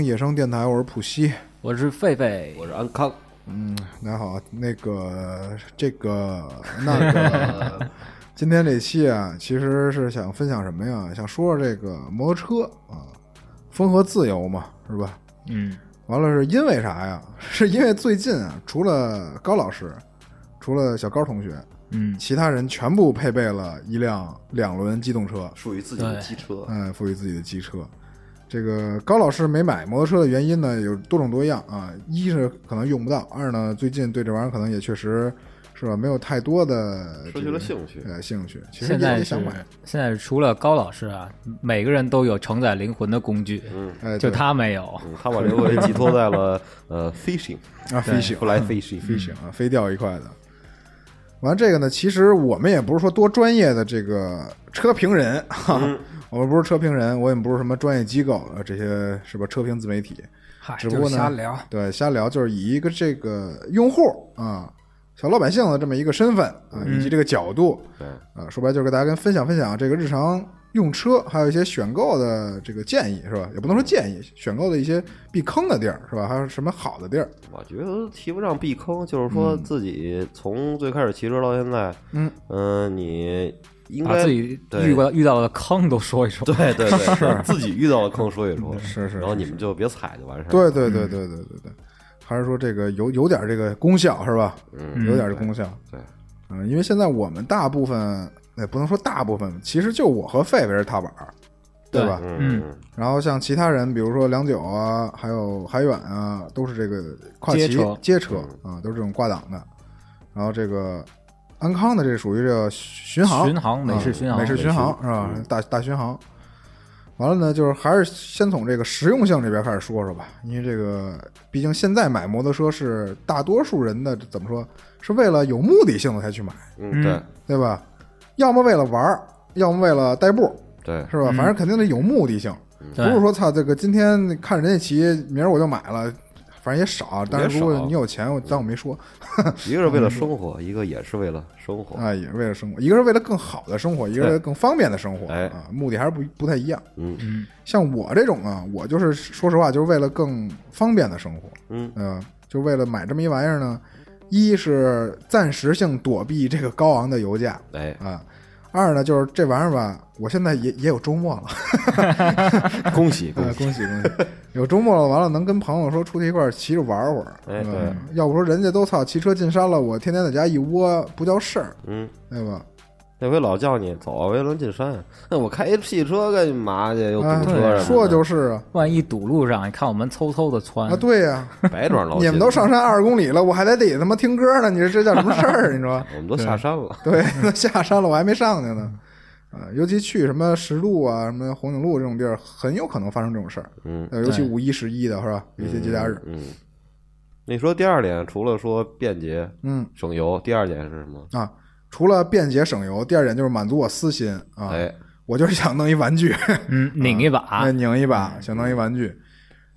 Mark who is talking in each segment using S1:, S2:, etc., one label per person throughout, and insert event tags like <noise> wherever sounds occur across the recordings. S1: 野生电台，我是普西。
S2: 我是狒狒，
S3: 我是安康，
S1: 嗯，大家好，那个这个那个，今天这期啊，其实是想分享什么呀？想说说这个摩托车啊，风和自由嘛，是吧？
S2: 嗯，
S1: 完了是因为啥呀？是因为最近啊，除了高老师，除了小高同学，
S2: 嗯，
S1: 其他人全部配备了一辆两轮机动车，
S3: 属于自己的机车，
S1: 嗯，赋予自己的机车。这个高老师没买摩托车的原因呢，有多种多样啊。一是可能用不到，二呢，最近对这玩意儿可能也确实是吧，没有太多的
S3: 失去了兴趣。
S1: 呃兴趣。其实
S2: 现
S1: 也
S2: 在
S1: 也
S2: 是
S1: 想买，
S2: 现在是除了高老师啊，每个人都有承载灵魂的工具，
S3: 嗯，
S1: 哎，
S2: 就
S1: 对
S2: 他没有。
S3: 嗯他把灵魂寄托在了呃 fishing，
S1: 啊，飞行
S2: 嗯
S3: 后来 fishing 嗯
S1: 飞行啊，飞掉一块的。完这个呢，其实我们也不是说多专业的这个车评人，哈
S3: 嗯
S1: 哈， <laughs> 我们不是车评人，我也不是什么专业机构啊，这些是吧？车评自媒体，
S4: 嗨，
S1: 只不过呢，
S4: 就是瞎聊。
S3: 啊
S1: 对，瞎聊就是以一个这个用户啊、小老百姓的这么一个身份啊、以及这个角度，
S3: 嗯对
S1: 啊，说白了就是给大家跟分享分享这个日常用车，还有一些选购的这个建议，是吧？也不能说建议，选购的一些避坑的地儿，是吧？还有什么好的地儿？
S3: 我觉得提不上避坑，就是说自己从最开始骑车到现在，
S1: 嗯
S3: 呃你应
S2: 把
S3: 该
S2: 自己
S3: 对
S2: 遇过遇到的坑都说一说，
S3: <laughs> 对对对，是自己遇到的坑说一说，
S1: 是是
S3: 然后你们就别踩就完事儿。
S1: 对，对对对对对对，还是说这个有有点这个功效，是吧？
S3: 嗯，
S1: 有点这功效。
S3: 对，
S1: 嗯，因为现在我们大部分，也不能说大部分，其实就我和狒狒是踏板儿，对
S2: 对
S1: 吧？
S3: 嗯，嗯
S1: 然后像其他人，比如说梁九啊，还有海远啊，都是这个跨骑
S2: 街车
S1: 街车啊，都是这种挂档的。然后这个安康的这属于这个巡航，
S2: 巡航美式巡嗯航
S1: 啊美式巡航是吧？大大巡航。完了呢，就是还是先从这个实用性这边开始说说吧，因为这个毕竟现在买摩托车是大多数人的怎么说，是为了有目的性的才去买，
S3: 嗯，对
S1: 对吧？要么为了玩儿，要么为了代步， <laughs>
S3: 对，
S1: 是吧？
S2: 嗯
S1: 反正肯定得有目的性，不是
S2: 对
S1: 说操这个今天看人家骑，明儿我就买了，反正也少。但是如果
S3: 少
S1: 你有钱，我当我没说
S3: 一个是为了生活，一个也是为了生活。
S1: 啊，也是为了生活，一个是为了更好的生活，一个是为了更方便的生活
S3: 哎
S1: 啊，目的还是不不太一样。
S3: 嗯
S2: 嗯，
S1: 像我这种啊，我就是说实话，就是为了更方便的生活，
S3: 嗯
S1: 嗯、就为了买这么一玩意儿呢，一是暂时性躲避这个高昂的油价，
S3: 哎，
S1: 啊。二呢，就是这玩意儿吧，我现在也也有周末了，
S3: 恭喜恭
S1: 呃
S3: 喜，
S1: 恭喜恭喜！ <laughs> 有周末了，完了能跟朋友说出去一块儿骑着玩会儿，
S3: 哎
S1: 嗯
S3: 对
S1: 要不说人家都操骑车进山了，我天天在家一窝不叫事儿，
S3: 嗯。
S1: 对吧？
S3: 那回老叫你走啊，维伦进山。那我开一汽车干嘛去？又堵
S1: 啊
S3: 车什么的，
S1: 说就是啊，
S2: 万一堵路上，你看我们嗖嗖的窜
S3: 嗯
S1: 啊，对呀、
S3: <laughs> 白转老。
S1: 你们都，上山二十公里了，我还在底下他妈听歌呢，你说这叫什么事儿？你
S3: <laughs>
S1: 说
S3: 我们都下山了。
S1: 对？那下山了我还没上去呢，啊，尤其去什么石路啊、什么红顶路这种地儿，很有可能发生这种事儿，
S3: 嗯
S1: 呃尤其
S2: 对
S1: 五一、十一的是吧？一些节假日，
S3: 嗯，你说第二点，除了说便捷
S1: 嗯
S3: 省油，第二点是什么？
S1: 啊，除了便捷省油，第二点就是满足我私心啊，
S3: 哎，
S1: 我就是想弄一玩具，
S2: 嗯，拧一把，
S1: 哎，拧一把，想弄一玩具。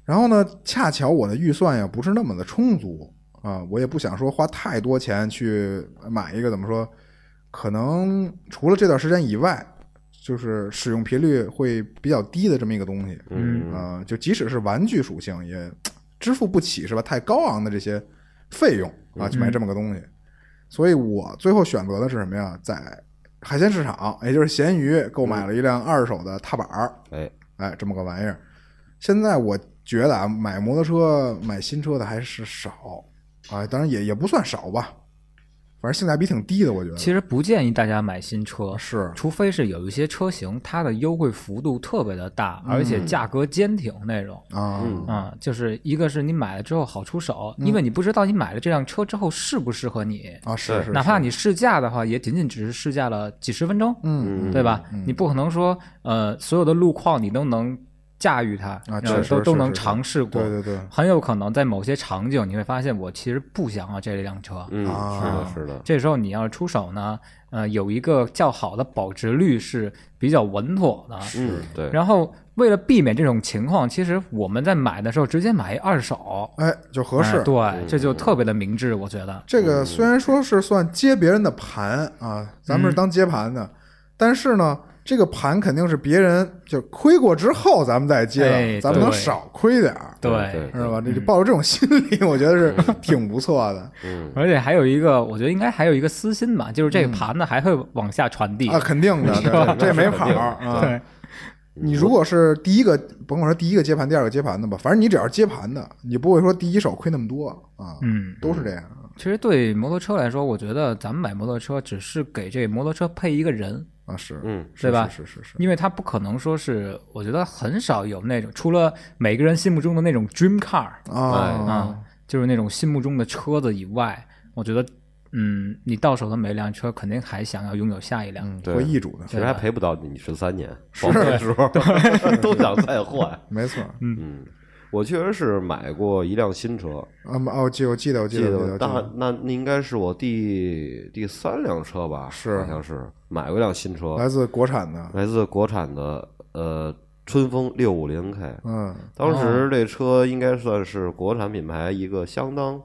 S1: 然后呢，恰巧我的预算呀不是那么的充足啊，我也不想说花太多钱去买一个怎么说，可能除了这段时间以外，就是使用频率会比较低的这么一个东西。
S3: 嗯
S1: 啊，就即使是玩具属性也支付不起是吧？太高昂的这些费用啊，去买这么个东西。所以我最后选择的是什么呀？在海鲜市场，也就是闲鱼，购买了一辆二手的踏板儿。
S3: 哎，
S1: 哎，这么个玩意儿。现在我觉得啊，买摩托车买新车的还是少啊，当然也也不算少吧，反正性价比挺低的，我觉得。
S2: 其实不建议大家买新车，
S1: 是
S2: 除非是有一些车型它的优惠幅度特别的大，
S1: 嗯
S2: 而且价格坚挺那种。
S1: 啊，
S3: 嗯
S2: 啊、就是一个是你买了之后好出手，
S1: 嗯
S2: 因为你不知道你买了这辆车之后适不适合你，
S1: 啊是
S3: 对
S1: 是，
S2: 哪怕
S1: 是
S2: 你试驾的话，也仅仅只是试驾了几十分钟，
S1: 嗯
S2: 对吧？你不可能说呃所有的路况你都能驾驭它，
S1: 啊
S2: 呃
S1: 确实
S2: 都都
S1: 是
S2: 能
S1: 是
S2: 尝试过。
S1: 对对对
S2: 很有可能在某些场景你会发现，我其实不想要这辆车。
S3: 嗯，是
S1: 啊
S3: 的，是的，
S2: 这时候你要出手呢，呃，有一个较好的保值率是比较稳妥的。
S3: 嗯，对，
S2: 然后为了避免这种情况，其实我们在买的时候直接买一二手，
S1: 哎就合适
S2: 哎。对，这就特别的明智，我觉得。
S1: 这个
S2: 嗯
S1: 虽然说是算接别人的盘啊，咱们是当接盘的，但是呢，这个盘肯定是别人就亏过之后，咱们再接
S2: 哎
S1: 的，咱们能
S2: 对
S1: 少亏点儿，
S2: 对，嗯
S1: 知道吧？这就抱着这种心理，我觉得是挺不错的
S3: 嗯，
S2: 而且还有一个，我觉得应该还有一个私心吧，就是这个盘子还会往下传递。
S1: 啊，肯定的，对这没跑儿啊。
S2: 对，
S1: 你如果是第一个，甭管说第一个接盘、第二个接盘的吧，反正你只要是接盘的，你不会说第一手亏那么多啊，
S2: 嗯，
S1: 都是这样。
S2: 其实对摩托车来说，我觉得咱们买摩托车只是给这摩托车配一个人，
S1: 啊，是，
S3: 嗯
S1: 是
S2: 对吧
S1: 是是是是，
S2: 因为它不可能说是，我觉得很少有那种除了每个人心目中的那种 dream car 啊、
S1: 啊，
S2: 就是那种心目中的车子以外，我觉得，嗯，你到手的每一辆车肯定还想要拥有下一辆。
S1: 嗯，
S3: 对
S1: 会易主的，
S3: 其实还赔不到你十三年，保的时候 <laughs> 都想再换。
S1: 没错。
S3: 嗯，我确实是买过一辆新车，
S1: 啊，哦，记我记得我记
S3: 记
S1: 得
S3: 得
S1: 我记得
S3: 我
S1: 我记
S3: 大
S1: 得，
S3: 那那应该是我第第三辆车吧，
S1: 是
S3: 好像是买过一辆新车，
S1: 来自国产的，
S3: 来自国产的呃春风六五零 K，
S1: 嗯，
S3: 当时这车应该算是国产品牌一个相当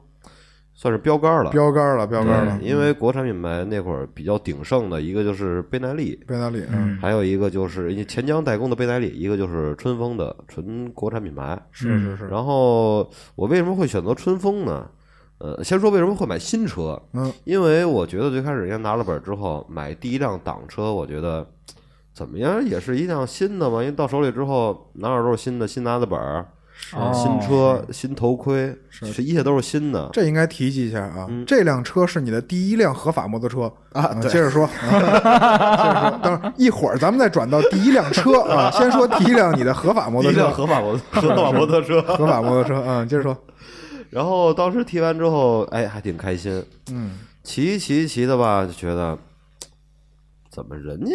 S3: 算是标杆了，
S1: 标杆了，标杆了嗯
S3: 对，因为国产品牌那会儿比较鼎盛的一个就是倍耐力。
S1: 贝纳利，嗯，
S3: 还有一个就是钱江代工的倍耐力，一个就是春风的纯国产品牌。
S1: 是是是，
S3: 然后我为什么会选择春风呢？呃，先说为什么会买新车，
S1: 嗯，
S3: 因为我觉得最开始人家拿了本儿之后买第一辆挡车，我觉得怎么样也是一辆新的嘛，因为到手里之后哪有都是新的，新拿的本儿，
S2: 哦
S3: 新车、新头盔，是一切都是新的。
S1: 这应该提及一下啊，
S3: 嗯
S1: 这辆车是你的第一辆合法摩托车啊。接着
S3: <laughs>
S1: 说，啊接着说，等会儿一会儿咱们再转到第一辆车
S3: <laughs>
S1: 啊，先说第一辆你的合法摩
S3: 第
S1: 托
S3: 一辆
S1: 车，
S3: 合法摩
S1: <laughs>
S3: 托合法摩托车， <laughs>
S1: 合法摩托车啊，接着说，
S3: 然后当时提完之后，哎，还挺开心，
S1: 嗯，
S3: 骑骑骑的吧，就觉得怎么人家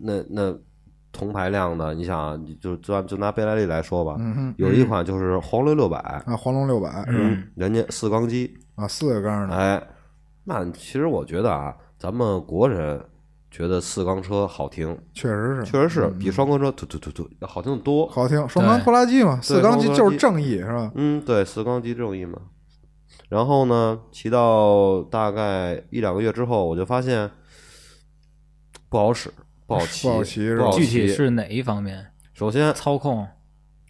S3: 那那同排量的，你想啊，你就就按就拿贝莱利来说吧，
S1: 嗯
S3: 有一款就是黄龙六百，
S1: 啊，黄龙六百是吧？
S3: 嗯，人家四缸机，
S1: 啊，四个缸的，
S3: 哎，那其实我觉得啊，咱们国人觉得四缸车好听，
S1: 确实是
S3: 确实是比双缸车突突突突要好听的多。
S1: 好听，双缸拖拉机嘛，四缸机就是正义是吧？
S3: 嗯，对，四缸机正义嘛。然后呢，骑到大概一两个月之后，我就发现不好使，不好
S1: <laughs>
S3: 骑，
S1: 不好骑是吧
S3: 不好
S2: 具
S3: 骑
S2: 体是哪一方面？
S3: 首先
S2: 操控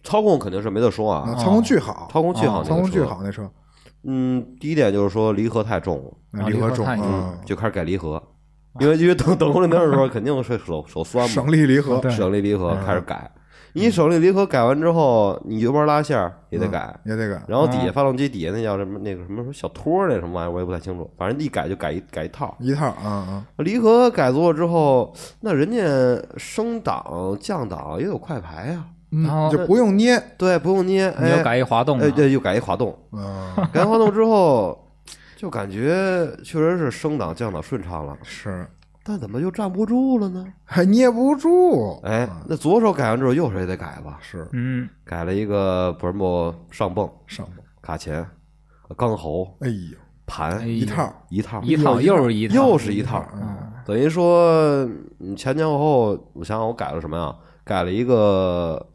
S3: 操控肯定是没得说
S1: 啊，
S3: 啊，
S1: 操控巨好，啊
S3: 操控巨好，
S1: 操控巨。好那车，
S3: 嗯，第一点就是说离合太重了，
S1: 那
S2: 啊
S1: 离合
S2: 离合
S1: 重
S2: 太
S1: 啊，
S3: 就开始改离合，因为因为等等红绿灯的时候肯定是手手酸嘛，
S1: 省嗯力离合
S2: 对
S3: 省力离合开始改。你手力离合改完之后，你油门拉线儿也
S1: 嗯
S3: 得改，
S1: 也得改，
S3: 然后底
S2: 啊
S3: 下发动机底下那叫什么那个什么什么小托儿那什么玩意儿，我也不太清楚。反正一改就改一改一套。
S1: 一套啊啊，
S3: 离合改足了之后，那人家升档降档也有快排呀、
S2: 然后
S1: 嗯，就不用捏，
S3: 啊对，不用捏，
S2: 你
S3: 哎
S2: 要，改一滑动
S3: 哎，
S2: 啊，
S3: 对，又改一
S2: <laughs>
S3: 滑动，
S1: 嗯，
S3: <laughs> 改完滑动之后，就感觉确实是升档降档顺畅了，
S1: 是。
S3: 但怎么就站不住了呢？
S1: 还捏不住，
S3: 哎，
S2: 啊
S3: 那左手改完之后，右手也得改吧，
S1: 是
S2: 嗯，
S3: 改了一个 Brembo 上泵、
S1: 上头，
S3: 卡钳、钢喉、
S1: 哎呦，
S3: 盘、
S2: 哎呦
S1: 一套，
S3: 一套，
S2: 一套又是一套，
S3: 啊又是一套，嗯
S1: 嗯
S3: 等于说嗯前前后后，我想想我改了什么呀？改了一个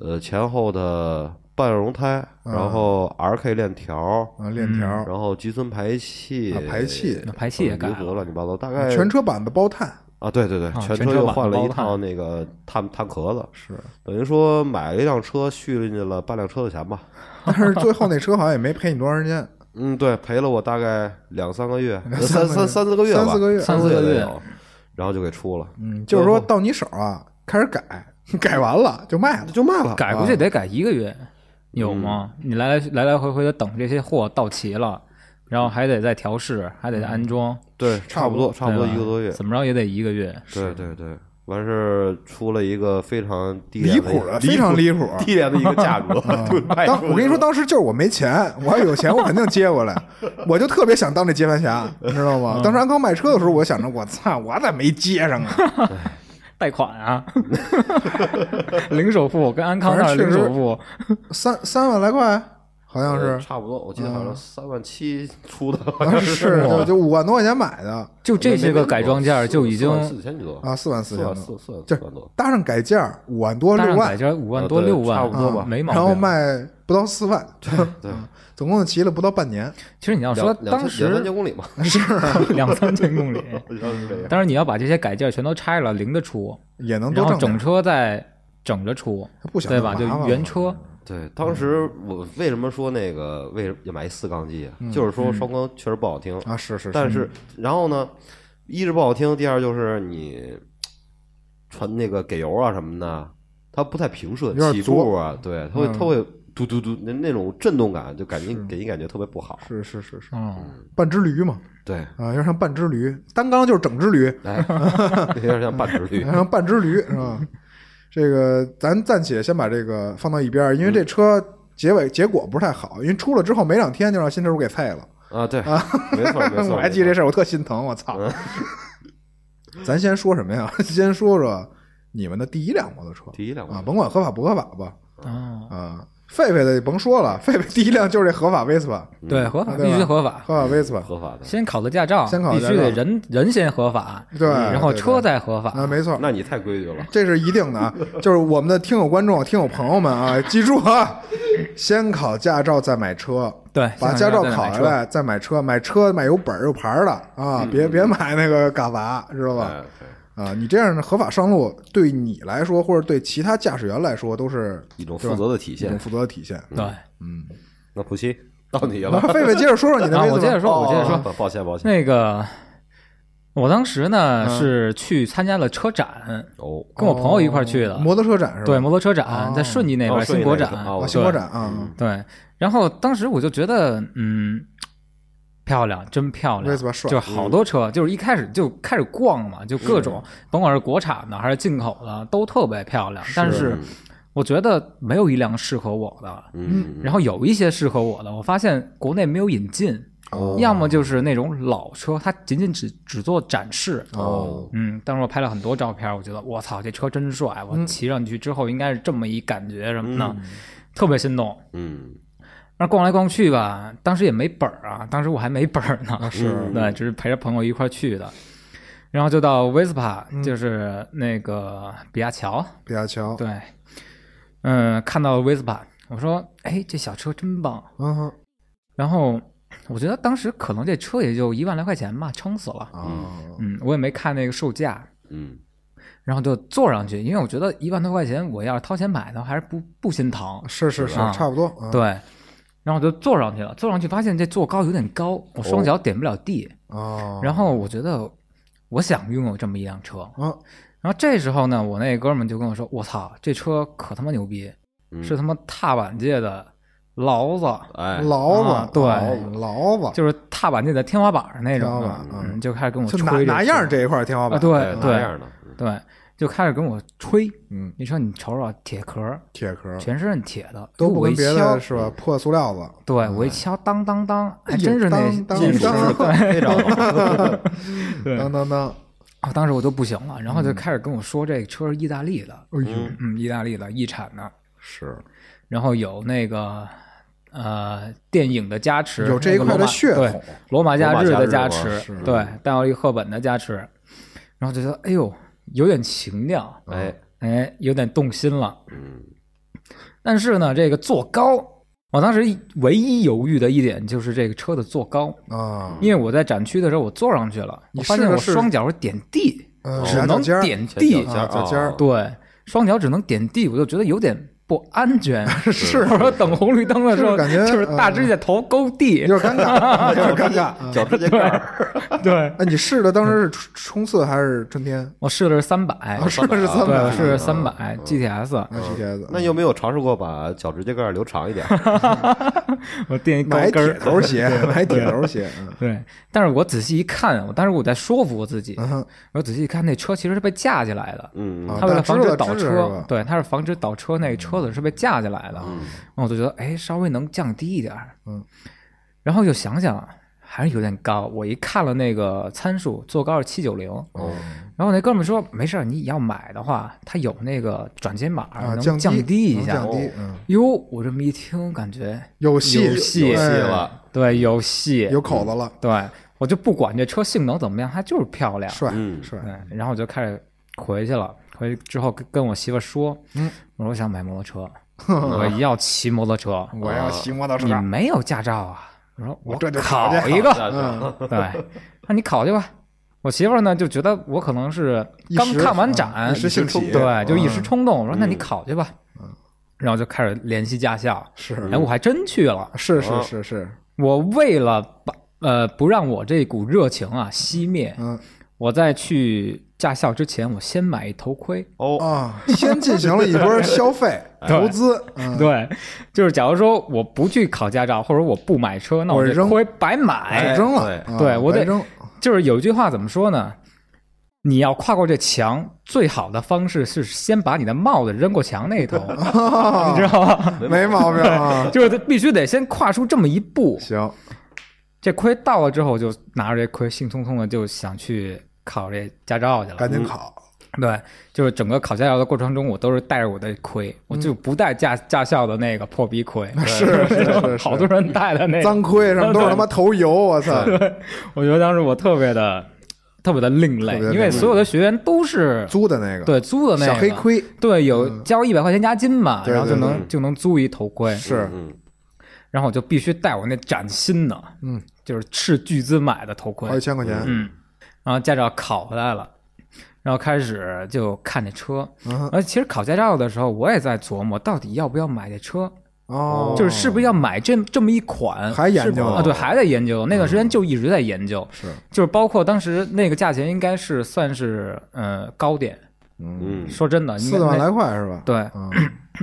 S3: 呃前后的半容胎，
S1: 嗯
S3: 然后 R K 链条，
S1: 啊，链条，
S3: 嗯然后集村排气
S1: 啊，排气
S2: 那排气也改
S3: 油格
S2: 了，
S3: 乱七八糟，大概
S1: 全车版的包碳
S3: 啊，对对对，
S2: 全
S3: 全
S2: 车
S3: 车又
S2: 版
S3: 换了
S2: 包
S3: 一
S2: 碳
S3: 套那个碳碳壳子， <laughs>
S1: 是，
S3: 等于说买了一辆车续进去了半辆车的钱吧。
S1: 但是最后那车好像也没赔你多长时间，
S3: 嗯，对，赔了我大概两三个月，呃
S1: 两三
S3: <laughs> 三
S1: 个月
S3: 三三四个月吧，
S1: 三四个月
S3: 三
S2: 三四个
S3: 个啊
S2: 月
S3: 有，然后就给出了，
S1: 嗯，就是说到你手啊，开始改，改完了就卖了，
S3: 就卖了。
S2: 改估计得改一个月，有吗？你来来来来回回的等这些货到齐了，然后还得再调试，还得再安装，
S3: 对，差不多，差不多
S2: 对吧
S3: 一个多月。
S2: 怎么着也得一个月。
S3: 对对对，完事儿出了一个非常低
S1: 离
S3: 廉的一
S1: 谱
S3: 个 <laughs>
S1: 的，非常离谱。啊
S3: 低廉的一个价格， <laughs> 对卖
S1: 当
S3: 出
S1: 我跟你
S3: 去
S1: 说，当时就是我没钱，我要有钱我肯定接过来，我就特别想当这接盘
S3: <laughs>
S1: 侠，你知道
S3: 嗯
S1: 吗？当时安康卖车的时候，我想着我操，我咋没接上啊？
S3: <laughs>
S2: 贷款啊， <laughs> 零首付跟安康
S1: 反
S2: 那儿
S1: 正确
S2: 零
S1: 实
S2: 首付，
S1: 三三万来块，好像
S3: 了
S1: 是，
S3: 差不多，我记得好像三万七出的，好
S1: 啊
S3: 像
S1: 是就就五万多块钱买的
S2: 就这些个改装件儿就已经
S3: 四千几多
S1: 啊，四万四
S3: 四
S1: 千
S3: 万
S1: 多。
S3: 四四
S1: 就
S3: 万多，
S1: 搭上改件儿五万多
S2: 搭
S1: 六
S2: 上改
S1: 万，
S2: 这五万多
S3: 呃对
S2: 六万，
S3: 差不多
S1: 吧
S2: 没毛
S1: 然后
S2: 病。
S1: 卖不到四万，啊
S3: 对，
S1: 总共骑了不到半年。
S2: 其实你要啊说
S3: 两两
S2: 当
S3: 千
S2: 时
S3: 两三千公里嘛，
S1: 是
S3: <laughs>
S1: 啊，
S2: 两三千公里，
S3: 对
S2: 当然你要把这些改件全都拆了，零着出，
S1: 也能
S2: 然
S1: 多
S2: 后
S1: 挣点
S2: 整车再整着出，
S1: 他不想
S2: 对吧？就
S1: 弄麻烦
S2: 原
S1: 了
S2: 车，
S3: 对，当时我为什么说那个为什么要买一四缸机啊？就是说双缸确实不好听，
S1: 啊，是是，嗯
S3: 但是然后呢，一是不好听，第二就是你传那个给油啊什么的，它不太平顺，
S1: 有点
S3: 起
S1: 作嗯
S3: 步啊，对，它会它会嘟嘟嘟那那种震动感，就感觉给你感觉特别不好。
S1: 是是是是，
S2: 嗯，
S1: 半只驴嘛，
S3: 对，
S1: 啊，有点像半只驴，单缸就是整只驴，
S3: 哎， <laughs> 有点像半直
S1: 有 <laughs>
S3: 绿
S1: 点。像半只驴是吧？这个咱暂且先把这个放到一边儿，因为这车结尾结果不是太好，因为出了之后没两天就让新车主给废了。<laughs>
S3: 啊，对，没错没错，
S1: 我还记得这
S3: 事。
S1: 事儿，我特心疼，我操！
S3: 嗯
S1: <laughs> 咱先说什么呀？先说说你们的第一辆摩托车
S3: 第一辆摩
S1: 啊，
S3: 托
S1: 甭管合法不合法吧
S3: 嗯
S2: 哦，
S1: 啊。狒狒的甭说了，狒狒第一辆就是这合法 Vespa，
S2: 对，合法
S1: 啊对
S2: 必须
S1: 吧
S2: 合法，
S1: 合法 Vespa，
S3: 合法的。
S2: 先考的驾照，
S1: 先考的
S2: 必
S1: 驾
S2: 须得
S1: 照
S2: 人人先合法，
S1: 对，
S2: 然后
S1: 对
S2: 车
S1: 对
S2: 再合法，
S1: 啊，没错，
S3: 那你太规矩了，
S1: 这是一定的啊，就是我们的听友观众、听友朋友们啊，记住啊，先考驾照再买车，
S2: 对，
S1: 把
S2: 哎驾
S1: 驾照考下来再买车，买车买有本儿有牌儿的啊，
S2: 嗯
S1: 别别买那个嘎娃，知道吧？
S3: 哎对
S1: 啊，你这样的合法上路，对你来说或者对其他驾驶员来说，都是
S3: 一种负责的体
S1: 一种
S3: 现。
S1: 负责的体现。
S2: 对，
S1: 嗯，
S3: 那普希到你
S1: 然 <laughs>
S3: 了
S1: 后，狒狒接着说说你的
S2: 啊
S1: 位
S2: 我
S1: 置
S2: 接
S1: 吧
S2: 着说，我接着说，
S1: 哦
S3: 说，抱歉抱歉。
S2: 那个，我当时呢、
S1: 嗯
S2: 是去参加了车展，
S3: 哦，
S2: 跟我朋友一块儿去的，
S1: 哦摩托车展是吧？
S2: 对摩托车展、在顺义那边、
S3: 哦顺义
S2: 新国
S3: 那
S2: 展，
S3: 边哦
S1: 啊，
S3: 我
S1: 新国
S2: 对
S1: 展啊
S2: 对。然后当时我就觉得，嗯，漂亮，真漂亮，
S1: Vespa 帅
S2: 就是好多车，就是一开始就开始逛嘛，就各种，甭管是国产的还是进口的，都特别漂亮。但是我觉得没有一辆适合我的，
S3: 嗯，
S2: 然后有一些适合我的，我发现国内没有引进，
S1: 哦
S2: 要么就是那种老车，它仅仅只只做展示。
S1: 哦，
S2: 嗯，当时我拍了很多照片，我觉得我操，这车真帅！我骑上去之后应该是这么一感觉什么的，特别心动。
S3: 嗯，
S2: 那逛来逛去吧，当时也没本儿啊，当时我还没本儿呢，
S1: 是
S2: <laughs>
S3: 嗯
S2: 对，只是陪着朋友一块儿去的。然后就到 Vespa，就是那个比亚乔，
S1: 比亚乔，
S2: 对，嗯，看到 Vespa，我说，哎，这小车真棒，
S1: 嗯
S2: 然后我觉得当时可能这车也就一万来块钱吧，撑死了。
S1: 啊，
S2: 嗯，我也没看那个售价，
S3: 嗯，
S2: 然后就坐上去，因为我觉得一万多块钱，我要是掏钱买的话，还是不不心疼。
S1: 是是是，
S2: 啊
S1: 差不多啊
S2: 对，然后我就坐上去了，坐上去发现这坐高有点高，我
S1: 哦
S2: 双脚点不了地。
S1: 啊，
S2: 然后我觉得我想拥有这么一辆车。
S1: 啊
S2: 然后这时候呢，我那哥们就跟我说：“我操，这车可他妈牛逼，
S3: 嗯
S2: 是他妈踏板界的劳子。”
S3: 哎，
S1: 劳
S2: 啊
S1: 子，
S2: 对
S1: 劳子，
S2: 就是踏板界的天花板儿那种
S1: 天花
S2: 的
S1: 板，嗯
S2: 嗯，就开始跟我
S1: 就
S2: 吹
S1: 哪
S2: 这
S1: 哪
S2: 车
S1: 样这一块天花
S2: 啊，
S1: 板？，
S2: 对
S3: 哎那
S2: 对
S3: 样的，
S1: 哎
S2: 对，就开始跟我吹。
S1: 嗯，
S2: 你说你瞅瞅铁壳儿，
S1: 铁壳儿
S2: 全是铁的，
S1: 嗯都不
S2: 我
S1: 跟
S2: 一
S1: 别
S2: 敲
S1: 的，是吧？破塑料子，
S2: 对我一敲，当当当，还
S1: 哎呦
S2: 真是那
S1: 当当
S3: 金属质感非常好，
S1: 当当当，
S2: 啊，当时我就不行了，然后就开始跟我说这车是意大利的，
S1: 嗯哎呦，
S2: 嗯，意大利的意产的，
S1: 是
S2: 然后有那个呃电影的加持，
S1: 有这一
S2: 那个
S1: 块
S2: 罗
S1: 的
S2: 马
S1: 血
S2: 对
S1: 统
S2: 罗马假日的加
S3: 罗马假日
S2: 持
S3: 啊是，
S2: 对，戴奥利赫本的加持，然后就觉得哎呦有点情调，
S3: 哎，
S2: 哎，有点动心了。
S3: 嗯，
S2: 但是呢，这个坐高，我当时一唯一犹豫的一点就是这个车的坐高，
S1: 啊，
S2: 因为我在展区的时候我坐上去了，
S1: 你
S2: 我发现
S1: 试
S2: 我
S1: 了试
S2: 双脚是点地，
S1: 嗯
S2: 只哦能
S1: 夹脚尖
S2: 点
S3: 前
S2: 地，
S3: 脚尖儿
S1: 啊脚尖儿
S3: 啊
S2: 对，双脚只能点地，我就觉得有点。不安全，
S1: <laughs> 是
S2: 我说等红绿灯的时候，
S1: 就是感觉嗯
S2: 就是大指甲头勾地
S1: 有，点尴尬，有点尴尬。啊
S3: 哦脚趾甲
S2: <laughs>
S3: 盖儿，
S2: 对，
S1: 哎，你试的当时是冲冲刺还是春天？
S2: 我试的是三百
S1: 啊，，试的是三
S2: 对，我
S1: 百，
S2: 试
S3: 嗯
S2: 的是三百 GTS，
S1: 啊 GTS，
S3: 那有没有尝试过把脚趾甲盖儿留长
S2: <laughs>
S3: 一点？
S2: 我垫一
S1: 嗯
S2: 高
S1: 买
S2: 跟
S1: 铁
S2: 儿，
S1: 头鞋，买铁头鞋，嗯
S2: 对，但是我仔细一看，我当时我在说服我自己，
S1: 嗯哼
S2: 我仔细一看，那车其实是被架起来的。
S3: 嗯，
S1: 啊
S2: 他为了
S1: 大
S2: 防
S1: 知道
S2: 止倒
S1: 知识是
S2: 车
S1: 吧，嗯
S2: 对，他是防止倒车，那个车子是被架起来的。然后我就觉得，哎，稍微能降低一点儿。
S1: 嗯，
S2: 然后又想想，还是有点高。我一看了那个参数，坐高是七九零。
S3: 哦，
S2: 然后那哥们儿说，没事儿，你要买的话，他有那个转接码，
S1: 啊，
S2: 能
S1: 降
S2: 降低一
S1: 能
S2: 下哦
S1: 降。低，嗯，
S2: 哟，我这么一听，感觉
S1: 有戏，
S2: 有戏
S1: 哎
S3: 有戏了，
S2: 对有戏，
S1: 有口子了，
S2: 对我就不管这车性能怎么样，它就是漂亮。
S1: 帅
S3: 嗯
S1: 帅，
S2: 对，然后我就开始回去了。回去之后跟跟我媳妇说，
S1: 嗯， <laughs>
S2: 我说我想买摩托车。我要骑摩托车，
S1: 我要哦骑摩托车
S2: 嗯你，没有驾照啊？我说
S1: 我
S2: 我
S1: 这就
S2: 考
S1: 考去 <laughs>
S2: 一个，
S1: 嗯，
S2: <laughs> 对，那你考去吧。我媳妇儿呢就觉得我可能是
S1: 一
S2: 刚
S1: 时
S2: 看完
S1: 嗯
S2: 展，
S1: 一时兴起，
S2: 对，就一时
S1: 嗯
S2: 冲动，我说那你
S3: 嗯
S2: 考去吧，然后就开始联系驾校，
S1: 是
S2: 哎，我还哎真去了，
S1: 是是
S3: 啊
S1: 是是，
S2: 我为了把呃不让我这股热情啊熄灭，
S1: 嗯
S2: 我在去驾校之前，我先买一头盔。
S3: 哦，
S1: 啊，先进行了一波消费
S2: 哎
S1: 投资，嗯，
S2: 对，就是假如说我不去考驾照，或者我不买车，那
S1: 我
S2: 我这
S1: 扔
S2: 盔白
S1: 就
S2: 买。
S1: 扔了，
S3: 对
S1: 啊
S2: 哎对我
S1: 白
S2: 得
S1: 扔，
S2: 就是有一句话怎么说呢？你要跨过这墙，最好的方式是先把你的帽子扔过墙那
S1: <laughs>
S2: 头， <laughs> 你知道吧？
S1: 没毛病
S2: <laughs>
S1: 啊，
S2: 就是必须得先跨出这么一步。
S1: 行，
S2: 这盔到了之后，就拿着这盔，兴冲冲的就想去考这驾照去了。
S1: 赶紧考，
S2: 对，就是整个考驾校的过程中，我都是带着我的盔，我就不带驾驾校的那个破逼盔，
S1: <laughs> 是是是，
S2: <laughs> 好多人带的那个。
S1: 脏盔什么都是他妈头油，我操，
S2: 我觉得当时我特别的特别的另类
S1: 特别的，
S2: 因为所有的学员都是
S1: 租的那个，
S2: 对租的那个
S1: 啊
S2: 嗯
S1: 小黑，盔
S2: 对，有交一百块钱押金嘛，
S1: 对
S2: 然后就
S1: 对
S2: 能就能租一头盔，
S1: 是，
S3: 嗯，
S2: 然后我就必须带我那崭新的，
S1: 嗯，
S2: 就是斥巨资买的头盔
S1: 好，几千块钱，
S2: 嗯，然后驾照考回来了，然后开始就看这车，
S1: 嗯哼
S2: 而其实考驾照的时候，我也在琢磨到底要不要买这车，
S1: 哦，
S2: 就是是不是要买这这么一款，
S1: 还研究嗯
S2: 是不是啊？对，还在研究，那段时间就一直在研究，
S1: 是，
S2: 就是包括当时那个价钱应该是算是呃高点，
S1: 嗯，
S3: 嗯，
S2: 说真的，应
S1: 四
S2: 该
S1: 万
S2: 那
S1: 来块是吧？
S2: 对，
S1: 嗯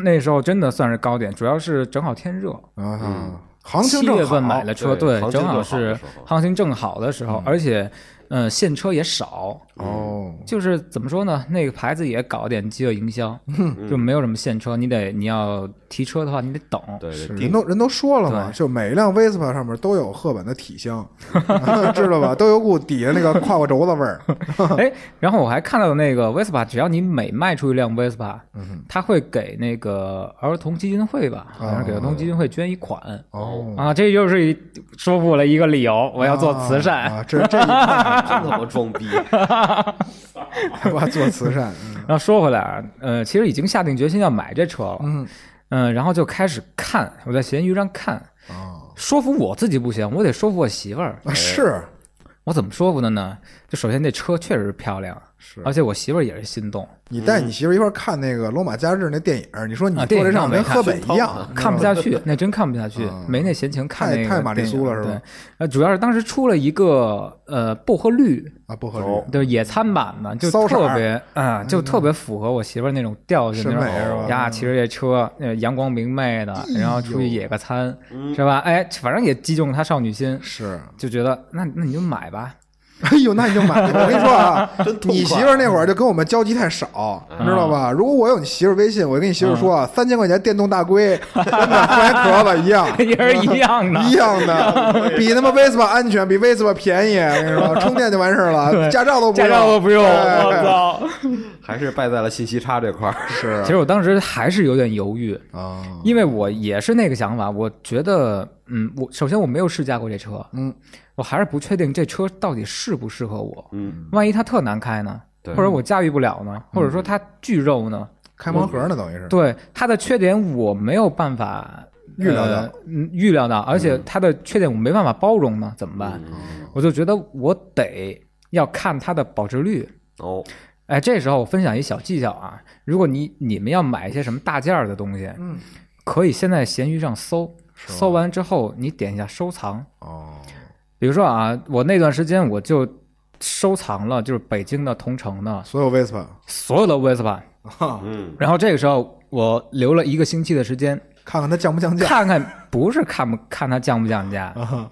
S2: 那时候真的算是高点，主要是正好天热，
S1: 啊，行情
S2: 嗯七
S1: 正好，
S2: 月份买的车，对，
S3: 对行情
S2: 正
S3: 正好
S2: 好
S3: 的
S2: 是
S3: 时候
S2: 行情正好的时候，而且嗯，现车也少，
S1: 哦，
S2: 就是怎么说呢？那个牌子也搞点饥饿营销，就没有什么现车，你得你要提车的话，你得等。
S3: 对
S1: 是
S3: 对，
S1: 人
S3: <laughs>
S1: 都人都说了嘛，
S2: 对
S1: 就每一辆 Vespa 上面都有赫本的体香， <laughs> 知道吧？都有股底下那个胯骨轴子味儿。
S2: 哎，然后我还看到那个 Vespa，只要你每卖出一辆 Vespa，他会给那个儿童基金会吧，好像是给儿童基金会捐一款。
S1: 哦，
S2: 啊，这就是一说服我的一个理由，我要做慈善。
S1: 啊，这这一看
S3: 真他妈装逼，
S1: 还不做慈善，
S2: <laughs>
S1: 嗯
S2: 然后说回来啊，呃，其实已经下定决心要买这车了，
S1: 嗯
S2: 嗯然后就开始看，我在闲鱼上看，
S1: 啊
S2: 说服我自己不行，我得说服我媳妇儿。
S1: 啊是
S2: 我怎么说服的呢？就首先这车确实漂亮，
S1: 是
S2: 而且我媳妇儿也是心动，
S1: 你带你媳妇一块儿看那个《罗马假日》那电影，你说你
S2: 啊
S1: 坐
S2: 电
S1: 这
S2: 影
S1: 上
S2: 上
S1: 跟
S2: 没看
S1: 赫本一样，
S2: 看不下
S1: <laughs>
S2: 去，那真看不下去，没那闲情看
S1: 啊太
S2: 那个
S1: 太玛丽
S2: 电影
S1: 苏了是吧
S2: 对，呃，主要是当时出了一个呃薄荷绿，
S1: 啊，不合理。
S3: 哦
S2: 就是野餐版的，就
S1: 骚色儿嗯
S2: 特别啊、就特别符合我媳妇儿那种调性，
S1: 审
S2: 那
S1: 美
S2: 种
S1: 是吧哎
S2: 呀，骑着这车，呃，阳光明媚的，然后出去野个餐，是吧？哎，反正也击中她少女心，
S1: 是，
S2: 就觉得那那你就买吧，
S1: 哎呦，那你就买了。我跟你说
S2: <laughs>
S1: 啊，
S3: 痛快
S1: 你媳妇儿那会儿就跟我们交集太少，
S2: 嗯
S1: 知道吧？如果我有你媳妇儿微信，我就跟你媳妇儿说啊，三千块钱电动大龟，跟买欢壳子一样。
S2: 也是 <laughs> 一样
S1: <laughs>
S2: 的，
S1: 一样的，比他妈 Vespa 安全，比 Vespa 便宜，我跟你说，充电就完事儿了，
S2: 对
S1: 驾照都不
S2: 驾照都不用，
S1: 哎
S2: 我操！
S3: 还是败在了信息差这块儿。嗯
S1: 是
S2: 其实我当时还是有点犹豫，
S1: 啊，
S2: 因为我也是那个想法，我觉得，嗯，我首先我没有试驾过这车，
S1: 嗯，
S2: 我还是不确定这车到底适不适合我，
S3: 嗯，
S2: 万一它特难开呢，
S3: 对
S2: 或者我驾驭不了呢，或者说它巨肉呢，
S1: 开盲盒呢，等嗯于是
S2: 对它的缺点我没有办法。
S1: 预料到
S2: 呃嗯预料到，而且它的缺点我没办法包容呢，怎么办？
S1: 嗯
S2: 我就觉得我得要看它的保值率，
S3: 哦，
S2: 哎，这时候我分享一小技巧啊，如果你你们要买一些什么大件儿的东西，
S1: 嗯，
S2: 可以先在闲鱼上搜，搜完之后你点一下收藏。
S1: 哦，
S2: 比如说啊，我那段时间我就收藏了，就是北京的同城的
S1: 所有 Vespa
S2: 所有的 Vespa，
S1: 哈
S3: 嗯，
S2: 然后这个时候我留了一个星期的
S1: <laughs>
S2: 时间，
S1: 看看它降不降价
S2: 看看不是看不看它降不降价，
S1: <laughs> 啊，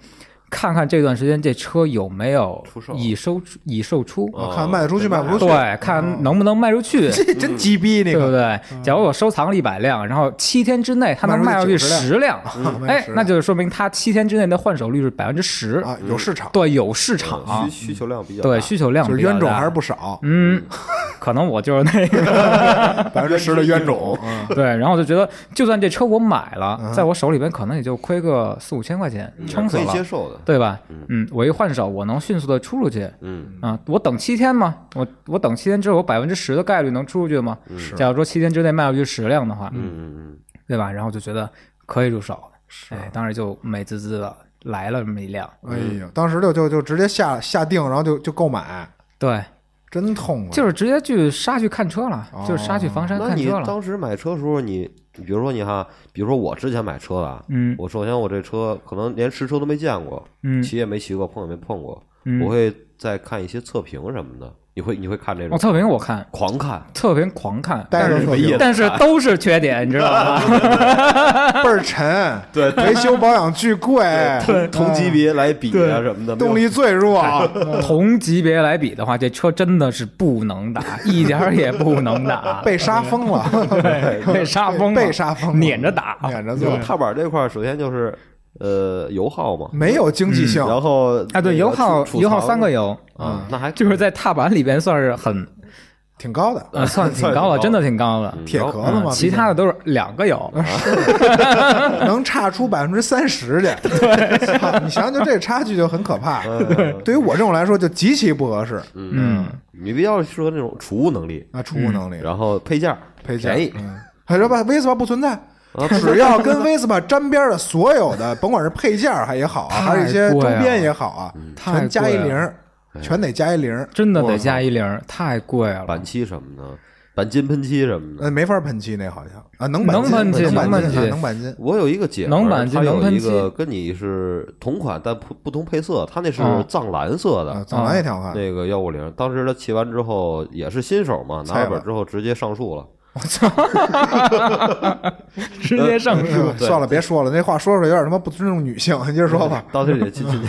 S2: 看看这段时间这车有没有
S3: 出售
S2: 已售已售出，
S1: 我
S3: 哦
S1: 看卖得出去哦卖不出去，
S2: 对，看能不能卖出去。
S1: 这真鸡逼那
S2: <laughs> 对
S1: 个，
S2: 不对？假如我收藏了一百辆，然后七天之内它能
S1: 卖
S2: 卖
S1: 出
S2: 出
S1: 去
S2: 去
S1: 10
S2: 十辆，
S1: <laughs> 嗯卖
S2: 哎
S1: 出10，
S2: 那就是说明它七天之内的换手率是百分之十，
S1: 啊，有市场，
S2: 对，有市
S3: 需
S2: 场，啊
S3: 需求量比较大
S2: 对，需求量
S1: 就是
S2: 比较
S1: 冤种
S2: 大
S1: 还是不少，
S2: 嗯，可能我就是那个
S1: 百分之十的冤种，
S3: <laughs>
S1: 嗯
S2: 对，然后我就觉得，就算这车我买了，在我手里边可能也就亏个四五千块钱，撑死
S3: 嗯可以接
S2: 了，
S3: 受的。
S2: 对吧？嗯，我一换手，我能迅速的出出去，
S3: 嗯，
S2: 啊，我等七天嘛，我我等七天之后，我百分之十的概率能出出去吗？假如说七天之内卖出去十辆的话，
S3: 嗯嗯嗯
S2: 对吧？然后就觉得可以入手，哎，当时就美滋滋的来了这么一辆，
S1: 哎呀，当时就就就直接下下定，然后就就购买，
S2: 对，
S1: 真痛快。
S2: 就是直接去杀去看车了，
S1: 哦
S2: 就是杀去房山
S3: 那
S2: 看
S3: 你
S2: 车了。
S3: 当时买车的时候，你比如说你哈，比如说我之前买车啊，
S2: 嗯
S3: 我首先我这车可能连实车都没见过，
S2: 嗯
S3: 骑也没骑过，碰也没碰过，
S2: 嗯，
S3: 我会再看一些测评什么的。你会你会看这
S2: 我哦
S3: 种
S2: 测评我看，<laughs>
S3: 狂看，
S2: 测评狂看，
S1: 带着手机
S2: <laughs> 但是都是缺点，你知道吗？
S1: 倍儿沉，对，维修保养巨贵，
S3: 同同级别来比啊什么的，
S1: 动力最弱， <laughs> 嗯
S2: 同级别来比的话，这车真的是不
S1: <laughs>
S2: 能打，一点儿也不能打，
S1: 被杀疯了，
S2: <laughs> 被杀疯了，
S1: <laughs> 被杀疯了，嗯
S2: 撵着打，
S1: 撵着
S3: 没有。
S1: 坐
S3: 就，踏板这块，首先就是呃油耗嘛，
S1: 没有经济性。
S3: 然后
S2: 嗯啊，对，
S3: 那个
S2: 油耗
S3: 储储
S2: 油耗
S3: 藏
S2: 三个嗯油，
S1: 嗯
S3: 啊，那还
S2: 就是在踏板里边算
S1: <laughs>
S2: 是很
S1: 挺高的，
S2: 呃算挺高了，真的挺高的。
S1: 铁壳了
S3: 然
S1: 嗯
S2: 嗯
S1: 嘛，
S2: 其他的都是两个油，
S1: 能差出百分之三十去。对，你想想，就这差距就很可怕。对于我这种来说，就极其不合适
S2: 嗯，
S3: 你比较适合那种储物能力，
S1: 啊，储物能力、
S3: 然后配件儿
S1: 配件
S3: 便宜，
S1: 嗯，还说吧，Vespa 不存在。
S3: 啊
S1: <laughs> 只要跟 Vespa 沾边的所有的，甭管是配件儿还也好啊，
S2: 太
S1: 还是一些周
S2: 贵了
S1: 边也好啊，
S3: 嗯
S2: 太
S1: 全加一
S2: 贵了
S1: 零儿，全得加一零儿，
S2: 真的得加一零，太贵了。
S3: 板漆什么的，钣金喷漆什么的。
S1: 呃，没法喷漆那好像啊，能
S2: 能
S1: 钣
S2: 喷
S1: 金
S2: 漆
S1: 能
S2: 能
S1: 钣
S2: 喷
S1: 啊
S2: 漆
S1: 能钣金，
S3: 我有一个姐
S2: 能
S3: 们
S2: 钣
S3: 儿，
S2: 金
S3: 她有
S2: 能喷
S3: 一
S2: 漆
S3: 个跟你是同款但不不同配色，她那是
S2: 哦
S3: 藏蓝色
S1: 啊，
S3: 的。
S1: 藏蓝也挺好看，
S3: 那个幺五零，当时她骑完之后也是新手嘛，拿
S1: 菜
S3: 了本
S1: 了
S3: 之后直接上树了。
S2: 直接上
S1: 哎呦
S2: 树，
S1: 算了，别说了，那话说出来有点他妈不尊重女性。你接着说吧，
S3: 到这里
S1: <laughs>
S3: 亲亲，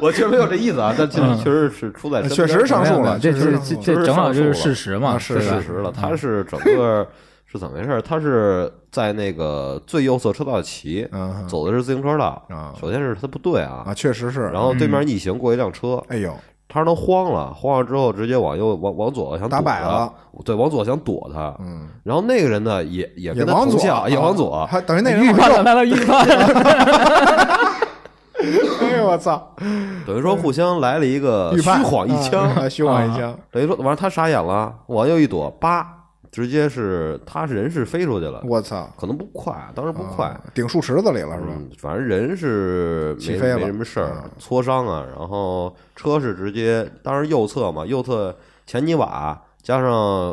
S3: 我确实没有这意思啊，但确实确实是出在身边
S1: 确实上树了
S2: 这
S1: 确实
S2: 这
S1: 上树
S2: 这
S1: 了
S2: 这正好就是事实嘛，
S1: 啊
S2: 对
S1: 是
S2: 吧
S3: 事实了。他是整个是怎么回事？他是在那个最右侧车道骑
S1: 嗯哼，
S3: 走的是自行车道
S1: 啊。
S3: 首先是他不对啊，
S1: 啊，确实是。
S3: 然后对面逆行过一辆车，
S1: 哎呦，
S3: 他让他慌了，慌了之后直接往右往往左想躲
S1: 打摆
S3: 他
S1: 了，
S3: 对，往左想躲他。
S1: 嗯，
S3: 然后那个人呢，也也
S1: 也
S3: 跟他
S1: 往
S3: 同
S1: 左啊
S3: 向，也往左，
S1: 还等于那人
S2: 预
S1: 往
S2: 判
S1: 右
S2: 了，他的预
S1: <laughs>
S2: 判 <laughs> 了，
S1: 哎呦我操，
S3: 等于说互相来了一个
S1: 预
S3: 呃虚
S1: 判
S3: 晃一枪，
S1: 啊虚晃一枪。
S3: 等于说，完了他傻眼了，往右一躲，叭，直接是他人是飞出去了，
S1: 我操，
S3: 可能不快，当时不快，
S1: 啊顶树池子里了是吧？
S3: 嗯，反正人是
S1: 起
S3: 没
S1: 飞了嗯
S3: 没什么事儿，挫伤啊，然后车是直接，当时右侧嘛，右侧前泥瓦加上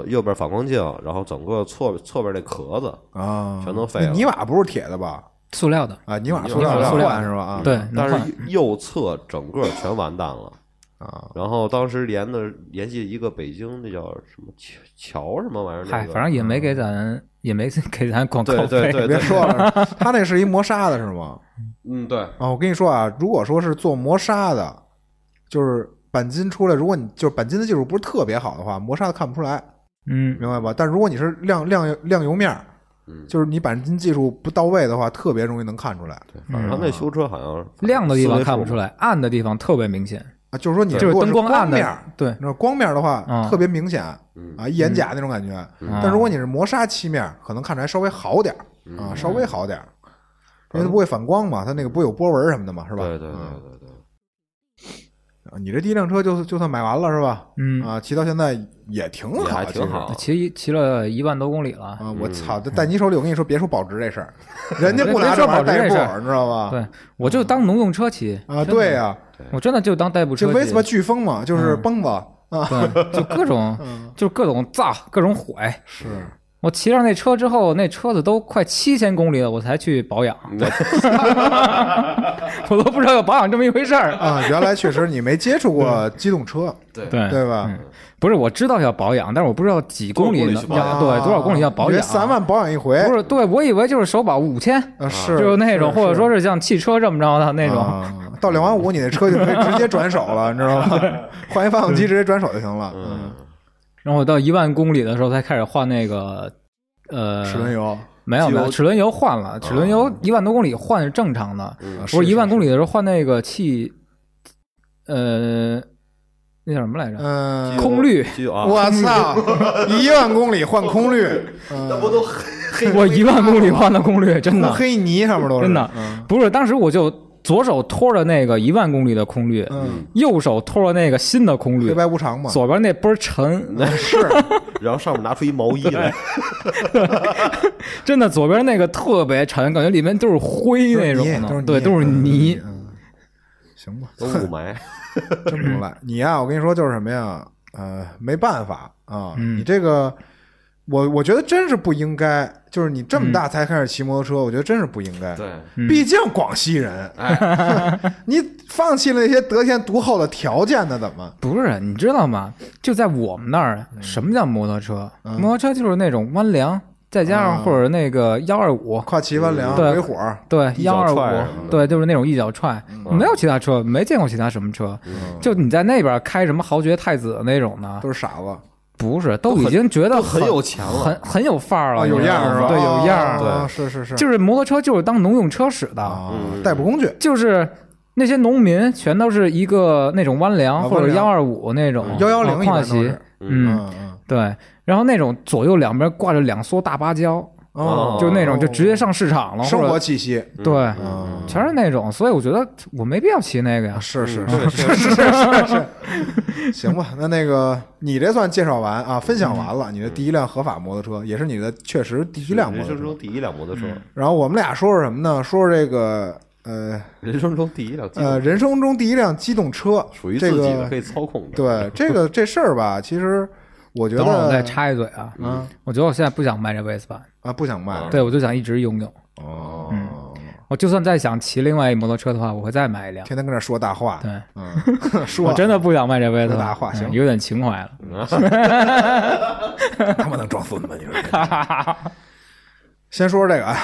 S3: 右边反光镜，然后整个侧侧边那壳子
S1: 啊，
S3: 全都废了
S1: 泥瓦不是铁的吧？
S2: 塑料的，
S1: 啊，泥瓦
S3: 泥
S1: 塑料
S2: 瓦塑料
S1: 换是吧？啊，
S2: 对，能
S3: 嗯但
S2: 换
S3: 是右侧整个全完蛋了。
S1: 啊，
S3: 然后当时连的联系一个北京那叫什么桥桥什么玩意儿、那个，
S2: 嗨，反正也
S1: 嗯
S2: 没给咱也没给咱广告
S3: 对
S2: 费，
S3: 对对，
S1: 别
S3: 对
S1: 说了，他那是一磨砂的是吗？
S3: 嗯对，
S1: 啊，我跟你说啊，如果说是做磨砂的，就是钣金出来，如果你就是钣金的技术不是特别好的话，磨砂的看不出来，
S2: <laughs> 嗯，
S1: 明白吧？但如果你是亮亮亮油面儿，
S3: 嗯
S1: 就是你钣金技术不到位的话，特别容易能看出来
S3: 对，反正他那修车好像是
S2: 嗯亮的地方看不
S3: 四
S2: 出
S3: 位数嘛，
S2: 来，暗的地方特别明显，
S1: 啊。就是说你
S2: 就是
S1: 如果
S2: 灯
S1: 是
S2: 光暗
S1: 面儿
S2: 的，，对，
S1: 那光面儿的话、
S2: 嗯
S1: 特别明显
S3: 嗯
S1: 啊，一眼假那种感觉。嗯
S2: 啊
S1: 但如果你是磨砂漆面儿，可能看出来稍微好点儿
S2: 嗯
S1: 啊，稍微好点儿，因为它不会反光嘛，它那个不会有波纹什么的嘛，是吧？
S3: 对对对
S1: 嗯啊
S3: 对对，
S1: 你这第一辆车就就算买完了是吧？
S2: 嗯，
S1: 啊，骑到现在也挺
S3: 也
S1: 好，
S3: 还挺
S1: 其实
S3: 好
S2: 骑骑了一万多公里了，
S1: 啊！我操，这在你手里，我跟你说，别说保值这事
S2: <laughs>
S1: 儿，人家不拿
S2: 别
S1: 这
S2: 说
S1: 玩意儿
S2: 保值
S1: 代
S2: 这
S1: 步
S2: 事儿，
S1: 你知道吧？
S2: 对我就当农用车骑
S1: 啊，对，呀、
S2: 真的我真的就当代步
S1: 这
S2: 车嗯骑
S1: Vespa，飓风嘛，就是蹦子、啊，
S2: 对，就各种
S1: <laughs> 嗯
S2: 就各种造，各种毁。
S1: 是
S2: 我骑上那车之后，那车子都快七千公里了，我才去保养， <laughs> 我都不知道有保养这么一回事儿。
S1: 啊，原来确实你没接触过
S2: 嗯
S1: 机动车，
S3: 对
S2: 对
S1: 对吧？
S2: 嗯不是我知道要保养，但是我不知道几公里
S3: 多少公里
S2: 能
S3: 去保养
S2: 要啊对多少公里要保
S1: 你
S2: 养。
S1: 这三万保养一回，
S2: 不是，对我以为就是首保五千，
S1: 啊是
S2: 就是那种，或者说
S1: 是
S2: 是像汽车这么着的那种。
S1: 啊到两万五，你那车就可以直接转手了，你知道吗？
S2: <laughs>
S1: 换一发动机直接转手就行了，嗯，
S2: 然后我到一万公里的时候才开始换那个，呃，
S1: 嗯齿轮油，
S2: 没有
S3: 机
S2: 没
S3: 油
S2: 有，齿轮油换了，齿轮油一万多公里换是正常的，
S1: 啊
S2: 不是一万公，
S1: 是
S2: 里的时候换那个气，呃，那叫什么来着？
S1: 嗯，
S2: 空滤，
S3: 机油啊，
S1: 我操，一万公里换空滤，
S3: 那不都黑
S2: 我一万公里换的攻略，真
S1: 那
S2: 的
S1: 黑泥上面都是
S2: 真的
S1: 嗯
S2: 不是。当时我就左手托着那个一万公里的空滤，
S1: 嗯，
S2: 右手托着那个新的空
S1: 黑
S2: 滤，
S1: 白无常嘛，
S2: 左边那倍儿沉，
S3: 是，然后上面拿出一毛衣
S1: <laughs>
S3: 来，
S2: 真的左边那个特别沉，感觉里面都是灰
S1: 都
S2: 那
S1: 是
S2: 种
S1: 泥
S2: 的，
S1: 泥
S2: 对，都是泥。
S1: 嗯，行吧，
S3: 都雾霾。
S1: 真不赖。你啊呀、我跟你说，就是什么呀？呃，没办法啊，
S2: 嗯
S1: 你这个，我我觉得真是不应该。就是你这
S2: 嗯
S1: 么大才开始骑摩托车，我觉得真是不应该。
S3: 对，
S1: 毕竟广西人， <laughs> 你放弃了那些得天独厚的条件呢，怎么？
S2: 不是，你知道吗？就在我们那儿，什么叫摩托车？摩托车就是那种弯梁，再加
S1: 嗯啊
S2: 上或者那个幺二五，
S1: 跨骑弯梁、
S2: 对
S1: 围火儿，
S2: 对
S3: 一
S2: 幺
S3: 脚
S2: 二
S3: 踹
S1: 啊
S3: 什么
S2: 五，
S3: 的
S2: 对，就是那种一脚踹，
S1: 嗯
S3: 啊
S2: 没有其他车，没见过其他什么车。就你在那边开什么豪爵太子那种呢？
S1: 都是傻子，
S2: 不是，都已经觉得
S3: 都很有钱了
S2: 很很啊有范儿了，
S1: 啊有
S2: 你知道
S1: 样儿是吧？
S2: 吗对，有样儿。
S1: 啊，是是是，
S2: 就是摩托车就是当农用车使的，
S1: 啊
S3: 嗯，
S1: 代步工具。
S2: 就是那些农民全都是一个那种弯
S1: 啊
S2: 梁或
S1: 弯
S2: 者
S1: 梁啊
S2: 幺二五那种
S1: 110一
S2: 嗯啊跨
S1: 般都
S2: 骑
S1: 是，
S2: 嗯，
S1: 嗯，
S2: 对。然后那种左右两边挂着两梭大芭蕉，
S1: 哦，
S2: 就是那种就直接上市场了，
S1: 生
S2: 或
S1: 活
S2: 者
S1: 气息，
S2: 对，
S1: 嗯，
S2: 全是那种，所以我觉得我没必要骑那个呀。
S1: 是是
S3: 嗯对
S1: 是是是是，嗯行吧，那那个你这算介绍完啊，分享完了，你的第一辆合法摩托车，也是你的确实第一辆摩
S3: 人
S1: 托
S3: 生
S1: 车。
S3: 中第一辆摩托车，
S2: 嗯
S1: 然后我们俩说说什么呢？说说这个呃
S3: 人生中第一辆机动车，
S1: 呃，人生中第一辆机动车，
S3: 属于自
S1: 这
S3: 己的，
S1: 个
S3: 可以操控的。
S1: 对这个这事儿吧，其实我觉
S2: 等会儿我再
S1: 得
S2: 插一嘴啊，
S1: 嗯
S2: 我觉得我现在不想卖这 Vespa，
S1: 啊不想
S3: 嗯
S1: 卖
S2: 对我就想一直拥有。
S1: 哦，
S2: 我就算再想骑另外一摩托车的话，我会再买一辆。
S1: 天天跟这说大话，
S2: 对，
S1: 嗯， <laughs>
S2: 我
S1: 说
S2: 真的不想卖这 Vespa，
S1: 说大话
S2: 嗯
S1: 行
S2: 有点情怀了。
S3: 嗯
S1: <laughs>
S3: <laughs>
S2: <laughs>
S1: 他妈能装孙子，你说这？先说说这个啊，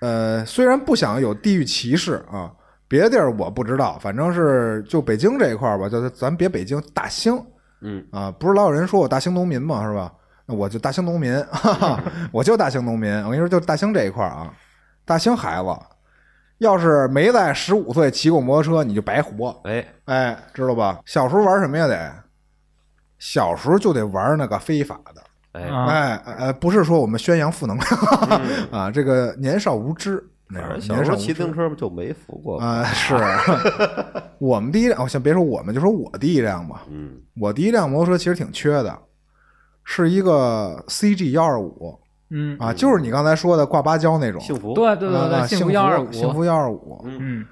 S1: 呃，虽然不想有地域歧视啊，别的地儿我不知道，反正是就北京这一块儿吧，就是咱别北京大兴，
S3: 嗯
S1: 啊，不是老有人说我大兴农民嘛，是吧？那我就大兴农民，哈哈，我就大兴农民。我跟你说，就大兴这一块儿啊，大兴孩子，要是没在十五岁骑过摩托车，你就白活。
S3: 哎，
S1: 哎，知道吧？小时候玩什么呀？得，小时候就得玩那个非法的。
S3: 哎
S2: 啊
S1: 哎，呃，不是说我们宣扬负能量 <laughs> 啊，这个年少无知，那
S3: 反
S1: 个
S3: 正小
S1: 年
S3: 时
S1: 少
S3: 候
S1: 无
S3: 骑
S1: 知
S3: 自行车就没服过。
S1: 啊，是 <laughs> 我们第一辆，哦我先别说我们，就说我第一辆吧。
S3: 嗯，
S1: 我第一辆摩托车其实挺缺的，是一个 CG 幺二五
S2: 嗯，
S1: 啊，就是你刚才说的挂芭蕉那种。
S3: 幸福。
S2: 对对对
S1: 啊
S2: 对，
S1: 幸
S2: 福幺二五，
S1: 幸福幺二五。
S2: 嗯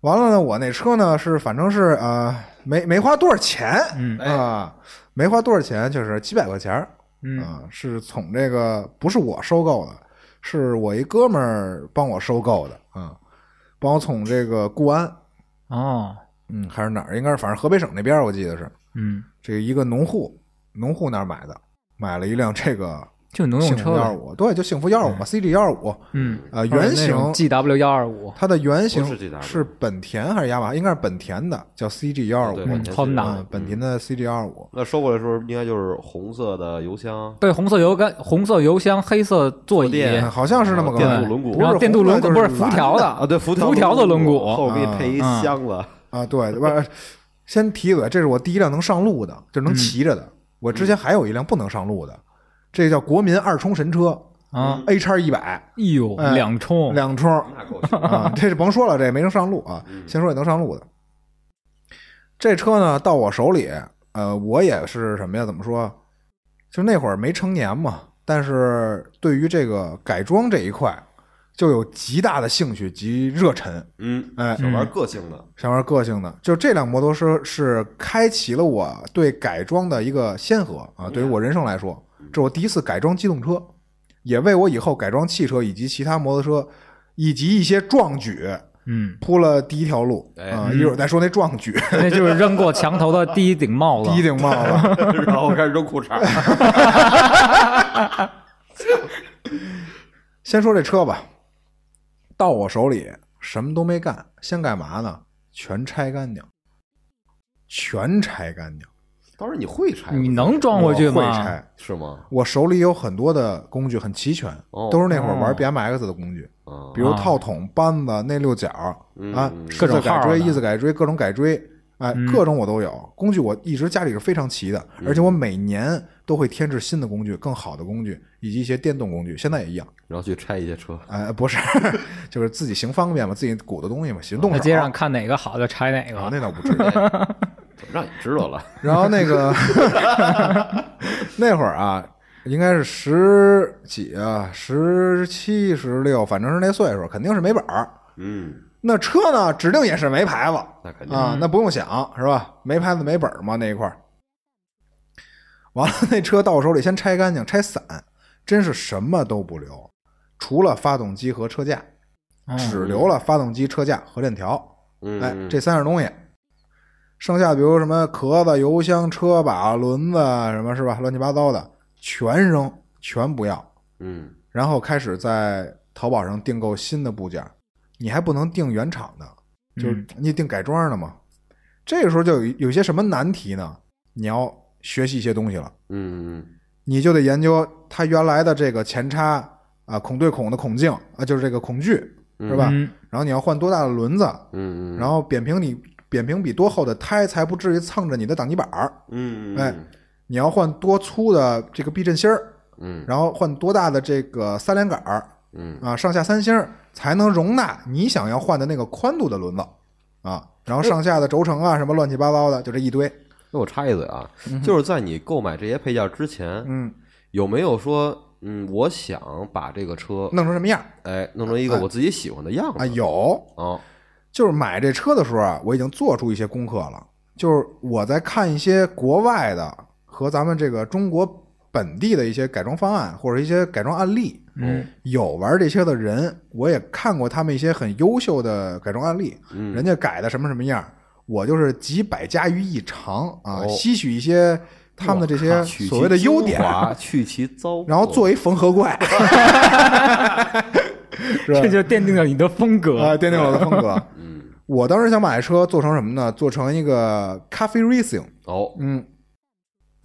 S1: 完了呢，我那车呢是反正是呃没没花多少钱，
S2: 嗯
S1: 啊，没花多少钱，就是几百块钱儿
S2: 嗯
S1: 啊，是从这个不是我收购的，是我一哥们儿帮我收购的啊，帮我从这个固安，
S2: 哦，
S1: 嗯，还是哪儿，应该是反正河北省那边儿，我记得是
S2: 嗯，
S1: 这个一个农户，农户那儿买的，买了一辆这个
S2: 就农
S1: 幸
S2: 用
S1: 福
S2: 车
S1: 幺二
S2: 呗，
S1: 五，对，就幸福幺二五嘛，CG 幺二五，
S2: 嗯，
S1: 呃，原型
S2: G W 幺二五，
S1: 它的原型
S3: 不是 GW
S1: 是本田还是雅马哈？应该是本田的，叫 CG 幺二
S3: 对
S1: 五，
S3: 本
S2: 嗯
S3: 田
S2: 好
S3: 是
S2: 难
S1: 啊，本田的 CG 幺二五，
S3: 那收过来的时候，应该就是红色的油箱，
S2: 对，红色油杆，红色油箱，黑色座椅，
S3: 垫
S1: 嗯好像是那么个
S3: 电
S1: 玩意
S3: 镀
S1: 儿
S3: 轮毂
S1: 不
S2: 然
S1: 是
S2: 后电镀轮毂
S1: 不
S2: 不是辐条的
S3: 啊，对，辐
S2: 条
S3: 条
S2: 辐条的轮
S3: 毂
S2: 毂，
S3: 后面给你配一
S2: 嗯
S3: 箱子，
S1: 啊，对，不是，先提一嘴，这是我第一辆能上路的，就是能骑着的。我之前还有一辆不能上路的，这叫国民二冲神车
S2: 啊，
S1: ，A 叉一百
S2: 哎呦，
S1: 嗯哎
S2: 两冲，
S1: 两冲
S3: <laughs> 那够
S1: <laughs>
S3: 呛。
S1: 啊，这是甭说了，这也没能上路啊。先说也能上路的，这车呢到我手里，呃，我也是什么呀？怎么说？就那会儿没成年嘛，但是对于这个改装这一块，就有极大的兴趣及热忱。
S3: 嗯，
S1: 哎，
S3: 想玩个性的，
S1: 想玩个性的，就这辆摩托车是开启了我对改装的一个先河啊！对于我人生来说，这是我第一次改装机动车，也为我以后改装汽车以及其他摩托车以及一些壮举
S2: 嗯，
S1: 铺了第一条路
S3: 哎
S1: 啊！一会儿再说那壮举，
S2: 那就是扔过墙头的第一顶帽子
S1: <laughs> 第，一顶帽子，
S3: <laughs> 然后开始扔裤衩儿。
S1: <laughs> 先说这车吧，到我手里什么都没干，先干嘛呢？全拆干净，全拆干净，
S3: 当然你会拆吗，
S2: 你能装回去
S1: 我会
S2: 吗？
S1: 拆。
S3: 是吗？
S1: 我手里有很多的工具，很齐全，
S3: 哦
S1: 都是那会儿玩
S2: 哦
S1: BMX 的工具，
S3: 啊，
S1: 比如
S2: 啊
S1: 套筒、扳子、内六角
S3: 嗯
S1: 啊
S3: 嗯，
S1: 十字
S2: 各种
S1: 改
S2: 号
S1: 锥、
S2: 的
S1: 一字改锥、各种改锥，哎，
S2: 嗯
S3: 嗯
S1: 各种我都有。工具我一直家里是非常齐的，而且我每年都会添置新的工具、更好的工具，以及一些电动工具。现在也一样，
S3: 然后去拆一些车，
S1: 哎，不是， <laughs> 就是自己行方便嘛，自己鼓的东西嘛，行动
S2: 在
S1: 手。
S2: 街上看哪个好就拆哪
S1: 啊，
S2: 个。
S1: 那倒不
S2: <laughs>
S1: 至于。
S3: 让你知道了。
S1: 然后那个 <laughs> 那会儿啊，应该是十几啊，十七、十六，反正是那岁数，肯定是没本儿。
S3: <laughs> 嗯，
S1: 那车呢，指定也是没牌子
S3: 那肯定。
S1: 啊，那不用想是吧？没牌子没本儿嘛那一块儿。完了，那车到手里先拆干净，拆散，真是什么都不留，除了发动机和车架，
S2: 嗯
S1: 只留了发动机、车架和链条。
S3: 嗯，
S1: 哎，
S3: 嗯
S1: 这三样东西，剩下比如什么壳子、油箱、车把、轮子啊什么是吧？乱七八糟的全扔，全不要，
S3: 嗯
S1: 然后开始在淘宝上订购新的部件，你还不能订原厂的，就是
S2: 嗯
S1: 你订改装的嘛。这个时候就有有些什么难题呢？你要学习一些东西了，
S3: 嗯
S1: 你就得研究它原来的这个前叉啊、孔对孔的孔径啊、就是这个孔距是吧？
S2: 嗯
S1: 然后你要换多大的轮子，
S3: 嗯嗯，
S1: 然后扁平你扁平比多厚的胎才不至于蹭着你的挡泥板儿。
S3: 嗯
S1: 哎你要换多粗的这个避震芯儿，
S3: 嗯
S1: 然后换多大的这个三连杆儿
S3: 嗯
S1: 啊，上下三星儿才能容纳你想要换的那个宽度的轮子啊。然后上下的轴承啊，什么乱七八糟的，就这一堆。
S3: 那我插一嘴啊，就是在你购买这些配件之前，
S1: 嗯，
S3: 有没有说，嗯，我想把这个车，
S1: 弄成什么样
S3: 哎，弄成一个我自己喜欢的样
S1: 啊？
S3: 子
S1: 有，
S3: 啊？
S1: 就是买这车的时候啊，我已经做出一些功课了。就是我在看一些国外的和咱们这个中国本地的一些改装方案或者一些改装案例，
S2: 嗯
S1: 有玩这些的人，我也看过他们一些很优秀的改装案例，
S3: 嗯
S1: 人家改的什么什么样，我就是几百加于一尝啊，
S3: 哦
S1: 吸取一些他们的这些
S3: 取其
S1: 所谓的优点啊
S3: 精，华去其糟粕，
S1: <laughs> 然后做一缝合
S3: <laughs>
S1: 怪，是吧
S2: 这？就奠定了你的风格
S1: 啊，。奠定了我的风格。
S3: 嗯
S1: 我当时想把这车做成什么呢？做成一个咖啡 racing，
S3: 哦
S1: 嗯，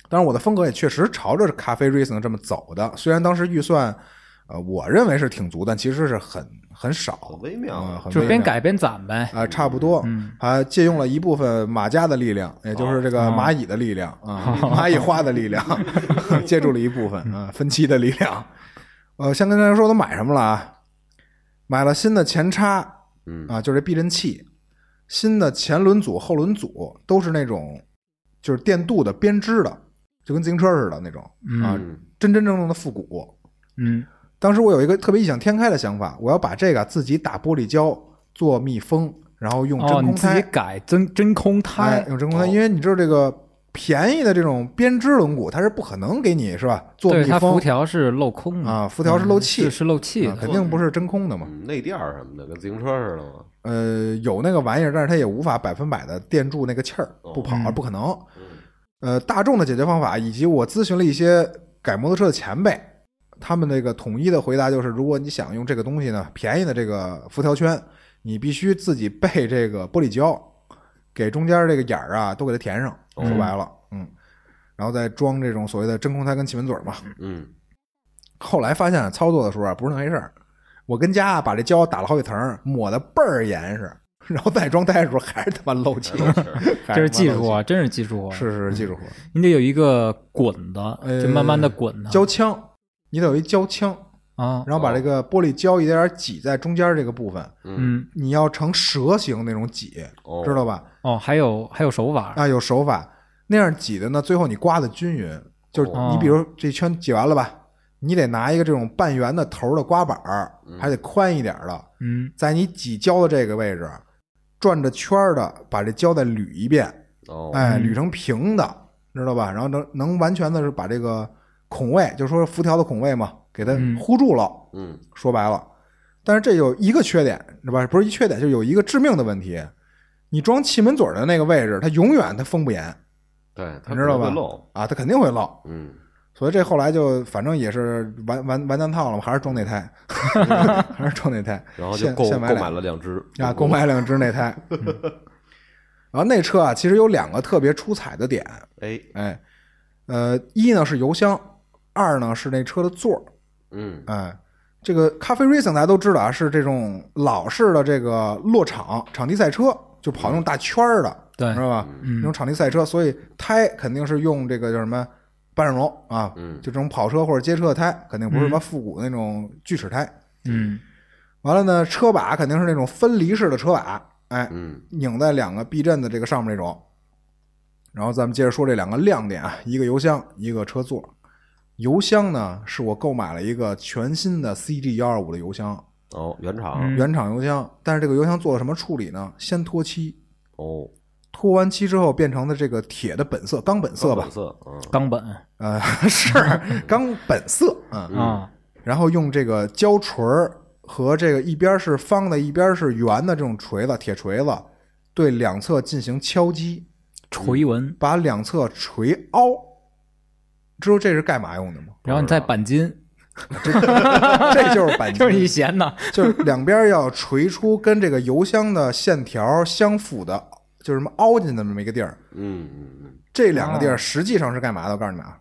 S1: 当然我的风格也确实朝着咖啡 racing 这么走的。虽然当时预算，呃，我认为是挺足，但其实是很很
S3: 好
S1: 少，
S3: 微妙
S1: 啊、
S3: 啊
S1: 很
S2: 就
S1: 微
S2: 边
S1: 妙
S2: 改边攒呗。
S1: 啊、差不多，
S2: 嗯
S1: 还借用了一部分马家的力量，也就是这个
S2: 哦
S1: 蚂蚁的力量啊，蚂蚁花的力量， <laughs> 借助了一部分啊，分期的力量。呃，先跟大家说都买什么了啊？买了新的前叉
S3: 嗯
S1: 啊，就是这避震器，新的前轮组、后轮组都是那种就是电镀的编织的，就跟自行车似的那种啊，
S3: 嗯
S1: 真真正正的复古。
S2: 嗯
S1: 当时我有一个特别异想天开的想法，我要把这个自己打玻璃胶做密封，然后用真
S2: 哦，你
S1: 空
S2: 自
S1: 胎，
S2: 己改真真空
S1: 哎
S2: 胎，
S1: 用真空胎，因为你知道这个便宜的这种编织轮毂，它是不可能给你是吧做
S2: 对
S1: 密
S2: 它
S1: 封
S2: 辐条是镂空的嗯
S1: 啊，辐条是漏气，
S2: 是是漏气
S1: 啊
S2: 的。
S1: 肯定不是真空的嘛。
S3: 嗯内垫儿什么的，跟自行车似的嘛。
S1: 呃，有那个玩意儿，但是它也无法百分百的垫住那个气儿，不跑、
S2: 嗯
S1: 不可能。呃，大众的解决方法，以及我咨询了一些改摩托车的前辈，他们那个统一的回答就是：如果你想用这个东西呢，便宜的这个辐条圈，你必须自己备这个玻璃胶，给中间这个眼儿啊都给它填上。
S3: 嗯
S1: 说白了，嗯，然后再装这种所谓的真空胎跟气门嘴儿嘛。
S3: 嗯
S1: 后来发现操作的时候啊，不是那回事儿。我跟家啊把这胶打了好几层儿，抹的倍儿严实，然后再装胎的时候还是他妈漏气，
S2: 这是技术啊，真是技术活。
S1: 是是是技术活。
S2: 你得有一个滚
S1: 呃
S2: 的，就慢慢的滚它
S1: 胶枪，你得有一胶枪，
S2: 啊，
S1: 然后把这个玻璃胶一点点挤在中间这个部分，
S3: 嗯
S2: 嗯，
S1: 你要成蛇形那种挤，
S3: 哦，
S1: 知道吧？
S2: 哦，还有还有手腕儿，
S1: 啊，有手法，那样挤的呢，最后你刮的均匀。就是
S2: 哦
S1: 你比如这圈挤完了吧，你得拿一个这种半圆的头儿的刮板儿，还得宽一点儿的，
S2: 嗯，
S1: 在你挤胶的这个位置转着圈儿的把这胶再捋一遍，
S3: 哦，
S1: 哎，
S2: 嗯
S1: 捋成平的，知道吧？然后能能完全的是把这个孔位，就是说辐条的孔位嘛，给它
S2: 嗯
S1: 糊住了。
S3: 嗯
S1: 说白了，但是这有一个缺点，是吧？不是一缺点，就有一个致命的问题，你装气门嘴儿的那个位置，它永远它封不严
S3: 对，它
S1: 你知道
S3: 可能会
S1: 吧
S3: 漏，
S1: 啊，它肯定会漏。
S3: 嗯，
S1: 所以这后来就反正也是完完完蛋套了嘛，还是装内胎， <laughs> 还是装内胎，
S3: 然后就
S1: 现
S3: 购购
S1: 现买
S3: 买
S1: 俩
S3: 了两只
S1: 啊，购买两只内胎。嗯然后那车啊，其实有两个特别出彩的点，
S3: 哎，
S1: 哎，呃，一呢是油箱，二呢是那车的座儿，
S3: 嗯
S1: 哎，这个咖啡 racing 大家都知道啊，是这种老式的这个落场场地赛车，就跑那种大圈儿的，
S2: 对
S1: 知道吧？
S2: 嗯
S1: 那种场地赛车，所以胎肯定是用这个叫什么半身龙啊，
S3: 嗯
S1: 就这种跑车或者街车的胎，肯定不是什么复古那种锯齿胎。
S2: 嗯
S1: 完了呢，车把肯定是那种分离式的车把，哎，
S3: 嗯
S1: 拧在两个避震的这个上面这种。然后咱们接着说这两个亮点啊，一个油箱，一个车座。油箱呢，是我购买了一个全新的 CG 幺二五的油箱，
S3: 哦，原厂
S2: 嗯
S1: 原厂油箱。但是这个油箱做了什么处理呢？先脱漆，
S3: 哦，
S1: 脱完漆之后变成的这个铁的本色，钢本色吧
S3: 本，色，嗯，
S2: 冈本
S1: 呃， <laughs> 是钢本色，嗯，
S2: 啊，
S1: 然后用这个胶锤儿和这个一边是方的，一边是圆的这种锤子，铁锤子，对两侧进行敲击，
S2: 锤纹，
S1: 把两侧锤凹。知道这是干嘛用
S2: <laughs>
S1: 的吗？
S2: 然后你再钣金，
S1: 这就是钣
S2: 就是你
S1: 金，
S2: 闲的，
S1: 就是两边要锤出跟这个油箱的线条相符的，就是什么凹进的这么一个地儿。
S3: 嗯嗯嗯，
S1: 这两个地
S2: 哦
S1: 儿实际上是干嘛的？我告诉你们啊，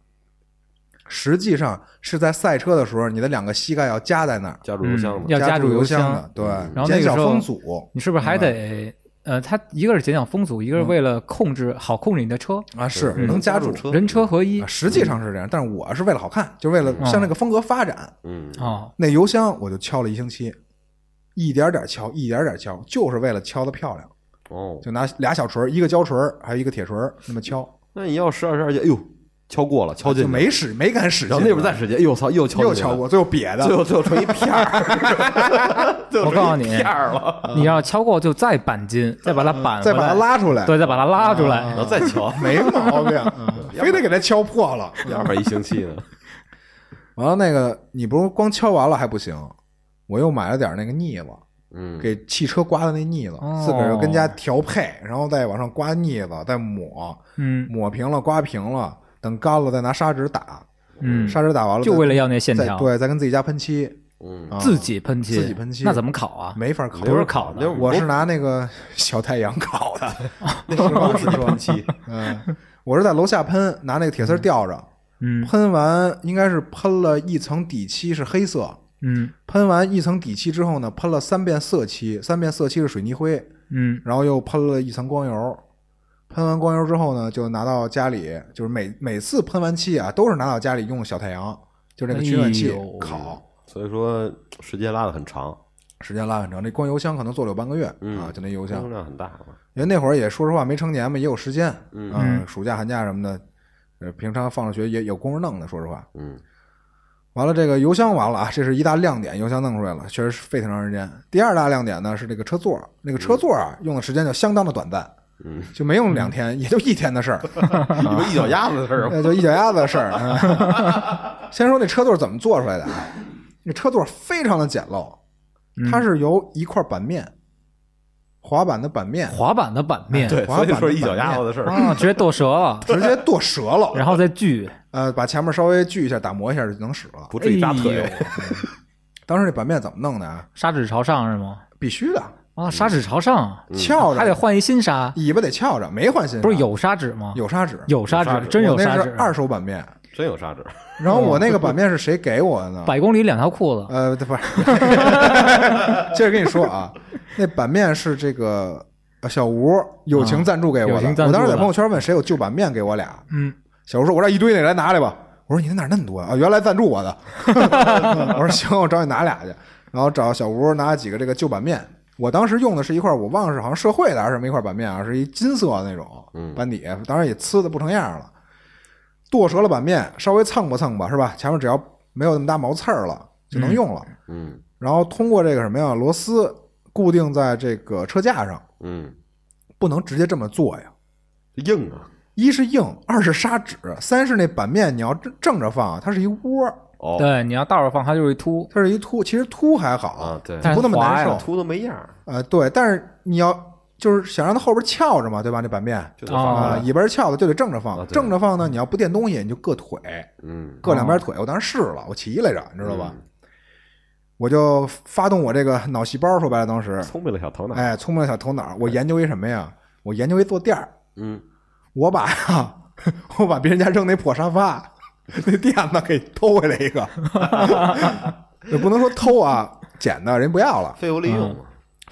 S1: 实际上是在赛车的时候，你的两个膝盖要夹在那儿，
S3: 加入油箱
S2: 嗯要
S3: 的，
S2: 夹
S1: 住
S2: 住
S1: 油
S2: 油
S1: 箱
S2: 箱
S1: 的，对，
S3: 嗯
S2: 然后那
S1: 减
S2: 个
S1: 小
S2: 时候
S1: 风阻
S2: 你是不是还得呃，它一个是减小风阻，
S1: 嗯
S2: 一个是为了控制好控制你的车，
S1: 啊，是
S3: 对
S1: 能夹
S3: 加
S1: 住
S3: 入。车，
S2: 人车合一
S1: 啊实际上是这样，但是我是为了好看，就为了
S2: 嗯
S1: 向这个风格发展。
S3: 嗯，
S2: 哦，
S1: 那油箱我就敲了一星期，一点点敲，一点点敲，就是为了敲的漂亮。
S3: 哦，
S1: 就拿俩小锤儿，一个胶锤儿，还有一个铁锤儿，那么敲，
S3: 那你要十二十二节，哎呦，敲过了， <laughs> 敲
S1: 就
S3: 进去，
S1: 没使，没敢使劲。
S3: 然后那边再使劲，哎呦操，又敲，
S1: 又敲，过，最后瘪的，
S3: 最后最后成一片 <laughs> 儿，最后
S2: 我告诉你
S3: 成一片儿了，
S2: 你要敲过就再钣金，再把它板，
S1: 啊再把它，拉出来，
S2: 对，再把它拉出来
S3: 然，后再敲，
S1: 没毛病，嗯非得给它敲破了。
S3: <laughs> 要不然一星期呢，
S1: 完了，那个你不是光敲完了还不行，我又买了点那个腻子，
S3: 嗯，
S1: 给汽车刮的那腻子，
S2: 哦
S1: 自个儿又跟家调配，然后再往上刮腻子，再抹，
S2: 嗯
S1: 抹平了，刮平了，等干了再拿砂纸打，
S2: 嗯，
S1: 砂纸打完了
S2: 就
S1: 再
S2: 为了要那线
S1: 再
S2: 条，
S1: 对，再跟自己家喷漆，
S3: 嗯，
S1: 啊
S2: 自己喷漆，
S1: 自己喷漆
S2: 那怎么烤啊？
S1: 没法烤，
S2: 不是烤
S3: 那
S2: 的，
S1: 我是拿那个小太阳烤 <laughs> 的，那是吧？是吧？
S3: 期，
S1: 嗯，我是在楼下喷，拿那个铁丝吊着，
S2: 嗯
S1: 喷完应该是喷了一层底漆是黑色，
S2: 嗯
S1: 喷完一层底漆之后呢，喷了三遍色漆，三遍色漆是水泥灰，
S2: 嗯
S1: 然后又喷了一层光油。喷完光油之后呢，就拿到家里，就是每每次喷完漆啊，都是拿到家里用小太阳，就是那个取暖器
S2: 哎呦
S1: 烤，
S3: 所以说时间拉的很长，
S1: 时间拉很长。那光油箱可能做了有半个月、
S3: 嗯
S1: 啊，就那油箱
S3: 工，量很大了，
S1: 因为那会儿也说实话没成年嘛，也有时间，
S3: 嗯
S1: 啊暑假寒假什么的，呃，平常放了学也有工夫弄的。说实话，
S3: 嗯
S1: 完了这个油箱完了啊，这是一大亮点，油箱弄出来了，确实是费挺长时间。第二大亮点呢是这个车座，那个车座啊、用的时间就相当的短暂，
S3: 嗯，
S1: 就没用两天，也就一天的事儿，
S3: <laughs>
S1: 呃
S3: 你们一脚丫子的事儿吗，
S1: 那就一脚丫子的事儿。啊 <laughs> 先说那车座怎么做出来的啊？那车座非常的简陋，
S2: 嗯
S1: 它是由一块板面，滑板的板面，
S2: 滑板的板面，
S3: <laughs> 对，
S1: 滑
S3: 所以
S1: 板
S3: 说
S1: 的
S3: 一脚
S1: 板
S3: 丫
S1: 面
S3: 子的事儿，
S2: 啊，直接剁折了，
S1: 直接剁折了，
S2: 然后再锯，
S1: 呃，把前面稍微锯一下，打磨一下就能使了。
S3: <laughs> 不至于扎腿
S2: 哎，
S1: <laughs> 当时这板面怎么弄的啊？
S2: 砂纸朝上是吗？
S1: 必须的，
S2: 啊，砂纸朝上，
S1: 翘
S2: 还得
S1: 着，
S2: 换一新砂，
S1: 尾巴得翘着，没换新。
S2: 不是有砂纸吗？
S1: 有砂纸，
S2: 有砂
S3: 砂
S2: 纸，
S3: 纸
S2: 真有
S1: 我那
S2: 砂纸啊
S1: 是。二手板面。
S3: 真有砂纸，
S1: 然后我那个板面是谁给我的呢？
S2: 百公里两条裤子，
S1: 呃，不是， <laughs> 接着跟你说啊，那版面是这个呃小吴友情赞助给我
S2: 啊友情
S1: 的。
S2: 赞
S1: 我
S2: 助
S1: 当时在
S2: 的
S1: 朋友圈问谁有旧版面给我俩，
S2: 嗯，
S1: 小吴说：“我这一堆呢，来拿来吧。”我说：“你那哪儿那么多啊？”原来赞助我的。 <laughs> 我说：“行，我找你拿俩去。”然后找小吴拿了几个这个旧版面。我当时用的是一块，我忘了是好像社会的还是什么一块版面啊，是一金色的那种板底，当然也呲的不成样了，剁折了版面，稍微蹭吧蹭吧是吧？前面只要没有那么大毛刺儿了，就能用了。
S3: 嗯
S1: 然后通过这个什么呀，螺丝固定在这个车架上，
S3: 嗯，
S1: 不能直接这么做呀。
S3: 硬啊，
S1: 一是硬，二是砂纸，三是那板面你要正正着放，啊它是一窝，
S3: 哦，
S2: 嗯对，你要倒着放，它就是一凸。
S1: 它是一凸。其实凸还好，
S3: 啊对
S1: 不那么难
S2: 但是
S1: 受
S2: 滑。
S3: 秃都没样儿，
S1: 呃，对，但是你要就是想让它后边翘着嘛，对吧？那板面
S3: 就得放
S1: 啊
S3: 过，来，
S1: 尾巴是翘的，就得正着
S3: 啊
S1: 放。
S3: 哦对
S1: 正着放呢，你要不垫东西，你就硌腿，
S3: 嗯，
S1: 硌两边腿。我当时试了，我骑来着，你知道吧
S3: 嗯？
S1: 我就发动我这个脑细胞，说白了，当时
S3: 聪明的小头脑，
S1: 哎，聪明的小头脑，我研究一什么呀？我研究一坐垫儿，
S3: 嗯，
S1: 我把我把别人家扔那破沙发那垫子给偷回来一个，
S3: <laughs>
S1: 也不能说偷啊，捡的人不要了，
S3: 废物利用嘛，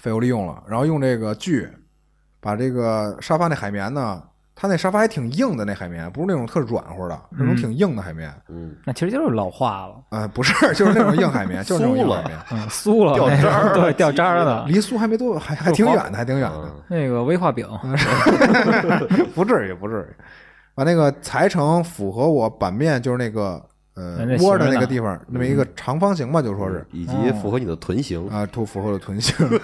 S1: 废物利用了，然后用这个锯把这个沙发那海绵呢它那沙发还挺硬的，那海绵不是那种特软和的，那种挺硬的海绵。
S3: 嗯，
S2: 那其实就是老化了，
S1: 呃，不是， <laughs> 就是那种硬海绵，就是那种硬海绵，
S2: 嗯，酥了，
S3: 掉渣儿
S2: 那
S3: 了
S2: 个对，掉渣儿的，
S1: 离苏还没多，还还挺远的，还挺远的。
S3: 嗯
S2: 那个威化饼，
S1: 不至于，不至于。把那个裁成符合我版面，就是那个呃
S2: 哎那
S1: 窝的
S2: 形
S1: 那个
S2: 呢
S1: 地方，那么一个长方形吧，就说是
S3: 嗯以及
S2: 哦
S3: 符合你的臀
S2: 嗯
S3: 型，
S1: 啊，都符合了臀型。 <laughs>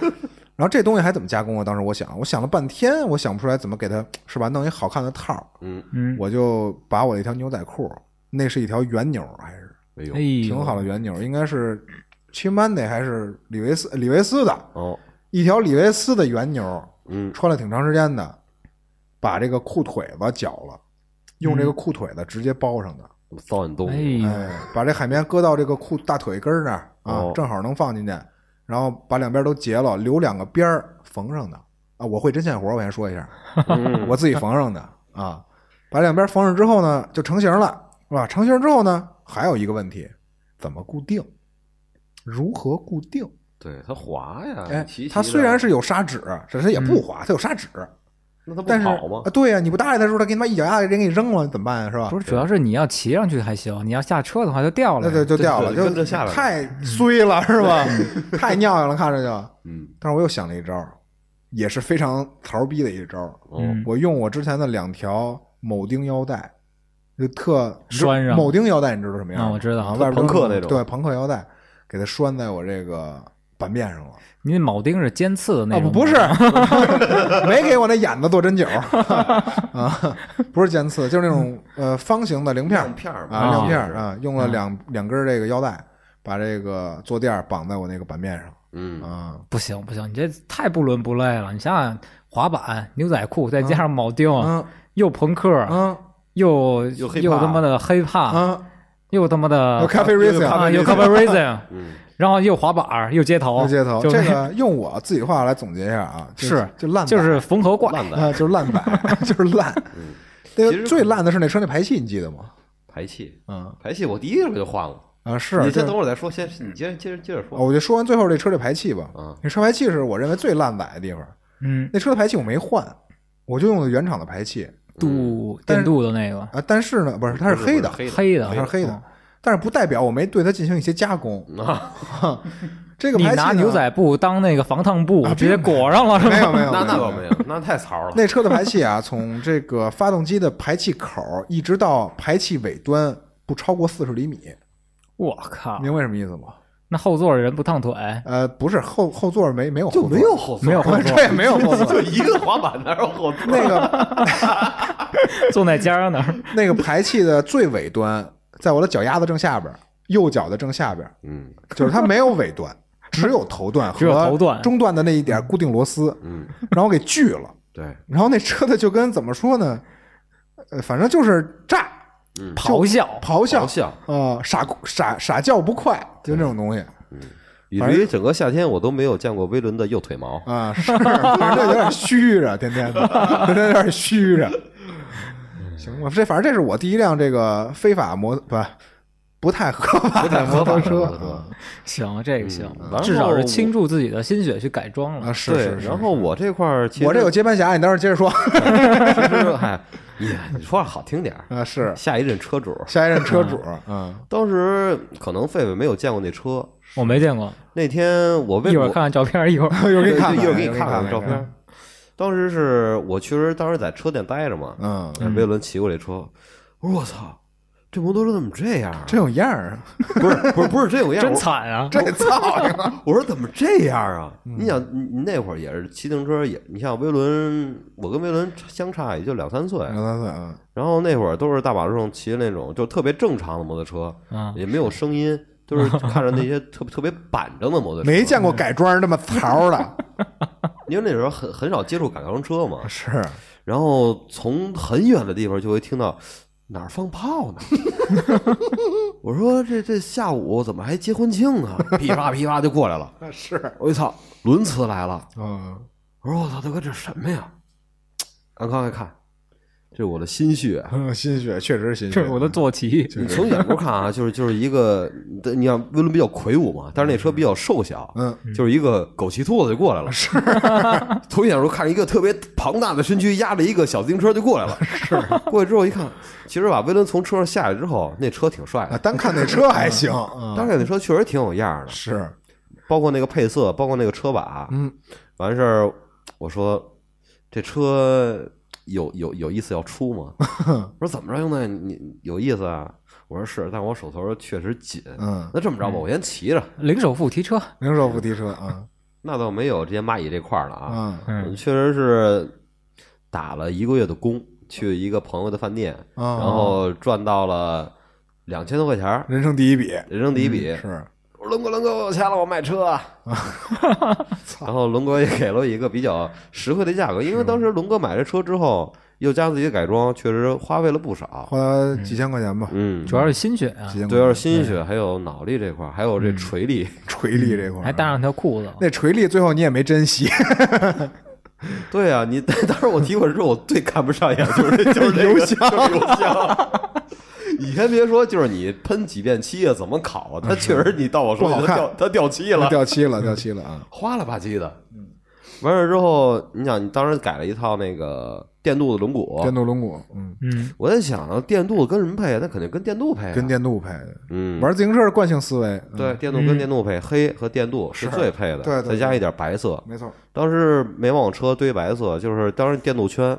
S1: 然后这东西还怎么加工啊？当时我想，我想了半天，我想不出来怎么给它是吧，弄一好看的套儿。
S3: 嗯，
S2: 嗯，
S1: 我就把我一条牛仔裤，那是一条圆纽，还是
S3: 哎呦
S2: 哎，呦，
S1: 挺好的圆纽，应该是 c h i m a n d 还是李维斯李维斯的
S3: 哦，
S1: 一条李维斯的圆纽，
S3: 嗯，
S1: 穿了挺长时间的，把这个裤腿子绞了，用这个裤腿子直接包上的，
S3: 骚你动
S2: 哎
S3: 物，
S2: 呦，
S1: 哎，把这海绵搁到这个裤大腿根儿那儿啊，
S3: 哦
S1: 正好能放进去，然后把两边都结了，留两个边儿缝上的啊。我会针线活儿，我先说一下，<laughs>
S3: 嗯
S1: 我自己缝上的啊。把两边缝上之后呢，就成型了，是吧？成型之后呢，还有一个问题，怎么固定？如何固定？
S3: 对它滑呀，
S1: 哎
S3: 齐，齐
S1: 它
S3: 的
S1: 虽然是有砂纸，只是它也不滑，它有砂纸。
S3: 那它不
S1: 但是
S3: 跑吗
S1: 啊，？对呀、你不搭理它的时候，它给你妈一脚丫子，人给你扔了，怎么办呀、是吧？
S2: 不是，主要是你要骑上去还行，你要下车的话就掉了
S1: 那，就就掉了，
S3: 对对
S1: 就
S3: 跟着下来了
S1: 太衰了，是吧？太尿性了，看着就。
S3: 嗯，
S1: 但是我又想了一招，也是非常槽逼的一招。
S3: 哦，
S2: 嗯
S1: 我用我之前的两条铆钉腰带，就特
S2: 拴上
S1: 铆钉腰带，你知道什么样吗？
S2: 啊我知道
S1: 啊，外边都是
S3: 朋克那种
S1: 对，朋克腰带，给它拴在我这个板面上了。
S2: 你那铆钉是尖刺的那
S1: 啊，
S2: 种
S1: 不
S2: 吗，
S1: 不是，没给我那眼子做针灸 <laughs> 啊，不是尖刺，就是那种呃方形的鳞片儿
S3: 亮片儿吧
S1: 啊，亮
S2: 啊
S1: 片儿啊，用了两两根儿这个腰带把这个坐垫儿绑在我那个板面上
S3: 嗯，
S1: 啊，
S2: 不行不行，你这太不伦不类了。你想想，滑板、牛仔裤，再加上铆钉，
S1: 嗯
S2: 又朋克，
S1: 嗯
S2: 又
S3: 又
S2: 又
S3: hiphop
S2: 他妈的黑怕，
S1: 嗯，
S2: 又他妈的
S1: 有咖啡
S3: 又
S1: racing，
S3: 咖
S2: 啊，
S3: 啡
S2: 又
S3: racing
S2: cover raising，
S3: 嗯
S2: <laughs> 然后又滑板，又街头，
S1: 有街头，
S2: 就
S1: 这
S2: 那
S1: 个用我自己的话来总结一下啊，就是就烂摆，
S2: 就是缝合怪，
S3: 烂的
S1: 啊，就是烂摆， <laughs> 就是烂。那个
S3: 其实
S1: 最烂的是那车那排气，你记得吗？
S3: 嗯排气，
S1: 嗯
S3: 排气，我第一个就换了。
S1: 啊，是
S3: 你
S1: 这
S3: 先等会儿再说，先你接着接着接着
S1: 哦，
S3: 说。
S1: 我就说完最后这车这排气吧。
S3: 嗯
S1: 那车排气是我认为最烂仔的地方。
S2: 嗯，
S1: 那车的排气我没换，我就用的原厂的排气
S2: 镀
S1: 嗯但是
S2: 电镀的那个
S1: 啊。但是呢，不是它是黑的，
S3: 不是不是
S2: 黑的
S1: 啊，它是黑的，但是不代表我没对它进行一些加工。
S3: 啊，
S1: 这个
S2: 你
S1: 排气呢
S2: 拿牛仔布当那个防烫布，
S1: 啊
S2: 直接
S1: 并没有
S2: 裹上了是
S1: 没
S2: 吗？
S1: 有
S2: <laughs>
S1: 没有
S3: 那那
S1: 没有
S3: 倒没有，那太糙
S1: <laughs>
S3: 了。
S1: 那车的排气啊，从这个发动机的排气口一直到排气尾端不超过四十厘米，
S2: 我靠，
S1: 明白什么意思吗？
S2: 那后座的人不烫腿，
S1: 呃，不是后后座没没有后座
S3: 后座
S2: 没有后座
S1: 这，也 <laughs> 没有后座
S3: 就一个滑板哪有后座？
S1: 那个
S2: 坐在尖儿那儿，
S1: 那个排气的最尾端，在我的脚丫子正下边儿，右脚的正下边儿，
S3: 嗯
S1: 就是它没有尾段，只有头段
S2: <laughs> 只有
S1: 和
S2: 头段
S1: 中段的那一点固定螺丝，
S3: 嗯，
S1: 然后给锯了，
S3: 对，
S1: 然后那车子就跟怎么说呢，呃，反正就是炸、
S3: 嗯
S2: 咆哮，
S1: 咆哮
S3: 咆哮。
S1: 啊、傻傻傻叫不快，就那种东西
S3: 以至于整个夏天我都没有见过威伦的右腿毛。
S1: <laughs> 啊，是，反正就有点虚着， <laughs> 天天的，天天有点虚着。
S3: 嗯
S1: 行吧，这反正这是我第一辆这个非法摩不不太合法
S3: 不太
S1: 啊的摩
S3: 合法
S1: 托
S3: 的
S1: 车
S3: 摩托车
S2: 行，这个行
S3: 嗯然，
S2: 至少
S3: 后
S2: 是倾注自己的心血去改装
S1: 啊，
S2: 了。
S1: 是
S3: 对
S1: 是，是。
S3: 然后我这块儿其实，
S1: 我这有接班侠，你待会儿接着说
S3: <laughs> 其实，嗨，你哎你说话好听点儿，
S1: 啊，是
S3: 下一任车主。
S1: 下一任车主，嗯。
S3: 当时可能狒狒没有见过那车，
S2: 我没见过，
S3: 那天我为
S2: 一会儿
S3: 我
S2: 看看照片，一会儿
S1: 一会啊儿给
S3: 对
S1: 你看看，
S3: 一会儿给你
S1: 看
S3: 看照片。。当时是我确实当时在车店待着嘛，
S1: 嗯，
S3: 哎威伦骑过这车，我说我操，这摩托车怎么这样啊？
S1: 真有样儿
S3: <laughs>
S1: 啊！
S3: 不是不是不是真有样，
S2: 真
S3: 我
S2: 惨啊！
S1: 这操呀！
S3: <laughs> 我说怎么这样啊？你想，你你那会儿也是骑自行车，也你像威伦，我跟威伦相差也就两三岁，
S1: 两三岁啊，
S3: 然后那会儿都是大马路上骑那种就特别正常的摩托车，
S2: 嗯
S3: 也没有声音，就是看着那些特别特别板正的嗯摩托车。
S1: 没见过改装那么槽的，
S3: <laughs> 因为那时候很很少接触改装车嘛，
S1: 啊
S3: <laughs>
S1: 是
S3: 然后从很远的地方就会听到哪儿放炮呢？ <laughs> 我说这这下午怎么还结婚庆呢？噼啪噼啪就过来了，
S1: 是，
S3: 我一操，轮磁来了。
S1: 嗯
S3: 我说我操，大哥，这什么呀？俺刚才看，这是我的心血
S1: <laughs>
S3: 啊。
S1: 嗯，心血确实是心血，
S2: 这是我的坐骑，
S3: 你从远处看啊，就是就是一个，你看威龙比较魁梧嘛，但是那车比较瘦小，
S1: 嗯，
S3: 就是一个狗骑兔子就过来了。是，从远处看一个特别庞大的身躯压着一个小自行车就过来了。是， <laughs> 过去之后一看，其实吧，威龙从车上下来之后，那车挺帅
S1: 啊，
S3: 的，
S1: 单看那车还行，嗯
S3: 但是那车确实挺有样儿的，
S1: 是
S3: 包括那个配色，包括那个车把，
S1: 嗯，
S3: 完事儿我说这车有有有意思要出
S1: <laughs>
S3: 吗？我说怎么着，兄弟，你你有意思啊？我说是，但我手头确实紧。
S1: 嗯，
S3: 那这么着吧，我先骑着，
S2: 零首付提车，
S1: 零首付提车啊
S3: 那倒没有这些蚂蚁这块儿了啊。
S1: 啊
S2: 嗯，
S3: 确实是打了一个月的工，去一个朋友的饭店，然
S1: 啊！
S3: 后赚到了两千多块钱儿，
S1: 人生第一笔嗯
S3: 人生第一笔。
S1: 是
S3: 我说龙哥，龙哥，我有钱了，我卖车啊！然后龙哥也给了我一个比较实惠的价格，因为当时龙哥买这车之后，又加上自己的改装，确实花费了不少。
S1: 花了几千块钱吧，
S3: 嗯，
S2: 主要是心血啊
S1: 几，千块
S3: 对，要
S1: 钱
S3: 是心血，还有脑力这块儿，还有这锤力， <laughs>
S1: 锤力这块
S3: 嗯
S1: 儿嗯
S2: 还搭上条裤子，
S1: 那锤力，最后你也没珍惜，
S3: 对啊，你 <laughs> 当时我提过之后，我最看不上眼就是这就是这个就是油箱。 <laughs> 你先别说，就是你喷几遍漆啊，怎么烤啊？它确实你到我手
S1: 不好
S3: 里它
S1: 看
S3: 掉它掉漆了，
S1: 掉漆了，掉漆了
S3: <laughs>
S1: 啊！
S3: 花了吧唧的。嗯完事儿之后，你想，你当时改了一套那个电镀的轮毂
S1: 电，镀轮毂，嗯，
S2: 嗯，
S3: 我在想，电镀跟什么配啊？那肯定跟电镀配啊。
S1: 跟电镀配的，
S3: 嗯，
S1: 玩自行车是惯性思维，嗯
S3: 对，电镀跟电镀配，黑和电镀是最配的，
S1: 对对
S3: 再加一点白色。
S1: 没错，
S3: 当时没往车堆白色，就是当时电镀圈，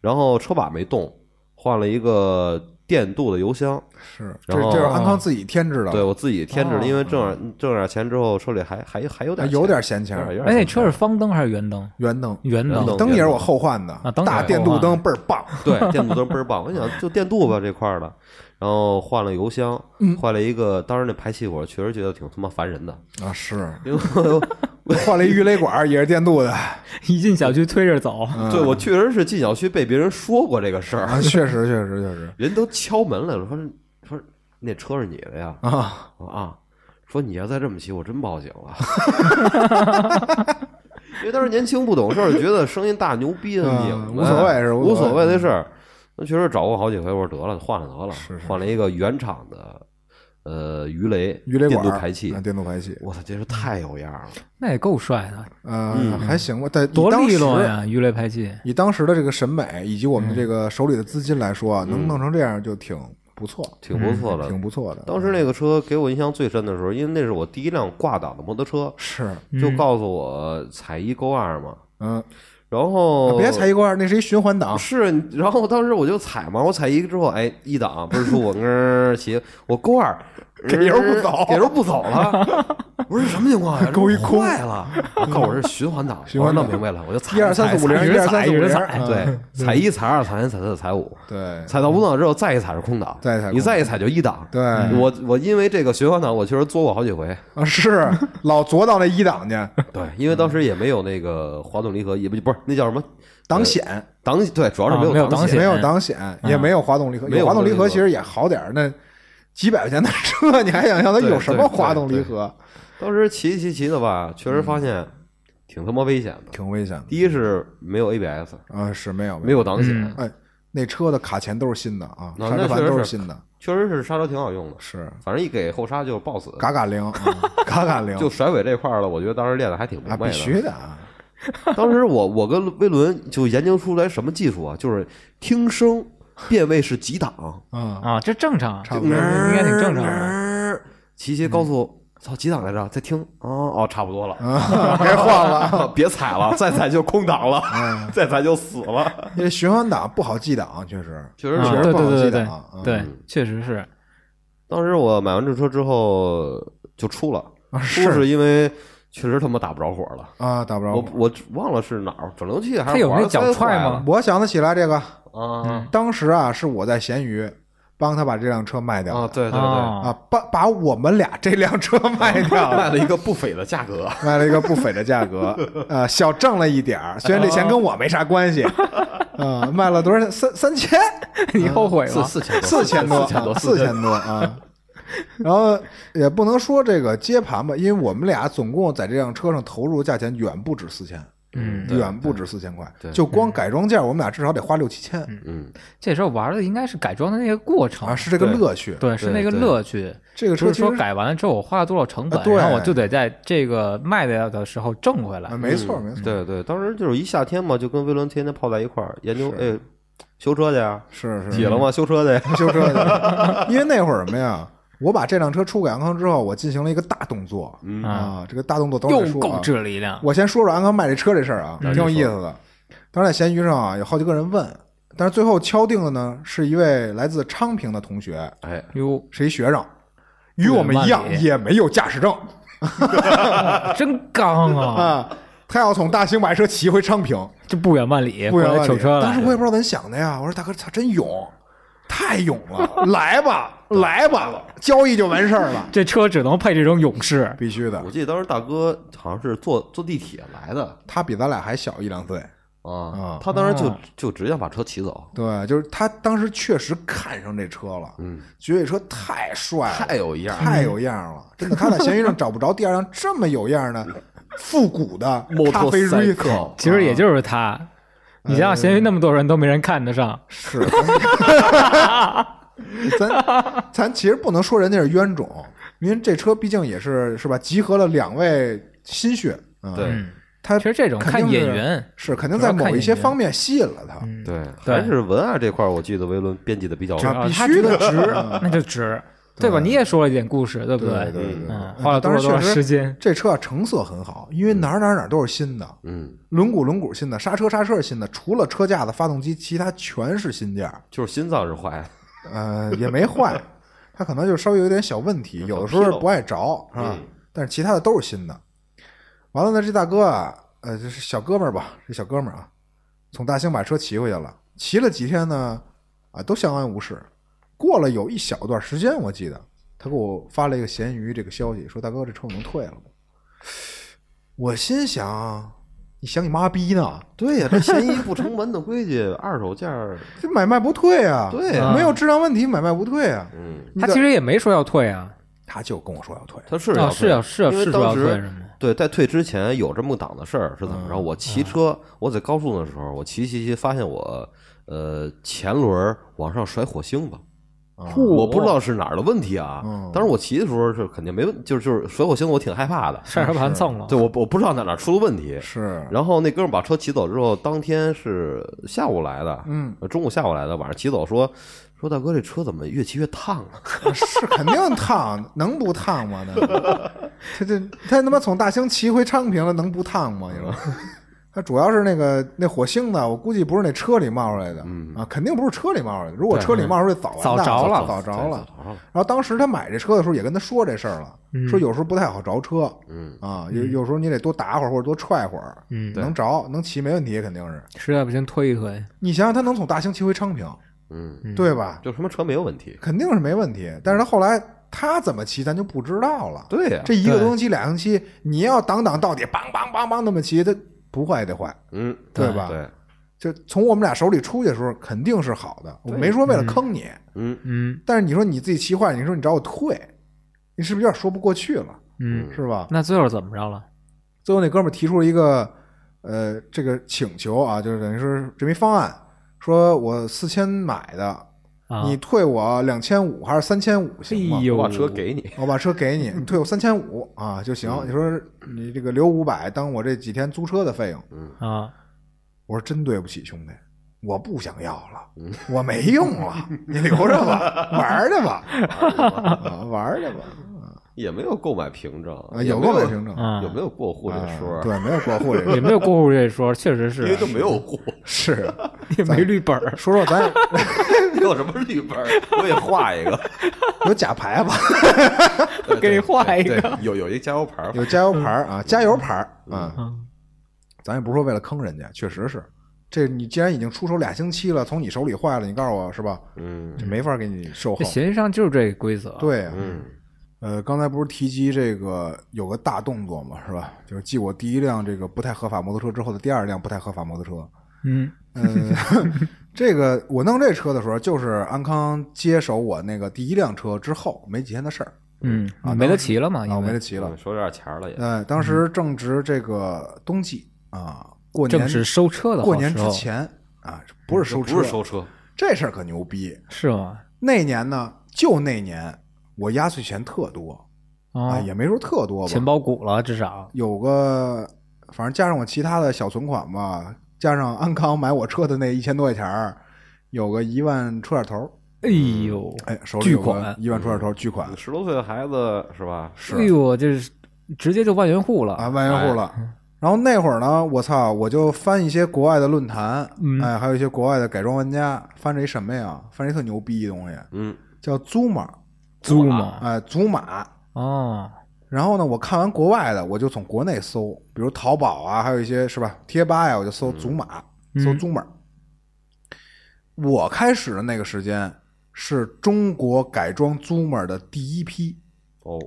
S3: 然后车把没动，换了一个电镀的油箱。
S1: 是这
S3: 然后
S1: 这是安康自己添置的，
S3: 对我自己添置
S2: 哦
S3: 的，因为挣点挣点钱之后，手里还还还有
S1: 啊
S3: 点
S1: 有
S3: 钱
S1: 点闲钱
S3: 有
S1: 儿，
S3: 点有
S2: 哎，
S3: 点
S2: 那
S3: 钱。
S2: 车是方灯还是圆灯？
S1: 圆灯，
S2: 圆
S3: 圆灯
S2: 灯，
S1: 哦灯也是我后换的
S2: 啊，灯也是
S1: 大电镀灯倍儿棒，
S3: 对，电镀灯倍儿棒。我想就电镀吧这块儿的，然后换了油箱，换了一个，当时那排气管确实觉得挺他妈烦人的，
S1: 啊，是
S3: 因为我
S1: 换了一鱼雷管儿，也是电镀的，
S2: 一进小区推着走，
S3: 对我确实是进小区被别人说过这个事儿，
S1: 嗯 <laughs> 啊，确实确实确实
S3: 人都敲门来了，说说那车是你的呀？
S1: 啊，
S3: 我说啊，说你要再这么骑，我真报
S1: <laughs>
S3: 警了。因为当时年轻不懂事儿，觉得声音大牛逼的
S1: 嗯
S3: 拧呗，
S1: 无所谓是无
S3: 无
S1: 所
S3: 所
S1: 谓嗯
S3: 谓的事儿。那确实找过好几回，我说得了，换了得了，
S1: 是是
S3: 换了一个原厂的呃鱼雷
S1: 鱼雷
S3: 电
S1: 管
S3: 镀
S1: 儿
S3: 排气
S1: 啊，。电镀排气，
S3: 我操，这是太有样了！
S2: 那也够帅的，
S1: 啊，还行吧，但以
S2: 多
S1: 当
S2: 利落
S1: 时
S2: 呀！鱼雷排气，
S1: 以当时的这个审美以及我们这个手里的资金来说啊，能弄成这样就挺不错，
S3: 挺不错的。
S1: 嗯挺不错的。
S3: 当时那个车给我印象最深的时候，因为那是我第一辆挂档的摩托车，
S1: 是，
S3: 就告诉我踩一勾二嘛。
S1: 嗯，
S3: 然后
S1: 啊别踩一块儿，哦那是一循环档，
S3: 是，然后当时我就踩嘛，我踩一个之后，哎，一档倍儿舒服，嗯，骑 <laughs> 我勾二，
S1: 给油不走
S3: 嗯 <laughs> 给油不走
S1: <laughs>
S3: 了。我说什么情况呀？
S1: 勾一
S3: 这
S1: 空
S3: 坏
S1: <laughs>
S3: 了，我靠，我是循环档，
S1: 循环
S3: 我
S1: 档
S3: 弄明白了，我就踩
S1: 一二三四五零，
S3: 踩
S1: 一二三四五零，
S3: 踩
S1: 嗯
S3: 对，踩一踩二踩三踩四踩五，
S1: 对
S3: 踩到五档之后再一踩是空档，
S1: 再一踩空档
S3: 你再一踩就一档。
S1: 对
S3: 我我因为这个循环档，我确实作过好几回。
S1: 啊，是 <laughs> 老琢到那一档去，
S3: 对，因为当时也没有那个滑动离合，也不不是那叫什么
S1: 档显
S3: 档，对，主要是
S2: 啊
S3: 没
S2: 没有
S3: 档
S2: 档
S3: 显
S2: 显
S1: 没有档显，也没有滑动离合，
S3: 没有
S1: 滑动离
S3: 滑动
S1: 合
S3: 离合
S1: 其实也好点儿，那几百块钱的车，你还想让它有什么滑动离合？
S3: 当时骑骑骑的吧，确实发现
S1: 嗯
S3: 挺他妈危险的。
S1: 挺危险
S3: 第一是没有 ABS，
S1: 的啊，是没有
S3: 没有档
S2: 嗯
S3: 显，
S1: 哎，那车的卡钳都是新的啊，
S3: 那
S1: 刹车
S3: 那确
S1: 盘
S3: 实
S1: 都
S3: 是
S1: 新的，
S3: 确实是刹车挺好用的，
S1: 是
S3: 反正一给后刹就抱死。
S1: 嘎嘎零，嗯嘎嘎零，
S3: <laughs> 就甩尾这块儿了，我觉得当时练的还挺明
S1: 啊，必
S3: 白的。
S1: 须的 <laughs> 啊，
S3: 当时我我跟威伦就研究出来什么技术啊，就是听声辨位是几档，
S1: 嗯，嗯
S2: 啊，这正常，
S1: 差不
S2: 应
S1: 多
S2: 该挺正常的。
S3: 的。骑骑高速，操几档来着？再听，哦哦，差不多了，
S1: <laughs> 别啊换了。
S3: <laughs> 别踩了，再踩就空档了， <laughs> 再踩就死了。
S1: 这哎循环档不好记档，确
S3: <laughs>
S1: 实，
S3: 确实
S2: 嗯
S3: 是
S1: 确实
S2: 对
S1: 不好
S2: 对
S1: 记得
S2: 对对
S1: 啊嗯
S2: 对，确实是，
S3: 当时我买完这车之后就出了，
S1: 啊
S3: 出
S1: 是
S3: 是因为确实他妈打不着火了。
S1: 啊，打不着
S3: 我
S1: 火。
S3: 我忘了是哪儿转流器还
S2: 它
S3: 是
S2: 有
S3: 环儿
S2: 那脚
S3: 塞
S2: 踹
S3: 坏
S2: 吗
S1: 我想得起来这个，
S3: 了？啊
S1: 当时啊是我在闲鱼帮他把这辆车卖掉
S3: 啊，
S1: 的
S3: 对对对，
S2: 啊
S1: 啊，，把把我们俩这辆车卖 <laughs> 掉了，
S3: <laughs> 卖了一个不菲的价格。
S1: 卖了一个不菲的价格，呃，小挣了一点儿，虽然这钱跟我没啥关系，啊，卖了多少钱？三三千，
S2: 你后悔
S3: 四
S2: 了？
S3: 四千
S1: 四千多，
S3: 四千多，
S1: 啊四千多啊。然后也不能说这个接盘吧，因为我们俩总共在这辆车上投入价钱远不止四千，
S2: 嗯，
S1: 远不止四千块
S3: 对。
S1: 就光改装件，我们俩至少得花六七千
S3: 嗯，
S2: 这时候玩的应该是改装的那个过程
S1: 啊，是这个
S3: 对
S1: 乐趣。
S2: 对，是那个
S3: 对
S2: 乐趣。
S1: 这个
S2: 不
S1: 车
S2: 是
S1: 其实
S2: 说改完了之后我花了多少成本
S1: 啊，对
S2: 然后我就得在这个卖掉的时候挣回来
S1: 啊，。没错没错，
S3: 嗯对对，当时就是一夏天嘛，就跟威伦天天泡在一块儿研究，哎，修车去呀，
S1: 是是 <laughs>
S3: 解了吗？修车去呀，
S1: 修车的，因为那会儿什么呀，我把这辆车出给安康之后，我进行了一个大动作
S3: 嗯
S1: 啊，这个大动作等会儿再
S2: 又
S1: 说
S2: 购
S1: 啊。
S2: 置了一辆，
S1: 我先说说安康卖这车这事儿啊，挺
S3: 嗯
S1: 有意思的。当时在闲鱼上啊，有好几个人问，但是最后敲定的呢，是一位来自昌平的同学，
S3: 哎，
S2: 哟，
S1: 是一学生，与我们一样
S2: 不远万里
S1: 也没有驾驶证
S2: 真
S1: <laughs>
S2: 刚啊！
S1: 啊，他要从大兴买车骑回昌平，
S2: 这不远万里
S1: 不
S2: 回
S1: 远
S2: 来
S1: 万
S2: 取
S1: 里。
S2: 车
S1: 当时
S2: 来，
S1: 我也不知道怎想的呀，我说大哥，操，真勇，太勇
S2: <laughs>
S1: 了，来吧，来吧，交易就完事儿了，
S2: 这车只能配这种勇士。
S1: 必须的
S3: 我。记得当时大哥好像是坐坐地铁来的
S1: 他比咱俩还小一两岁，
S3: 啊
S1: 啊，
S3: 他当时就
S2: 啊
S3: 就直接把车骑走，
S1: 对，就是他当时确实看上这车了，
S3: 嗯，
S1: 觉得这车太帅了，
S3: 太有样儿，
S1: 太有样儿了，真的，他在闲鱼上找不着第二辆这么有样儿的复古的
S3: Motorcycle
S1: 咖啡 Rico，
S2: 其实也就是他，
S1: 嗯
S2: 你想想，闲鱼那么多人都没人看得上，
S1: 是， <laughs> 咱咱其实不能说人家是冤种，因为这车毕竟也是是吧，集合了两位心血，嗯、
S3: 对，
S1: 他
S2: 其实这种
S1: 肯
S2: 看
S1: 定
S2: 眼
S1: 是
S2: 缘，
S1: 是肯定在某一些方面吸引了他，
S2: 嗯，
S3: 对，
S2: 对
S3: 还是文案这块儿，我记得维伦编辑的比较
S1: 这
S2: 啊
S1: 必
S2: 他
S1: 须
S2: 觉得
S1: 的
S2: 值
S1: 嗯
S2: 那就值，对吧？你也说了一点故事，对不
S1: 对对对，
S2: 嗯，
S1: 对
S2: 花了多
S1: 当
S2: 少
S1: 时
S2: 多少
S1: 确实
S2: 时间？
S1: 这车啊成色很好，因为哪儿哪儿哪儿都是新的，
S3: 嗯，
S1: 轮毂轮毂新的，刹车刹车是新的，除了车架子、发动机，其他全是新件儿。
S3: 就是心脏是 <laughs> 坏的，
S1: 呃，也没坏，它可能就稍微有点小问题，有的时候不爱着，是吧
S3: 嗯？
S1: 但是其他的都是新的。完了呢，这大哥啊，呃，就是小哥们儿吧，这小哥们儿啊，从大兴把车骑回去了，骑了几天呢，啊，都相安无事。过了有一小段时间，我记得他给我发了一个闲鱼这个消息，说大哥，这车我能退了吗？我心想，你想你妈逼呢？
S3: 对哎呀，这嫌疑不成文的规矩，二手件儿，
S1: 这买卖不退啊，
S3: 对
S2: 啊
S1: 没有质量问题，买卖不退啊。
S3: 嗯，
S1: 你
S2: 他
S1: 得
S2: 其实也没说要退啊，
S1: 他就跟我说要退，
S3: 他是
S2: 啊
S3: 要
S2: 是要
S3: 退
S2: 是要
S3: 因为
S2: 是说要
S3: 当时
S2: 退是嗯吗？
S3: 对，在退之前有这么个档子事儿是怎么着？我骑车，我在高速的时候，我骑骑骑，发现我呃前轮儿往上甩火星子，
S2: 哦
S3: 啊我不知道是哪儿的问题啊
S1: 嗯。
S3: 当时我骑的时候是肯定没问，就是就是甩火星子，我挺害怕的。
S2: 晒车盘蹭了，
S3: 对，我我不知道哪哪出了问题。
S1: 是，
S3: 然后那哥们儿把车骑走之后，当天是下午来的，
S1: 嗯，
S3: 呃中午下午来的，晚上骑走说说大哥这车怎么越骑越烫
S1: <laughs>
S3: 啊？
S1: 是肯定烫，能不烫吗？那 <laughs> 他这他他妈从大兴骑回昌平了，能不烫吗？你说， <laughs> 他主要是那个那火星子，我估计不是那车里冒出来的，啊，肯定不是车里冒出来的。如果车里冒出来，早完
S2: 早
S1: 蛋
S2: 着了
S1: 早着了。
S3: 着了，
S1: 然后当时他买这车的时候，也跟他说这事儿了，说有时候不太好着车，
S3: 嗯
S1: 啊，有有时候你得多打会儿或者多踹会儿，
S2: 嗯，
S1: 能着能骑没问题，肯定是。
S2: 实在不行推一推，
S1: 你想想，他能从大兴骑回昌平，
S3: 嗯，
S2: 嗯
S1: 对吧？
S3: 就什么车没有问题。
S1: 肯定是没问题。但是他后来他怎么骑，咱就不知道了。
S3: 对呀，
S1: 啊这一个
S2: 对
S1: 多星期、俩星期，你要挡挡到底，梆梆梆梆那么骑，它不坏也得坏，
S3: 嗯，
S1: 对吧？
S3: 对，
S1: 就从我们俩手里出去的时候，肯定是好的。我
S3: 对
S1: 没说为了坑你，
S3: 嗯
S2: 嗯
S1: 但是你说你自己骑坏，你说你找我退，你是不是有点说不过去了，
S2: 嗯，
S1: 是吧？
S2: 那最后怎么着了？
S1: 最后那哥们儿提出了一个呃这个请求啊，就是等于是这么一方案，说我四千买的，
S2: 啊，
S1: 你退我两千五还是三千五行吗？
S2: 哎呦，
S3: 我把车给你。
S1: 我把车给你，你退我三千五啊就行。你说你这个留五百当我这几天租车的费用。
S2: 啊，
S1: 我说真对不起兄弟，我不想要了，我没用了，你留着吧，玩儿去吧，啊玩儿去吧。
S3: 也没有购买凭证
S1: 啊，
S3: 也
S1: 有
S3: 没
S1: 购买凭证
S2: 啊
S3: 有没有过户这说
S1: 啊
S3: 儿，
S1: 对，没有过户这
S2: 也
S1: 个
S2: 没有过户这一说，确实是
S3: 因为都没有户，
S1: 是。
S2: 也没绿本儿，
S1: 说说咱也
S3: <laughs> 有什么绿本儿，我也
S1: <laughs>
S3: 画一个，
S1: 有假牌吧，
S3: 对
S2: 给你画一，
S3: 对对对有有一个加油牌儿，
S1: 有加油牌儿啊，加油牌儿啊。
S2: 嗯
S1: 咱也不是说为了坑人家，确实是。这你既然已经出手俩星期了，从你手里坏了，你告诉我是吧？ <laughs>
S3: 嗯
S1: 这没法给你售后
S2: 这。闲鱼上就是这个规则，，
S1: 对啊呀、
S3: 嗯
S1: 呃，刚才不是提及这个有个大动作嘛，是吧？就是继我第一辆这个不太合法摩托车之后的第二辆不太合法摩托车。
S2: 嗯 <laughs>
S1: 嗯，这个我弄这车的时候，就是安康接手我那个第一辆车之后没几天的事儿
S2: 嗯，没得骑了嘛，
S1: 啊，
S2: 因
S3: 嗯
S1: 我没得呃
S2: 为
S1: 骑了。
S3: 手有点钱儿了也，
S1: 呃，当时正值这个冬季啊，过年
S2: 嗯正是收车的好
S1: 过年之
S2: 时候嗯
S1: 前啊，不是收车，
S3: 不是收车，
S1: 这事儿可牛逼。
S2: 是吗？
S1: 那年呢，就那年我压岁钱特多
S2: 啊
S1: 啊，，也没说特多吧
S2: 钱，包鼓了至少。
S1: 有个反正加上我其他的小存款吧，加上安康买我车的那一千多块钱儿，有个一万出点头儿，
S2: 哎呦，
S1: 哎，手里
S2: 巨
S1: 有
S2: 款嗯
S1: 个一万出点头儿巨款
S3: 十多岁的孩子是吧？是
S2: 哎呦，这是直接就万元户了
S1: 啊，万元户了。
S2: 哎
S1: 然后那会儿呢，我操，我就翻一些国外的论坛，
S2: 嗯
S1: 哎，还有一些国外的改装玩家，翻着一什么呀？翻着一特牛逼的东西，
S3: 嗯，
S1: 叫 Zuma，
S2: 租嘛？
S1: 哎祖玛。
S2: 哦，
S1: 然后呢，我看完国外的，我就从国内搜，比如淘宝啊，还有一些是吧，贴吧呀，我就搜祖玛，
S2: 嗯
S1: 搜祖玛。我开始的那个时间是中国改装祖玛的第一批，
S3: 哦，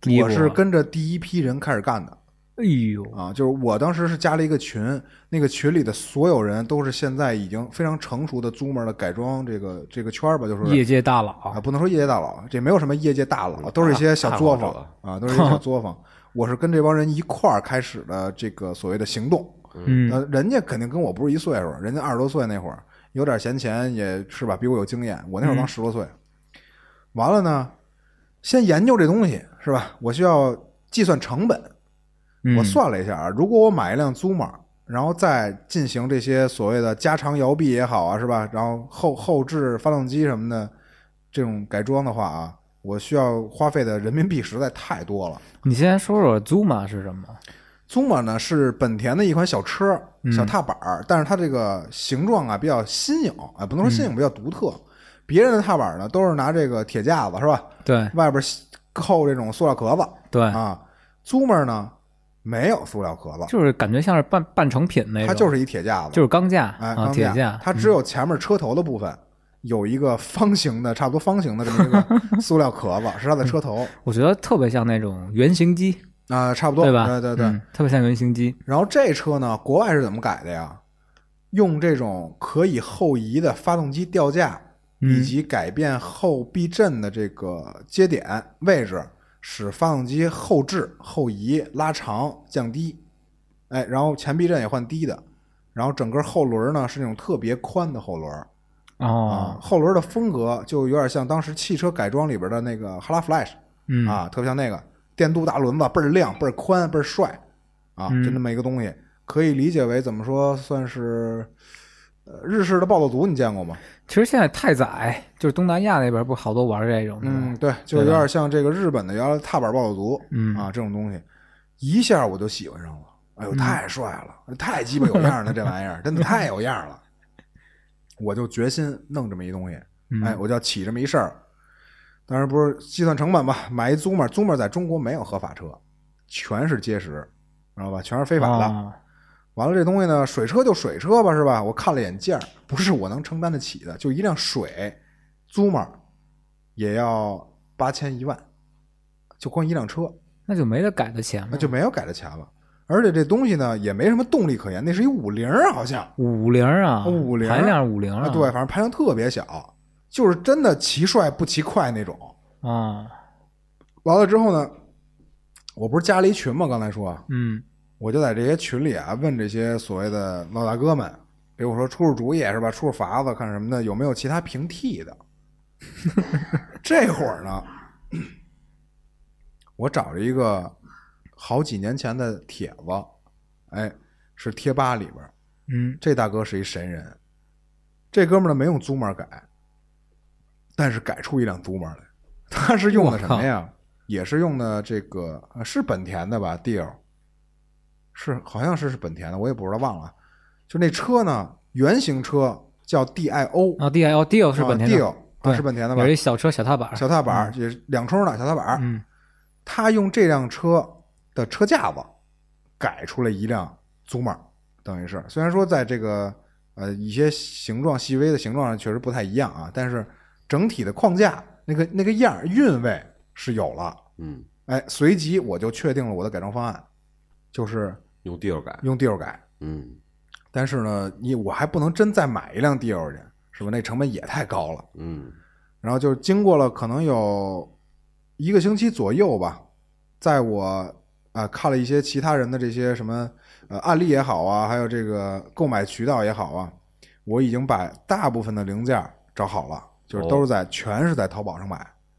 S2: 第一
S1: 我是
S2: 波
S1: 跟着第一批人开始干的
S2: 哎呦，
S1: 啊，就是我当时是加了一个群，那个群里的所有人都是现在已经非常成熟的祖玛的改装这个这个圈儿吧，就是
S2: 业界大
S1: 啊，
S2: 佬，
S1: 不能说业界大佬，这没有什么业界大佬，都是一些小作坊
S3: 大
S1: 啊，都是一些小作坊。我是跟这帮人一块儿开始的这个所谓的行动，
S2: 嗯，
S1: 呃，人家肯定跟我不是一岁数，人家二十多岁那会儿有点闲钱，也是吧，比我有经验。我那会儿刚十多岁，完了呢，先研究这东西是吧？我需要计算成本，
S2: 嗯
S1: 我算了一下啊，如果我买一辆祖玛，然后再进行这些所谓的加长摇臂也好啊，是吧？然后后后置发动机什么的这种改装的话啊，我需要花费的人民币实在太多了。
S2: 你先说说租嘛是什么？
S1: 祖玛呢是本田的一款小车，
S2: 嗯
S1: 小踏板儿，但是它这个形状啊比较新颖啊，不能说新
S2: 嗯
S1: 颖，比较独特。别人的踏板儿呢都是拿这个铁架子是吧，
S2: 对
S1: 外边扣这种塑料壳子
S2: 对，
S1: 啊。祖玛呢没有塑料壳子，
S2: 嗯就是感觉像是半半成品那种，
S1: 它就是一铁架子，
S2: 就是钢架
S1: 哎，
S2: 啊，
S1: 钢
S2: 铁
S1: 架
S2: 架，，
S1: 它只有前面车头的部分有一个方形的，差不多方形的这么一
S2: <laughs>
S1: 个塑料壳子，是它的车头
S2: 我觉得特别像那种原型机，
S1: 啊，差不多，
S2: 对吧？
S1: 对对对
S2: 嗯，特别像原型机。
S1: 然后这车呢，国外是怎么改的呀？用这种可以后移的发动机吊架，
S2: 嗯
S1: 以及改变后避震的这个接点位置，使发动机后置、后移、拉长、降低。哎，然后前避震也换低的，然后整个后轮呢是那种特别宽的后轮，啊
S2: 哦，，
S1: 后轮的风格就有点像当时汽车改装里边的那个哈拉 Flash
S2: 嗯，
S1: 啊，特别像那个电镀大轮子，倍儿亮、倍儿宽、倍儿帅啊，
S2: 嗯
S1: 就那么一个东西，可以理解为怎么说，算是呃日式的暴走族，你见过吗？
S2: 其实现在太宰就是东南亚那边不是好多玩这种的吗
S1: 嗯，，对，就有点像这个日本的原来的踏板暴走族，
S2: 嗯
S1: 啊，这种东西，一下我就喜欢上了。哎呦，太帅了，太鸡巴有样了，这玩意儿真的太有样了。我就决心弄这么一东西，
S2: 嗯
S1: 哎，我就要起这么一事儿。当然不是计算成本吧，买一 Zoomer，Zoomer 在中国没有合法车，全是结实，知道吧？全是非
S2: 非
S1: 法的。完了这东西呢，水车就水车吧，是吧？我看了眼价儿，不是我能承担得起的，就一辆水租嘛，也要八千一万，就光一辆车，
S2: 那就没得改的钱
S1: 那
S2: 了。
S1: 就没有改的钱了。而且这东西呢，也没什么动力可言，那是一五零好像，
S2: 五菱啊，
S1: 五菱
S2: 排量五菱啊，
S1: 啊，对，反正排量特别小，就是真的骑帅不骑快那种。
S2: 啊，
S1: 完了之后呢，我不是加了一群吗？刚才说，
S2: 嗯
S1: 我就在这些群里啊问这些所谓的老大哥们，比如说出出主意是吧，出出法子看什么的，有没有其他平替的？这会儿呢，我找了一个好几年前的帖子，哎，是贴吧里边儿，
S2: 嗯，
S1: 这大哥是一神人，这哥们儿呢没用祖玛改，但是改出一辆祖玛来，他是用的什么呀？也是用的这个呃是本田的吧，Deal，是好像是是本田的，我也不知道忘了。就那车呢，原型车叫 DIO，、
S2: 啊，D L D L 是本田
S1: d i
S2: 的，
S1: o
S2: 对
S1: 啊是本田的吧
S2: 有？一小嗯车小踏板，
S1: 小踏板儿也是两冲的小踏板儿，
S2: 嗯，
S1: 他用这辆车的车架子改出了一辆祖玛，等于是虽然说在这个呃一些形状细微的形状上确实不太一样啊，但是整体的框架那个那个样儿韵味是有了。
S3: 嗯，
S1: 哎，随即我就确定了我的改装方案，就是
S3: 用地儿改，
S1: 用 d i 改。
S3: 嗯
S1: 但是呢，你我还不能真再买一辆 d i 去，是吧？那成本也太高了。
S3: 嗯
S1: 然后就是经过了可能有一呃个星期左右吧，在我啊、看了一些其他人的这些什么呃案例也好啊，还有这个购买渠道也好啊，我已经把大部分的零件找好了，就是都是在、全是在淘宝上买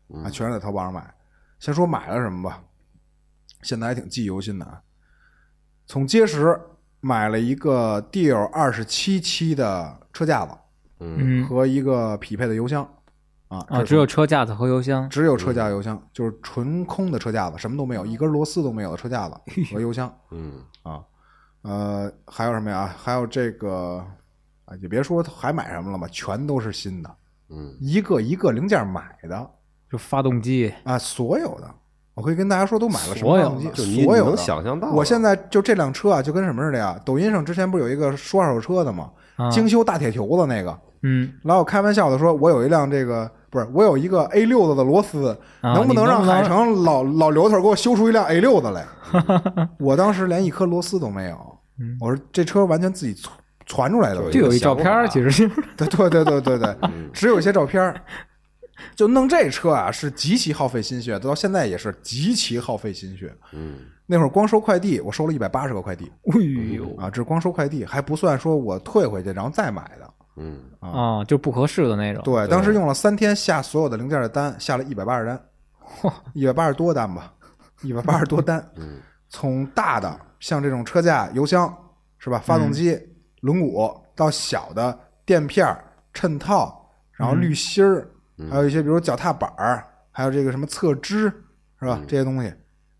S3: 嗯
S1: 啊，全是在淘宝上买。先说买了什么吧，现在还挺记忆犹新的啊。从结石买了一个 D L 二十七期的车架子
S2: 嗯
S1: 和一个匹配的油箱啊
S2: 啊，只有车架子和油箱，
S1: 只有车架油
S3: 嗯
S1: 箱，就是纯空的车架子，什么都没有，一根螺丝都没有的车架子
S3: <laughs>
S1: 和油箱
S3: 嗯
S1: 啊。呃，还有什么呀？还有这个啊，也别说还买什么了吧，全都是新的，
S3: 嗯
S1: 一个一个零件买的
S2: 就发动机，
S1: 啊，所有的。我可以跟大家说，都买了什么
S2: 所有
S1: 发动机
S2: 的
S3: 就你
S1: 所有
S3: 你能
S1: 的。
S3: 想象到的，
S1: 我现在就这辆车啊，就跟什么似的呀？抖音上之前不是有一个说二手车的吗？
S2: 啊
S1: 精修大铁球子那个，
S2: 嗯，
S1: 老有开玩笑的说，我有一辆这个不是，我有一个 A 六子的螺丝，
S2: 啊
S1: 能不
S2: 你能
S1: 让
S2: 不能
S1: 海城老老刘头给我修出一辆 A 六的 <laughs> 来？我当时连一颗螺丝都没有，我说这车完全自己攒攒出来的，
S2: 就有一照片儿，其实是
S1: 对对对对对对，只有一些照片儿。就弄这车啊，是极其耗费心血，到现在也是极其耗费心血。
S3: 嗯
S1: 那会儿光收快递，我收了一百八十个快递
S2: 哎呦
S1: 啊，这光收快递还不算说我退回去然后再买的。
S3: 嗯
S2: <laughs> 啊，就不合适的那种，
S1: 对，当时用了三天下所有的零件的单，下了一百八十单，一百八十多单吧，一百八十多单。 <laughs>
S3: 嗯
S1: 从大的像这种车架、油箱是吧，发动机、轮毂，到小的垫片儿、衬套，然后滤芯儿，
S3: 嗯
S1: 还有一些比如脚踏板儿，还有这个什么侧支是吧，这些东西。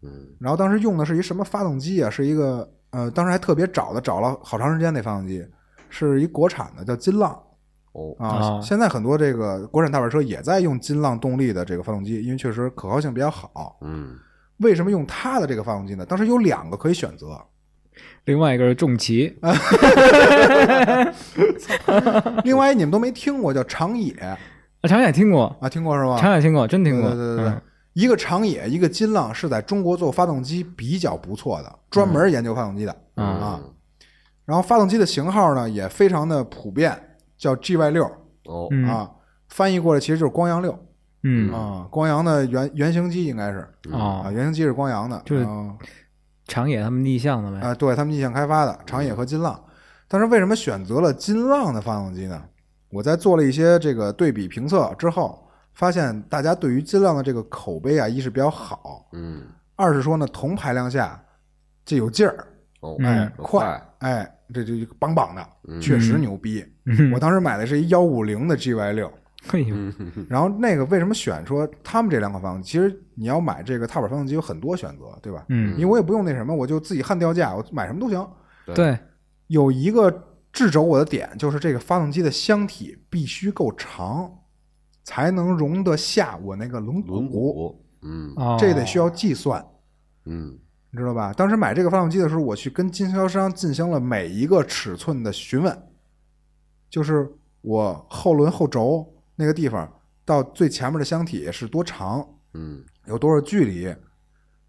S3: 嗯
S1: 然后当时用的是一什么发动机啊？是一个呃，当时还特别找的，找了好长时间那发动机，是一国产的，叫金浪。
S3: 哦
S1: 啊，
S2: 啊
S1: 现在很多这个国产大板车也在用金浪动力的这个发动机，因为确实可靠性比较好。
S3: 嗯
S1: 为什么用它的这个发动机呢？当时有两个可以选择，
S2: 另外一个是重啊骑，
S1: 另外一你们都没听过叫长野
S2: 啊，长野听过，
S1: 啊，听过是吗？
S2: 长野听过，真听过，
S1: 对对对对
S2: 嗯，
S1: 一个长野，一个金浪是在中国做发动机比较不错的，专门研究发动机的、
S2: 嗯
S1: 啊。然后发动机的型号呢也非常的普遍，叫 GY 六
S3: 哦
S2: 嗯
S1: 啊，翻译过来其实就是光阳六
S2: 嗯，
S1: 啊，光阳的原原型机应该是
S3: 嗯
S1: 啊，
S2: 哦，
S1: 原型机是光阳的，
S2: 就是
S1: 啊
S2: 长野他们逆向的呗，
S1: 啊，对他们逆向开发的长野和金浪。但是为什么选择了金浪的发动机呢？我在做了一些这个对比评测之后，发现大家对于金浪的这个口碑啊，一是比较好，
S3: 嗯
S1: 二是说呢，同排量下这有劲儿，
S3: 哦
S2: 嗯
S3: 快
S1: 哎，这就棒棒的，
S3: 嗯
S1: 确实牛逼。
S2: 嗯
S1: 我当嗯时买的是一幺五零的 GY 六，
S2: 哎呦，
S1: 然后那个为什么选说他们这两款发动机？其实你要买这个踏板发动机有很多选择，对吧？因
S2: 嗯，
S1: 为我也不用那什么，我就自己焊吊架，我买什么都行。
S2: 对，
S1: 有一个制肘我的点，就是这个发动机的箱体必须够长，才能容得下我那个轮毂，
S3: 轮毂嗯
S2: 哦，
S1: 这得需要计算，
S3: 嗯
S1: 你知道吧？当时买这个发动机的时候，我去跟经销商进行了每一个尺寸的询问，就是我后轮后轴那个地方到最前面的箱体是多长，
S3: 嗯
S1: 有多少距离，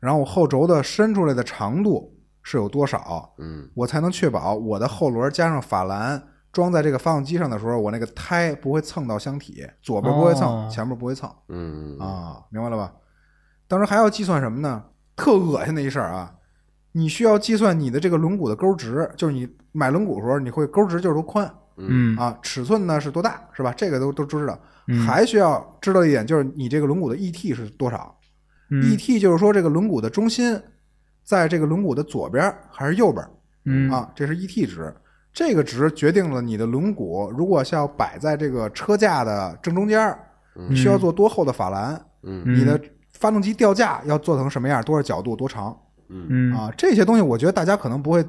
S1: 然后我后轴的伸出来的长度是有多少，
S3: 嗯
S1: 我才能确保我的后轮加上法兰装在这个发动机上的时候，我那个胎不会蹭到箱体，左边不会蹭，
S2: 哦
S1: 前面不会蹭
S3: 嗯
S1: 啊，明白了吧？当时还要计算什么呢？特恶心的一事儿啊！你需要计算你的这个轮毂的钩值，就是你买轮毂的时候，你会钩值就是多宽
S2: 嗯
S1: 啊，尺寸呢是多大，是吧？这个都都知道。
S2: 嗯
S1: 还需要知道一点，就是你这个轮毂的 ET 是多少、e
S2: 嗯
S1: t 就是说这个轮毂的中心在这个轮毂的左边还是右边？
S2: 嗯
S1: 啊，这是 ET 值，这个值决定了你的轮毂如果是要摆在这个车架的正中间儿，你需要做多厚的法兰，
S3: 嗯
S2: 嗯
S1: 你的发动机吊架要做成什么样，多少角度，多长
S2: 嗯，
S1: 啊？这些东西我觉得大家可能不会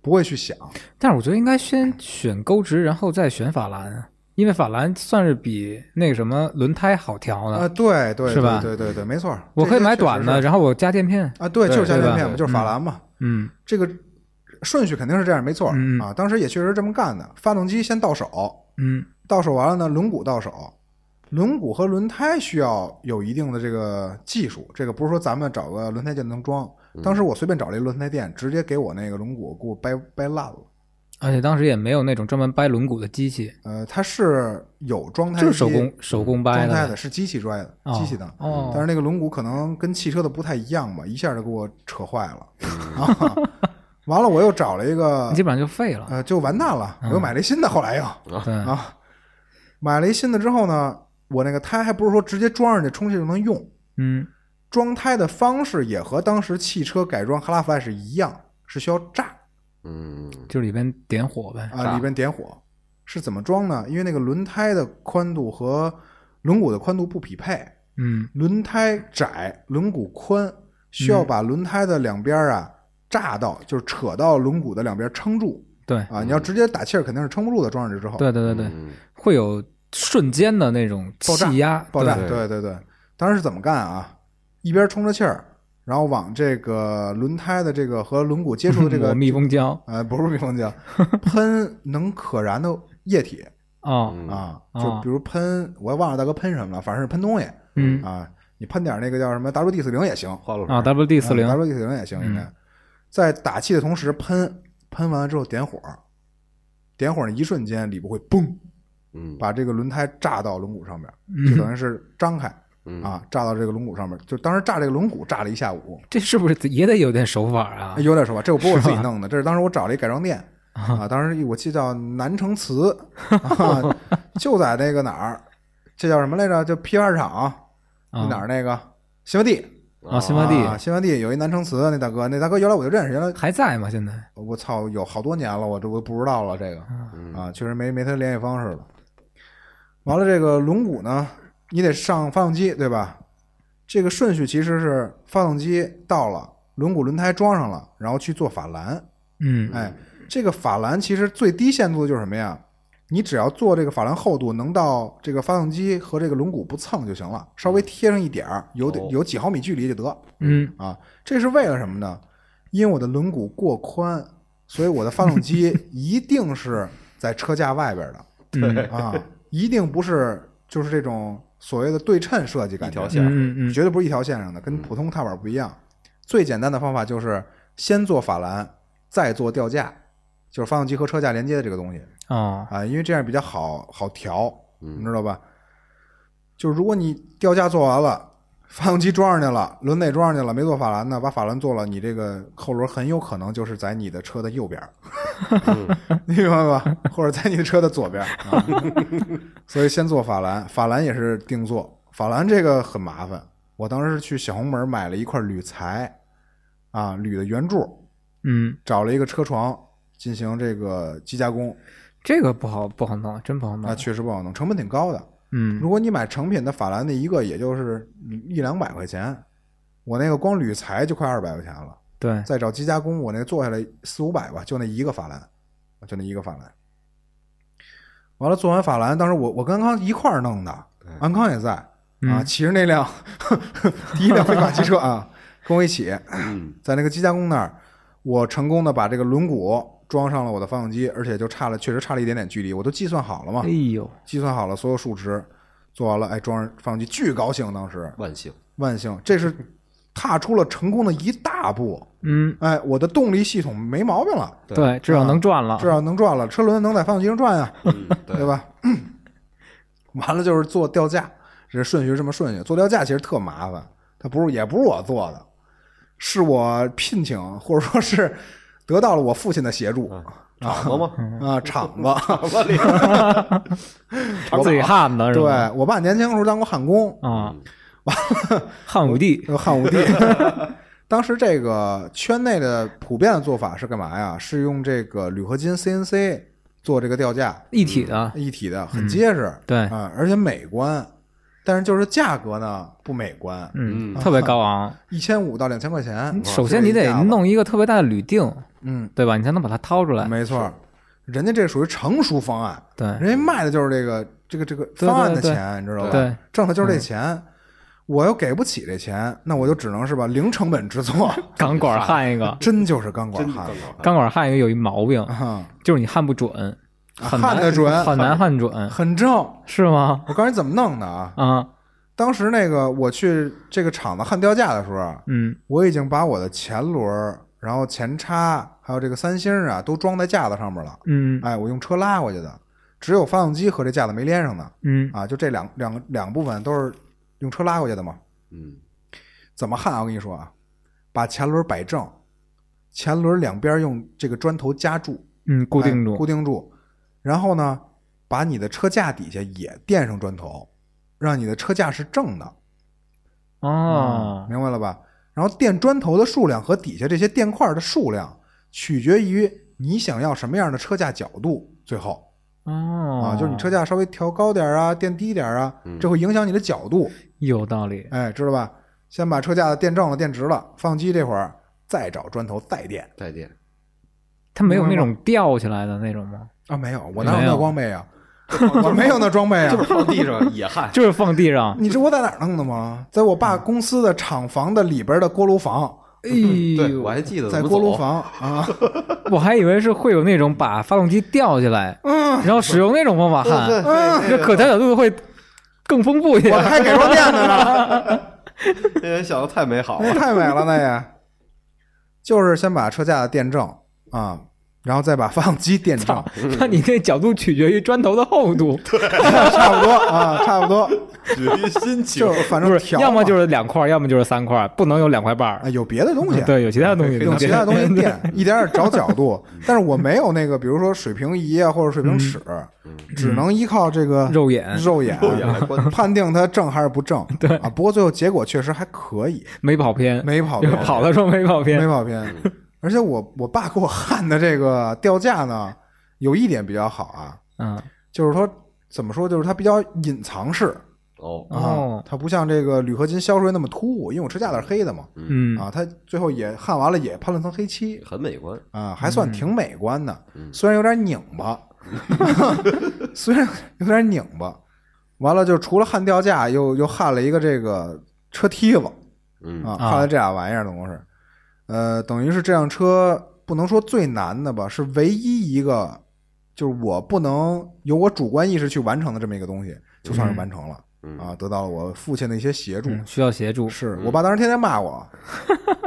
S1: 不会去想，
S2: 但是我觉得应该先选钩值，然后再选法兰啊，因为法兰算是比那个什么轮胎好调的。
S1: 啊，对对
S2: 是吧
S1: 对对对对，没错儿，
S2: 我可以买
S1: 这些确实
S2: 短的，
S1: 是
S2: 然后我加垫片。
S1: 啊，对，
S3: 对
S1: 就是加
S2: 对
S1: 垫
S2: 吧
S1: 片嘛，就是法兰嘛，
S2: 嗯
S1: 这个顺序肯定是这样，没错儿
S2: 嗯
S1: 啊。当时也确实这么干的，发动机先到手，
S2: 嗯
S1: 到手完了呢，轮毂到手，轮毂和轮胎需要有一定的这个技术，这个不是说咱们找个轮胎店能装。
S2: 嗯
S1: 当时我随便找了一轮胎店，直接给我那个轮毂给我掰掰烂了。
S2: 而且当时也没有那种专门掰轮毂的机器，
S1: 呃，它是有装胎机
S2: 就是手工手工掰
S1: 装胎
S2: 的
S1: 的，，是机器拽的，
S2: 哦
S1: 机器的。
S2: 哦
S1: 但是
S2: 嗯
S1: 那个轮毂可能跟汽车的不太一样吧，一下就给我扯坏了。啊 <laughs> 完了，我又找了一个
S2: 基，本上就废了。
S1: 呃，就完蛋了。
S2: 嗯
S1: 我又买了一新的，后来又
S2: 对，
S1: 啊，买了一新的之后呢，我那个胎还不是说直接装上去充气就能用，
S2: 嗯，
S1: 装胎的方式也和当时汽车改装哈拉夫爱是一样，是需要炸
S3: 嗯，
S2: 就里边点火呗。
S1: 啊，里边点火。是怎么装呢？因为那个轮胎的宽度和轮毂的宽度不匹配，
S2: 嗯，
S1: 轮胎窄，轮毂宽，需要把轮胎的两边啊炸到，就是扯到轮毂的两边撑住
S2: 对，
S1: 啊。你要直接打气儿，肯定是撑不住的。装上去之后，
S2: 对对对对，
S3: 嗯
S2: 会有瞬间的那种
S1: 爆炸
S2: 气压
S1: 爆炸，
S2: 对
S1: 对对对。当时是怎么干啊？一边充着气儿，然后往这个轮胎的这个和轮毂接触的这
S2: <laughs> 抹
S1: 个，
S2: 密封胶
S1: 呃，不是密封胶，喷能可燃的液体
S2: 哦，
S3: 嗯
S1: 啊，
S2: 嗯
S1: 就
S2: 哦
S1: 比如喷，我也忘了大哥喷什么了，反正是喷东西
S2: 嗯
S1: 啊。你喷点那个叫什么 WD 四零也行，
S3: 花露水
S2: 啊，WD 四零，
S1: WD 四零也行，应该
S2: 嗯
S1: 在打气的同时喷，喷完了之后点火，点火那一瞬间，里边会嘣，
S3: 嗯
S1: 把这个轮胎炸到轮毂上面，就
S2: 嗯，
S1: 等于是张开
S3: 嗯
S1: 啊，炸到这个轮毂上面。就当时炸这个轮毂炸了一下午，
S2: 这是不是也得有点手法啊
S1: 哎？有点手吧，这我不是我自己弄的，这是当时我找了一改装店啊，当时我记得叫南城瓷，啊、就在那个哪儿，这叫什么来着？就批发市场、
S2: 啊
S1: 哪儿那个新发地。
S2: 啊，新发
S1: 啊，
S2: 地
S1: 新发地有一南城瓷那大哥，那大哥原来我就认识，原来
S2: 还在吗？现在
S1: 我操，有好多年了，我这我都不知道了，这个
S3: 嗯
S1: 啊，确实没没他联系方式了。完了，这个轮毂呢，你得上发动机，对吧？这个顺序其实是发动机到了，轮毂轮胎装上了，然后去做法兰。
S2: 嗯
S1: 哎，这个法兰其实最低限度就是什么呀？你只要做这个法兰厚度能到这个发动机和这个轮毂不蹭就行了，稍微贴上一点儿，有点
S3: 哦
S1: 有几毫米距离就得。
S2: 嗯
S1: 啊，这是为了什么呢？因为我的轮毂过宽，所以我的发动机一定是在车架外边的
S2: 嗯
S1: 啊，一定不是就是这种所谓的对称设计感觉，
S3: 一条线
S2: 嗯嗯
S1: 绝对不是一条线上的，跟普通踏板不一样。最简单的方法就是先做法兰，再做吊架，就是发动机和车架连接的这个东西
S2: 嗯哦，
S1: 啊，因为这样比较好好调，你
S3: 嗯
S1: 知道吧？就是如果你吊架做完了，发动机装上去了，轮内装上去了，没做法兰呢，把法兰做了，你这个后轮很有可能就是在你的车的右边儿，你 <laughs> 明白吧？或者在你的车的左边儿、啊。所以先做法兰，法兰也是定做，法兰这个很麻烦。我当时是去小红门买了一块铝材，啊，铝的圆柱，
S2: 嗯，
S1: 找了一个车床进行这个机加工，
S2: 这个不好不好弄，真不好
S1: 那
S2: 弄。
S1: 确实不好弄，成本挺高的。
S2: 嗯
S1: 啊如果你买成品的法兰那一个，也就是一两百块钱，我那个光铝材就快二百块钱了，
S2: 对，
S1: 再找机加工，我那个做下来四五百吧，就那一个法兰，就那一个法兰。完了，做完法兰，当时我我跟安康一块儿弄的，安康也在啊，
S2: 嗯
S1: 骑着那辆 <laughs> 第一辆非法汽车啊，跟我一起
S3: 嗯
S1: 在那个机加工那儿，我成功的把这个轮毂装上了我的发动机，而且就差了，确实差了一点点距离，我都计算好了嘛
S2: 哎。呦，
S1: 计算好了所有数值，做完了，哎，装上发动机，巨高兴，当时
S3: 万
S1: <laughs>
S3: 幸，
S1: 万幸，这是踏出了成功的一大步。
S2: 嗯，
S1: 哎，我的动力系统没毛病了，
S3: 对
S2: 对，至少能转了
S1: 啊
S3: 啊
S1: 至。少能转了，车轮能在发动机上转呀，
S3: 嗯
S1: 对？吧？ <clears throat> 完了就是做吊架，这顺序是这么顺序，做吊架其实特麻烦，它不是也不是我做的，是我聘请或者说是得到了我父亲的协助
S3: 嗯厂子吗？
S1: 啊，厂子。
S3: 厂
S1: <laughs>
S3: 子里，
S2: 自己焊的是
S1: 对
S2: 吧？
S1: 我爸年轻的时候当过焊工，
S2: 啊， <laughs> 汉武帝，
S1: 呃，汉武帝。 <laughs> 当时这个圈内的普遍的做法是干嘛呀？是用这个铝合金 CNC 做这个吊架，
S2: 一体的，
S1: 一体的，很结实，
S2: 嗯对
S1: 嗯啊、而且美观。但是就是价格呢不美观，
S2: 嗯，特别高昂。
S1: 一千五到两千块钱。
S2: 嗯首先你得弄一个特别大的铝锭，
S1: 嗯，
S2: 对吧？你才能把它掏出来。
S1: 没错，人家这属于成熟方案，
S2: 对，
S1: 人家卖的就是这个这个这个
S2: 对
S1: 方案的
S2: 对对
S1: 钱，你知道吧？
S2: 对，嗯
S1: 挣的就是这钱。我又给不起这钱，那我就只能是吧零成本制作， <laughs>
S2: 钢管焊一个，
S1: 真就是钢管
S3: 真
S1: 焊
S3: 更好看
S2: 钢管焊一个有一毛病，
S1: 啊，
S2: 就是你焊不准，很
S1: 焊得
S2: 难
S1: 准
S2: 很难焊准，
S1: 很正。
S2: 是吗？
S1: 我告诉你怎么弄的啊！
S2: 啊，
S1: 当时那个我去这个厂子焊吊架的时候，啊
S2: 嗯
S1: 我已经把我的前轮儿、然后前叉还有这个三星儿啊都装在架子上面了。
S2: 嗯
S1: 哎，我用车拉过去的，只有发动机和这架子没连上呢。
S2: 嗯
S1: 啊，就这两两两部分都是用车拉过去的嘛。
S3: 嗯
S1: 怎么焊啊？我跟你说啊，把前轮摆正，前轮两边用这个砖头夹住，
S2: 嗯，固定
S1: 哎
S2: 住
S1: 固，定住，然后呢，把你的车架底下也垫上砖头，让你的车架是正的，
S2: 哦，
S1: 明白了吧？然后垫砖头的数量和底下这些垫块的数量取决于你想要什么样的车架角度。最后
S2: 哦，
S1: 啊，就是你车架稍微调高点儿啊，垫低点儿啊，这会影响你的角度。
S2: 有道理，
S1: 哎，知道吧？先把车架子垫正了、垫直了，放机这会儿再找砖头再垫
S3: 带电，
S2: 它没有那
S1: 明白
S2: 种吊起来的那种吗？
S1: 啊。没有，我哪
S2: 没
S1: 有
S2: 有
S1: 那装备啊？我没有那装
S2: <laughs>
S1: 备啊
S3: 就。是放地上也
S1: <laughs>
S3: 焊。
S2: 就是放地上，
S1: 你知道我在哪儿弄的吗？在我爸公司的厂房的里边的锅炉房，
S2: 哎
S3: 对，
S2: 呦
S3: 我，还记得
S1: 在
S3: 怎么
S1: 锅炉
S3: 走
S1: 房啊，
S2: 我还以为是会有那种把发动机吊起来，
S1: 嗯，
S2: 然后使用那种方
S3: 啊
S1: <laughs>
S2: 法焊，
S1: 嗯
S2: 这啊可调角度会更丰富一
S1: 我
S2: 点。
S1: 开改装店的呢，
S3: 这人想的太美好
S1: 那 <laughs>
S3: 了。
S1: 哎太美了，那也。就是先把车架子垫正啊，然后再把发动机垫正，
S2: <laughs> 那你那角度取决于砖头的厚度，
S1: <laughs> 差不多啊，差不
S3: <laughs>
S1: 多，
S3: 至于心情
S1: 就是反
S2: 不
S1: 正
S2: 是，
S1: 调，
S2: 要么就是两块，要么就是三块，不能有两块半儿
S1: 啊。有别的东西，
S2: 嗯对，有其他东西，
S1: 用其他东西
S2: 对
S1: 垫，一点点找角度。
S2: 嗯
S1: 但是我没有那个，比如说水平仪啊，或者水平尺，只能依靠这个
S2: <laughs> 嗯肉眼
S1: 肉眼
S3: 肉眼来观察
S1: 判定它正还是不正。对啊，不过最后结果确实还可以，
S2: 没跑偏，
S1: 没跑
S2: 就
S1: 偏，
S2: 跑的时候没跑
S1: 没
S2: 偏。
S1: 跑偏。 <laughs> 而且我我爸给我焊的这个吊架呢，有一点比较好啊，
S2: 嗯，
S1: 就是说怎么说，就是它比较隐藏式
S3: <laughs> 哦，
S1: 啊
S2: 哦，，
S1: 它不像这个铝合金削出来那么突兀，因为我车架子是黑的嘛，
S2: 嗯，
S1: 啊，它最后也焊完了也喷了层黑漆，
S3: 很美观。
S1: 啊，还
S2: 嗯
S1: 算挺美观的，虽然有点拧巴，虽然有点拧巴。完了，就除了焊吊架，又又焊了一个这个车梯子
S3: 嗯
S1: 啊，
S2: 啊
S1: 焊了这俩玩意儿，总共是，呃，等于是这辆车不能说最难的吧，是唯一一个就是我不能由我主观意识去完成的这么一个东西，就算是完成了、
S3: 嗯
S1: 啊，得到了我父亲的一些协助。
S2: 嗯需要协助。
S1: 是我爸当时天天骂
S2: <laughs>
S1: 我，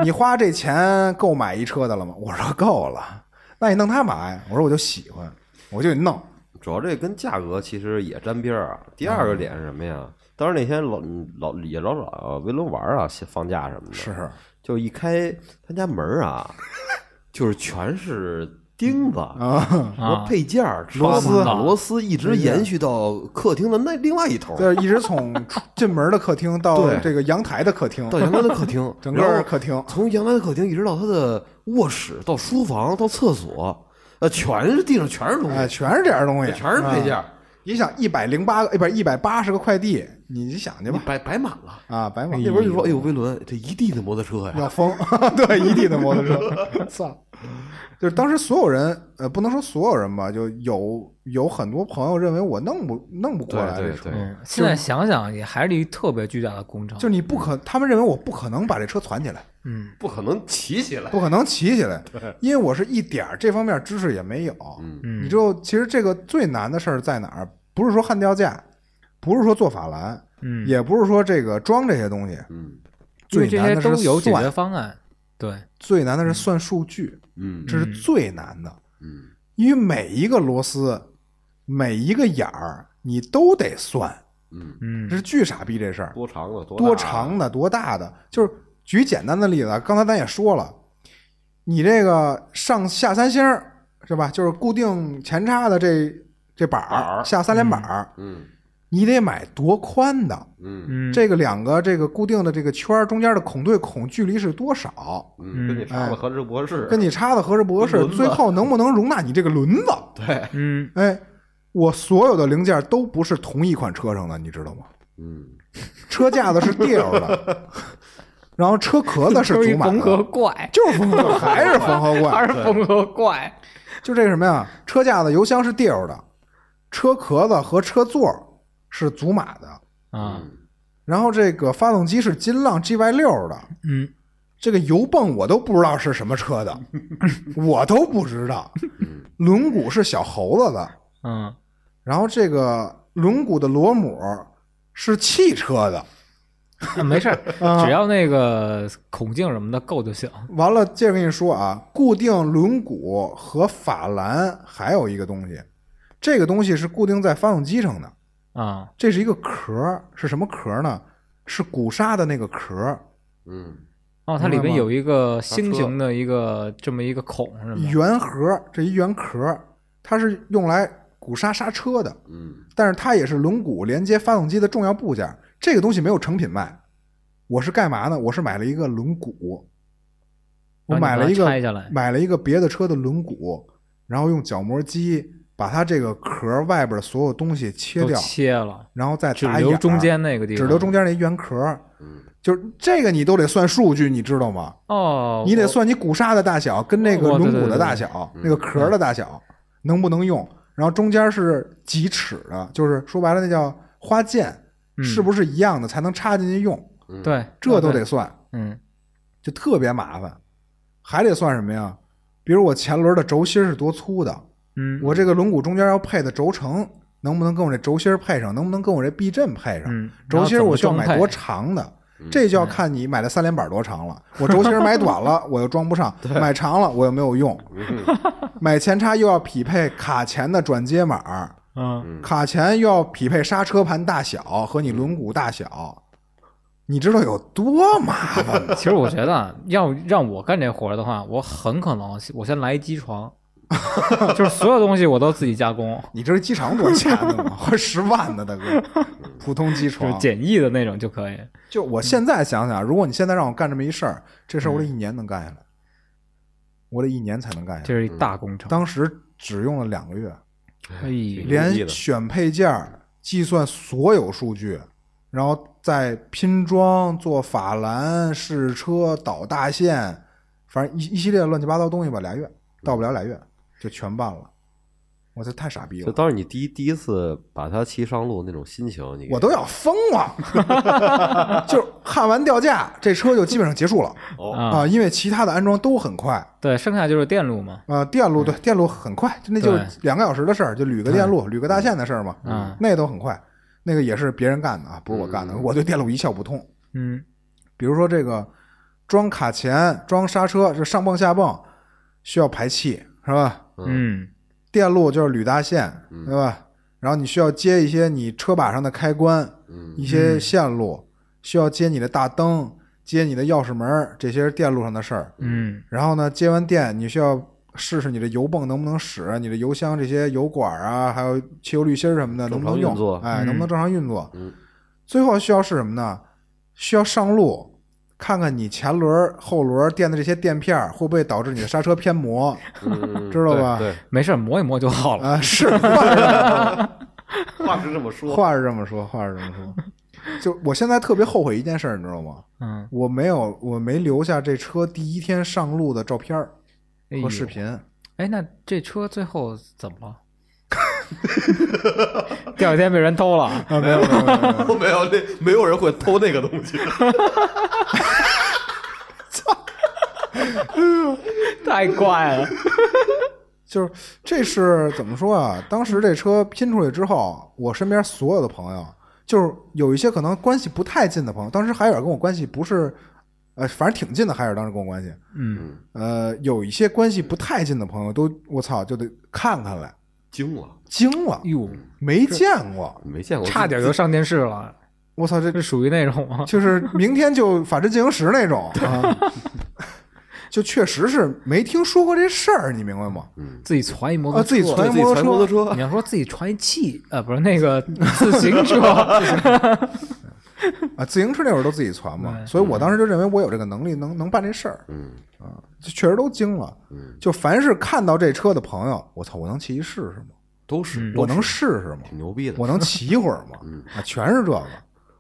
S1: 你花这钱够买一车的了吗？我说够了，那你弄它嘛呀？我说我就喜欢，我就得弄。
S3: 主要这跟价格其实也沾边儿啊。第二个点是什么呀？当时那天老老也老老围楼玩儿啊，放假什么的，
S1: 是， <laughs>
S3: 就一开他家门儿啊，就是全是钉子
S1: 啊，
S3: 和
S2: 啊
S3: 配件儿、
S1: 螺丝
S3: 车门啊螺丝一直延续到客厅的那另外一头儿，
S1: 对，一直从出进门的客厅到
S3: 对
S1: 这个阳台的客厅
S3: 到，阳台的客厅，
S1: <laughs> 整
S3: 然
S1: 个
S3: 后
S1: 客厅
S3: 从阳台的客厅一直到他的卧室，到书房，到厕所，呃，全是地上全是东
S1: 哎，
S3: 西，
S1: 全是这样东西，
S3: 全是配件
S1: 啊。
S3: 儿，
S1: 你想一百零八个，哎不是一百八十个快递，你就想去吧。
S3: 摆摆满了。
S1: 啊，白马
S3: 那边就说：“哎呦，威伦，这一地的摩托车呀
S1: <laughs> 要疯， <laughs> 对，一地的摩托车， <laughs> 操！就是当时所有人，呃，不能说所有人吧，就有有很多朋友认为我弄不弄不过来
S3: 对
S1: 这
S3: 对
S1: 车，
S3: 对
S2: 嗯现在想想也还是一特别巨大的工程。
S1: 就你不可，他们认为我不可能把这车攒起来，
S2: 嗯，
S3: 不可能骑起来。
S1: 不可能骑起
S3: <laughs>
S1: 来，因为我是一点儿这方面知识也没有。
S3: 嗯
S2: 嗯
S1: 你知道，其实这个最难的事儿在哪儿？不是说焊吊架，不是说做法兰，
S2: 嗯，
S1: 也不是说这个装这些东西，”
S3: 嗯
S2: 因
S1: 最
S2: 为这
S1: 难
S2: 些
S1: 的
S2: 都
S1: 是
S2: 有解决
S1: 算，
S2: 方案。对，
S1: 最难的是算数据，
S3: 嗯
S1: 这是最难的。
S3: 嗯，
S1: 因为每一个螺丝，每一个眼儿，你都得算，
S3: 嗯，
S2: 嗯
S1: 这，是巨傻逼这事儿。
S3: 多长了？多
S1: 多
S3: 大啊
S1: 长？的，多大的，就是举简单的例子啊，刚才咱也说了，你这个上下三星儿是吧？就是固定前叉的这这板
S3: 板
S1: 儿，
S3: 儿
S1: 下三连板儿，
S3: 嗯
S1: 你得买多宽的？
S3: 嗯
S2: 嗯，
S1: 这个两个这个固定的这个圈儿中间的孔对孔距离是多少？
S3: 嗯，跟你
S1: 哎
S3: 长得合适不合适？
S1: 跟你插的合适不合适？
S3: 轮子
S1: 最后能不能容纳你这个轮子？
S2: 嗯，
S1: 哎，我所有的零件都不是同一款车上的，你知道吗？
S3: 嗯，
S1: 车架子是 DL
S2: <laughs>
S1: 的，然后车壳子是
S2: 都一
S1: 祖玛
S2: 缝合
S1: 的，
S2: 怪，
S1: 就是缝合，还是缝合
S2: 还
S1: 怪，
S2: 是缝合怪。
S1: 就这个什么呀？车架子、油箱是 DL 的，车壳子和车座是祖玛的，
S2: 啊，
S1: 然后这个发动机是金浪 GY 六的，
S2: 嗯，
S1: 这个油泵我都不知道是什么车的， <laughs> 我都不知道，轮毂是小猴子的，
S2: 嗯，
S1: 然后这个轮毂的螺母是汽车的。
S2: 啊没 <laughs> 事儿，
S1: 呃
S2: 只要那个孔径什么的够就行。
S1: 完了，接着跟你说啊，固定轮毂和法兰还有一个东西，这个东西是固定在发动机上的，
S2: 啊，
S1: 这是一个壳儿，是什么壳儿呢？是鼓刹的那个壳儿，
S3: 嗯
S2: 哦，它里
S1: 明
S2: 边
S1: 白吗
S2: 有一个
S3: 车
S2: 星形的一个这么一个孔是吗？
S1: 圆盒，这一圆壳，它是用来鼓刹刹车的，
S3: 嗯，
S1: 但是它也是轮毂连接发动机的重要部件。这个东西没有成品卖，我是干嘛呢？我是买了一个轮毂，我
S2: 然后你
S1: 买了
S2: 把它
S1: 一个
S2: 拆下来
S1: 买了一个别的车的轮毂，然后用角磨机把它这个壳外边的所有东西切
S2: 都
S1: 掉，
S2: 切了，
S1: 然后再
S2: 只
S1: 打眼
S2: 留
S1: 儿
S2: 中，间那个地方，
S1: 只留中间那圆壳。
S3: 嗯
S1: 就是这个你都得算数据，你知道吗？
S2: 哦，
S1: 你得
S2: 我
S1: 算你鼓刹的大小跟那个
S2: 哦
S1: 轮
S2: 对
S1: 毂
S2: 对
S1: 的
S2: 对
S1: 大
S2: 对嗯
S1: 小，
S3: 嗯
S1: 那个壳儿的大小能不能用，然后中间是几尺的，就是说白了那叫花剑，
S2: 嗯
S1: 是不是一样的才能插进去用？
S3: 嗯，
S2: 对，
S1: 这都
S2: 对
S1: 得算，
S2: 嗯
S1: 就特别麻烦。还得算什么呀？比如我前轮的轴心是多粗的，
S2: 嗯，
S1: 我这个轮毂中间要配的轴承能不能跟我这轴心儿配上，能不能跟我这避震配上？
S2: 嗯，然
S1: 轴
S2: 后
S1: 心儿
S2: 怎么
S1: 我需要
S2: 装
S1: 买
S2: 配嗯
S1: 多长的，这就要看你买的三连板多长了。我轴心儿买短了，我又装不上；买长了，我又没有用。
S3: 嗯
S1: 买前叉又要匹配卡钳的转接码儿，
S2: 嗯
S1: 卡钳又要匹配刹车盘大小和你轮毂大小，你知道有多麻烦 <laughs> 吗？
S2: 其实我觉得啊，要让我干这活儿的话，我很可能我先来一
S1: <laughs>
S2: 机床，就是所有东西我都自己加工，
S1: 你知道机场多少钱的吗？花十万呢， <laughs> 大哥，普通机
S2: 就是
S1: 床。哎
S2: 简易的那种就可以。
S1: 就我现在想想，如果你现在让我干这么一事儿，这事儿我
S2: 嗯
S1: 得一年能干下来，我得一年才能干下
S2: 这
S1: 来。
S2: 是一大工
S1: 嗯
S2: 程，
S1: 当时只用了两个月，
S2: 哎呦，
S1: 连选配件儿、计算所有数据，然后再拼装、做法兰、试车、导大线，反正一一系列乱七八糟东西吧，俩月到不了俩月就全办了。我这太傻逼
S3: 就
S1: 了，
S3: 当时你第一第一次把它骑上路那种心情，你给
S1: 我都要疯了。 <laughs> 就是焊完掉价，这车就基本上结束了
S3: 哦，
S1: 啊、
S2: 啊，
S1: 因为其他的安装都很快。
S2: 对，剩下就是电路嘛，
S1: 啊、电路对电路很快，就那就
S2: 对
S1: 两个小时的事儿，就捋个电路、捋个大线的事儿嘛。
S2: 嗯
S1: 那都很快，那个也是别人干的啊，不是我干的。
S3: 嗯
S1: 我对电路一窍不通。
S2: 嗯，
S1: 比如说这个装卡钳、装刹车，这上泵下泵需要排气是吧？
S2: 嗯，
S1: 电路就是铝大线对吧？然后你需要接一些你车把上的开关，
S3: 嗯
S1: 一些线路需要接你的大灯、接你的钥匙门儿，这些是电路上的事儿。
S2: 嗯，
S1: 然后呢，接完电你需要试试你的油泵能不能使，你的油箱这些油管啊，还有汽油滤芯儿什么的能
S3: 正
S1: 不
S3: 常
S1: 能
S3: 运
S1: 用
S3: 作，
S1: 哎，
S2: 嗯
S1: 能不能正常运作？
S3: 嗯
S1: 最后需要是什么呢？需要上路看看你前轮儿、后轮儿垫的这些垫片儿会不会导致你的刹车偏
S3: <laughs>
S1: 磨，
S3: 嗯
S1: 知道吧
S3: 对，
S2: 没事儿，磨一磨就好了。
S1: 啊，是话是这么
S3: 对 <laughs> 话是这么
S1: 说，话是这么
S3: 说
S1: 说，话是这么说。就我现在特别后悔一件事儿，你知道吗？
S2: 嗯，
S1: 我没有，我没留下这车第一天上路的照片儿
S2: 哎
S1: 和
S2: 呦
S1: 视。频。
S2: 哎，那这车最后怎么
S1: <laughs>
S2: 了？第二天被人偷了，
S1: <laughs> 啊，没有没有没有，没有
S3: 没有，那没有人会偷那个东西。 <laughs>
S2: 太怪了。
S1: 就是这是怎么说啊？当时这车拼出来之后，我身边所有的朋友，就是有一些可能关系不太近的朋友，当时海尔跟我关系不是，呃，反正挺近的。海尔当时跟我关系，
S2: 嗯，
S1: 呃，有一些关系不太近的朋友都，我操，就得看看来，
S3: 惊了，
S1: 惊了，
S2: 哟，
S1: 没见过，
S3: 没见过，
S2: 哎差点就上电视了，
S1: 我操，这
S2: 这属于那种
S1: <laughs>
S2: <laughs> 吗？
S1: 就是明天就法制进行时那种啊， <laughs> 就确实是没听说过这事儿，你明白吗？
S2: 自己传一摩
S1: 啊，
S2: 托车，
S1: 自己
S3: 对
S1: 传
S3: 嗯自己
S1: 摩
S3: 骑摩
S1: 托
S3: 托
S1: 车，
S2: 你
S3: 车，
S2: 要说自己传一汽，呃，不是那个 <laughs> 自行车，
S1: 啊，自行车那会儿都自己传嘛，
S2: 对
S1: 所以我当时就认为我有这个能力能能办这事儿，
S3: 嗯
S1: 就确实都惊了。
S3: 嗯，
S1: 就凡是看到这车的朋友，我操，我能骑一试试吗？
S3: 都是
S1: 嗯我
S3: 都
S1: 能
S3: 是
S1: 试试吗？
S3: 挺牛逼的。
S1: 我能嗯骑一会儿吗？啊，全是这个。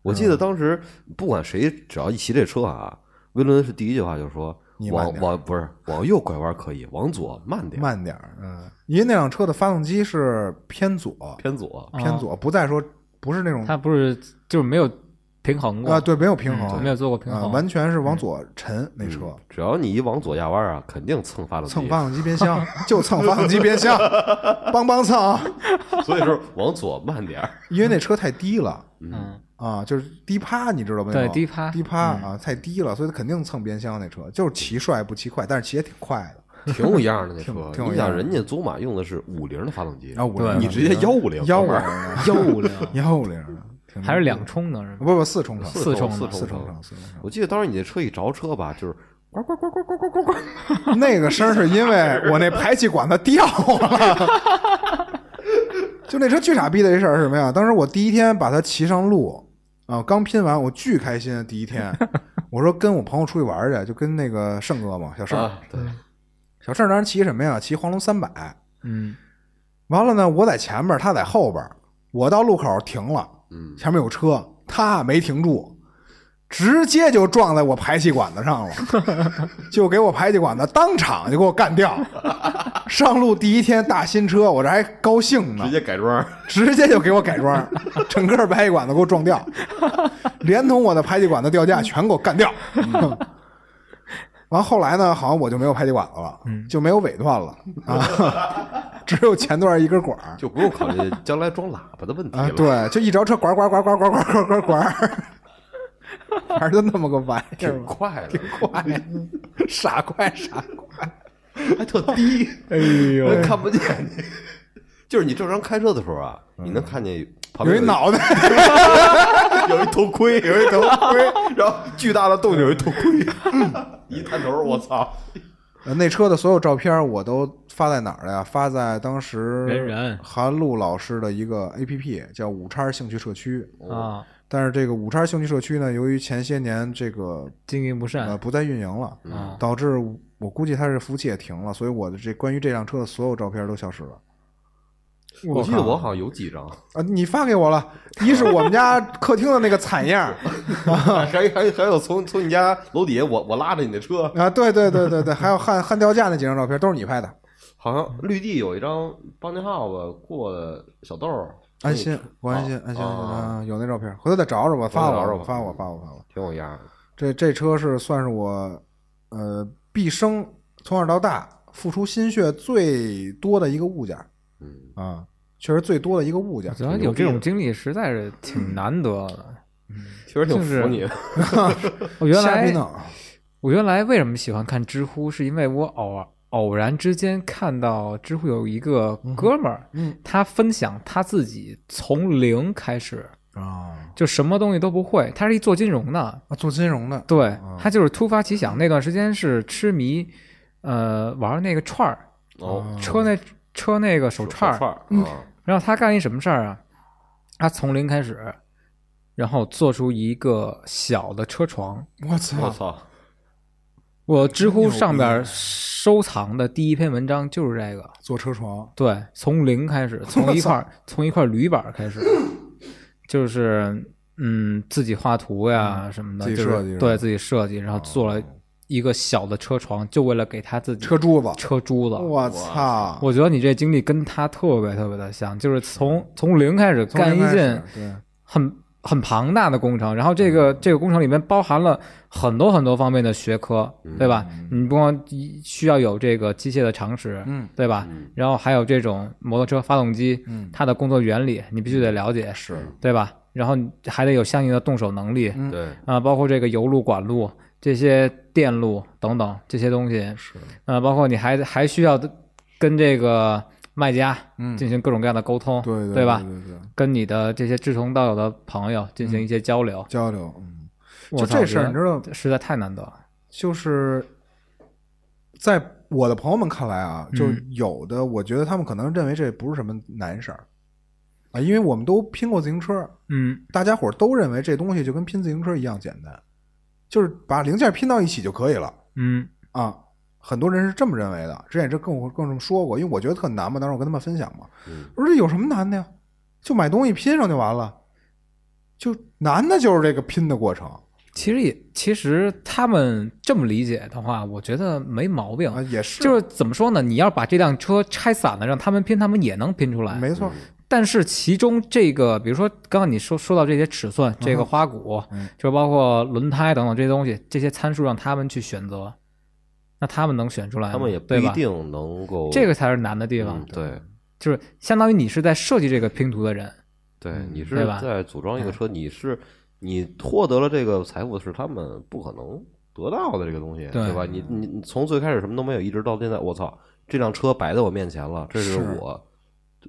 S3: 我记得当时不管谁只要一骑这车啊，威伦是第一句话就说
S1: 你慢
S3: 往
S1: 点
S3: 往不是往右拐弯可以，往左慢点，
S1: 慢点儿，嗯，因为那辆车的发动机是偏左，
S3: 偏左。
S1: 偏左，不再说不是那种
S2: 哦他不是就是没有平衡过
S1: 啊，对，没有平
S2: 嗯
S1: 衡，
S2: 没有做过平
S1: 啊
S2: 衡，
S1: 完全是往左沉那车，
S3: 嗯只要你一往左压弯啊，肯定蹭发动机。
S1: 蹭发动机变向，就蹭发动机变
S2: <laughs>
S1: 向，梆梆蹭啊，
S3: 所以说往左慢
S1: <laughs>
S3: 点儿。
S1: 因为那车太低了。
S2: 嗯，
S1: 啊，就是低趴，你知道吧？
S2: 对
S1: 那种
S2: 低嗯趴
S1: 低趴啊，太低了，所以它肯定蹭边厢那车，就是骑帅不骑快，但是骑也挺快的。
S3: 挺有样儿的那车
S1: 挺挺，有
S3: 你
S1: 样
S3: 想
S1: 儿的啊
S3: 人家祖玛用的是五菱的发动机，
S1: 然后我
S2: 对
S3: 你直接幺五零，
S1: 幺五
S3: <laughs> 哥们儿
S1: 零，
S2: 幺五零
S1: 幺五零，挺
S2: 还是两冲呢？是
S1: 不
S2: 吗？
S1: 不四冲程，
S2: 四冲
S3: 四嗯
S2: 的
S1: 四
S3: 冲
S1: 冲
S3: 程
S1: 程，四冲
S3: 我记得当时你那车一着车吧，就是呱呱呱呱呱呱呱呱，
S1: 程。 <laughs> 那个声儿是因为我那排气管子掉了。 <laughs> 就那车巨傻逼的一事儿是什么呀？当时我第一天把它骑上路啊，刚拼完，我巨开心。第一天，我说跟我朋友出去玩儿去，就跟那个胜哥嘛，小胜、
S3: 啊，对，
S1: 小胜当时骑什么呀？骑黄龙三百。
S2: 嗯，
S1: 完了呢，我在前面，他在后边儿。我到路口停了，
S3: 嗯，
S1: 前面有车，他没停住，直接就撞在我排气管子上了，就给我排气管子当场就给我干掉。上路第一天大新车，我这还高兴呢
S3: 直，接改装，
S1: 直接就给我改装，整个排气管子给我撞掉，连同我的排气管子掉价全给我干掉。完后来呢，好像我就没有排气管子了，就没有尾段了啊，只有前段一根管儿。
S3: <laughs> 就不用考虑将来装喇叭的问题
S1: 啊，
S3: 了。
S1: 对，就一着车，管儿管儿管儿管儿管儿管儿管儿管儿，玩儿就那么个玩意儿
S3: <laughs> 挺，快的，哎
S1: 快，傻快傻快，
S3: 还特低，
S2: 嗯
S1: 哎呦
S3: 看不见你。就是你正常开车的时候啊，你能看见旁
S1: 有
S3: 边
S1: 一脑袋，
S3: 有一头盔，有一头盔，然后巨大的洞有一头盔， <laughs> 一探头，我操！
S1: 呃那车的所有照片儿我都发在哪儿了呀？发在当
S2: 人
S1: 时
S2: 人
S1: 韩露老师的一个 A P P 叫五叉兴趣社区。
S2: 啊，
S1: 但是这个五叉兴趣社区呢，由于前些年这个
S2: 经营不善
S1: 呃不再运营了，
S2: 啊，
S1: 导致我估计它是服务器也停了，所以我的这关于这辆车的所有照片都消失了。
S3: 我记得
S2: 靠
S3: 我好像有几张， <laughs>
S1: 啊，你发给我了， <laughs> 一是我们家客厅的那个惨样儿
S3: <laughs> 还还还有从从你家楼底下我我拉着你的车，
S1: 啊，对对对对对，还有焊焊吊架那几张照片都是你拍的，
S3: 好像
S1: 嗯
S3: 绿地有一张邦尼浩吧过的小豆儿，
S1: 安心，我安心，
S3: 啊
S1: 安心
S3: 啊
S1: 啊，有那照片，回头再找找吧，发
S3: 回头找找
S1: 我，
S3: 吧
S1: 发我，发我，发我。
S3: 挺有样儿的。
S1: 这这车是算是我呃毕生从小到大付出心血最多的一个物件儿
S3: 嗯，
S1: 啊，确实最多的一个物件
S2: 我
S1: 儿。
S2: 觉啊得有这种经历实在是挺难得的。
S3: 其实挺
S2: 就是
S3: 服你的，
S2: 我原
S1: 嗯瞎逼
S2: 来
S1: 弄，啊
S2: 我原来为什么喜欢看知乎，是因为我偶偶然之间看到知乎有一个哥们儿，
S1: 嗯
S2: 他分享他自己从零开始，
S1: 啊，
S2: 就什么东西都不会，他是一做金融的，
S1: 啊做金融的，
S2: 对他就是突发奇想，那段时间是痴迷，呃，玩那个串儿，
S3: 哦，
S2: 车那车那个嗯手串
S3: 串
S2: 儿，
S3: 哦
S2: 嗯
S3: 串儿，啊
S2: 然后他干一什么事儿啊？他从零开始，然后做出一个小的车床。
S1: 我
S3: 我
S1: 操，
S3: 操，
S2: 我知乎
S1: 真
S2: 上
S1: 牛
S2: 边
S1: 逼
S2: 收藏的第一篇文章就是这个，
S1: 做车床，
S2: 对，从零开始，从一块从一块铝板开始，就是嗯自己画图呀什么
S1: 嗯
S2: 的，
S1: 自己
S2: 就是
S1: 设计是吧哦
S2: 对自己设计，然后做了一个小的车床，就为了给他自己
S1: 车珠子，
S2: 车珠子。
S1: 我操，
S2: 我觉得你这经历跟他特别特别的像，就是从从零开始
S1: 从
S2: 干
S1: 零
S2: 一
S1: 开始
S2: 件
S1: 对。
S2: 很很庞大的工程，然后这个
S1: 嗯
S2: 这个工程里面包含了很多很多方面的学科，
S1: 嗯
S2: 对吧？你不光需要有这个机械的常识，
S1: 嗯，
S2: 对吧？然后还有这种摩托车发动机，
S1: 嗯
S2: 它的工作原理你必须得了解，
S1: 是
S2: 对吧？然后你还得有相应的动手能力，
S1: 嗯
S3: 对，
S2: 啊，包括这个油路、管路、这些电路等等这些东西，
S1: 是，
S2: 啊，包括你还还需要跟这个卖家
S1: 嗯
S2: 进行各种各样的沟通，
S1: 对对
S2: 吧？
S1: 对对，
S2: 跟你的这些志同道友的朋友进行一些交流。
S1: 交流，嗯，就
S2: 我操
S1: 这事儿
S2: 我觉得
S1: 你知道
S2: 实在太难得了。
S1: 就是在我的朋友们看来啊，就
S2: 嗯
S1: 有的我觉得他们可能认为这不是什么难事儿啊，因为我们都拼过自行车，
S2: 嗯，
S1: 大家伙儿都认为这东西就跟拼自行车一样简单，就是把零件拼到一起就可以了
S2: 嗯，
S1: 啊。很多人是这么认为的，之前也是跟我跟我这么说过，因为我觉得特难嘛，当时我跟他们分享嘛，
S3: 嗯
S1: 我说这有什么难的呀？就买东西拼上就完了，就难的就是这个拼的过程啊
S2: 其实也其实他们这么理解的话，我觉得没毛病。
S1: 啊，也是，
S2: 就是怎么说呢？你要把这辆车拆散了，让他们拼，他们也能拼出来。
S1: 没错，
S2: 但是其中这个，比如说刚刚你说说到这些尺寸，这个花鼓，
S1: 嗯
S2: 就包括轮胎等等这些东西，这些参数让他们去选择，那他们能选出来吗？
S3: 他们也不
S2: 对
S3: 一
S2: 吧？
S3: 定能够
S2: 这个才是难的地方，
S3: 嗯对
S2: 就是相当于你是在设计这个拼图的人，
S3: 对，你
S2: 嗯
S3: 是
S2: 对吧嗯
S3: 在组装一个车，你是你获得了这个财富是他们不可能得到的这个东西，
S2: 对
S3: 对吧？你你你从最开始什么都没有，一直到现在，我操，这辆车摆在我面前了，这是
S1: 是
S3: 我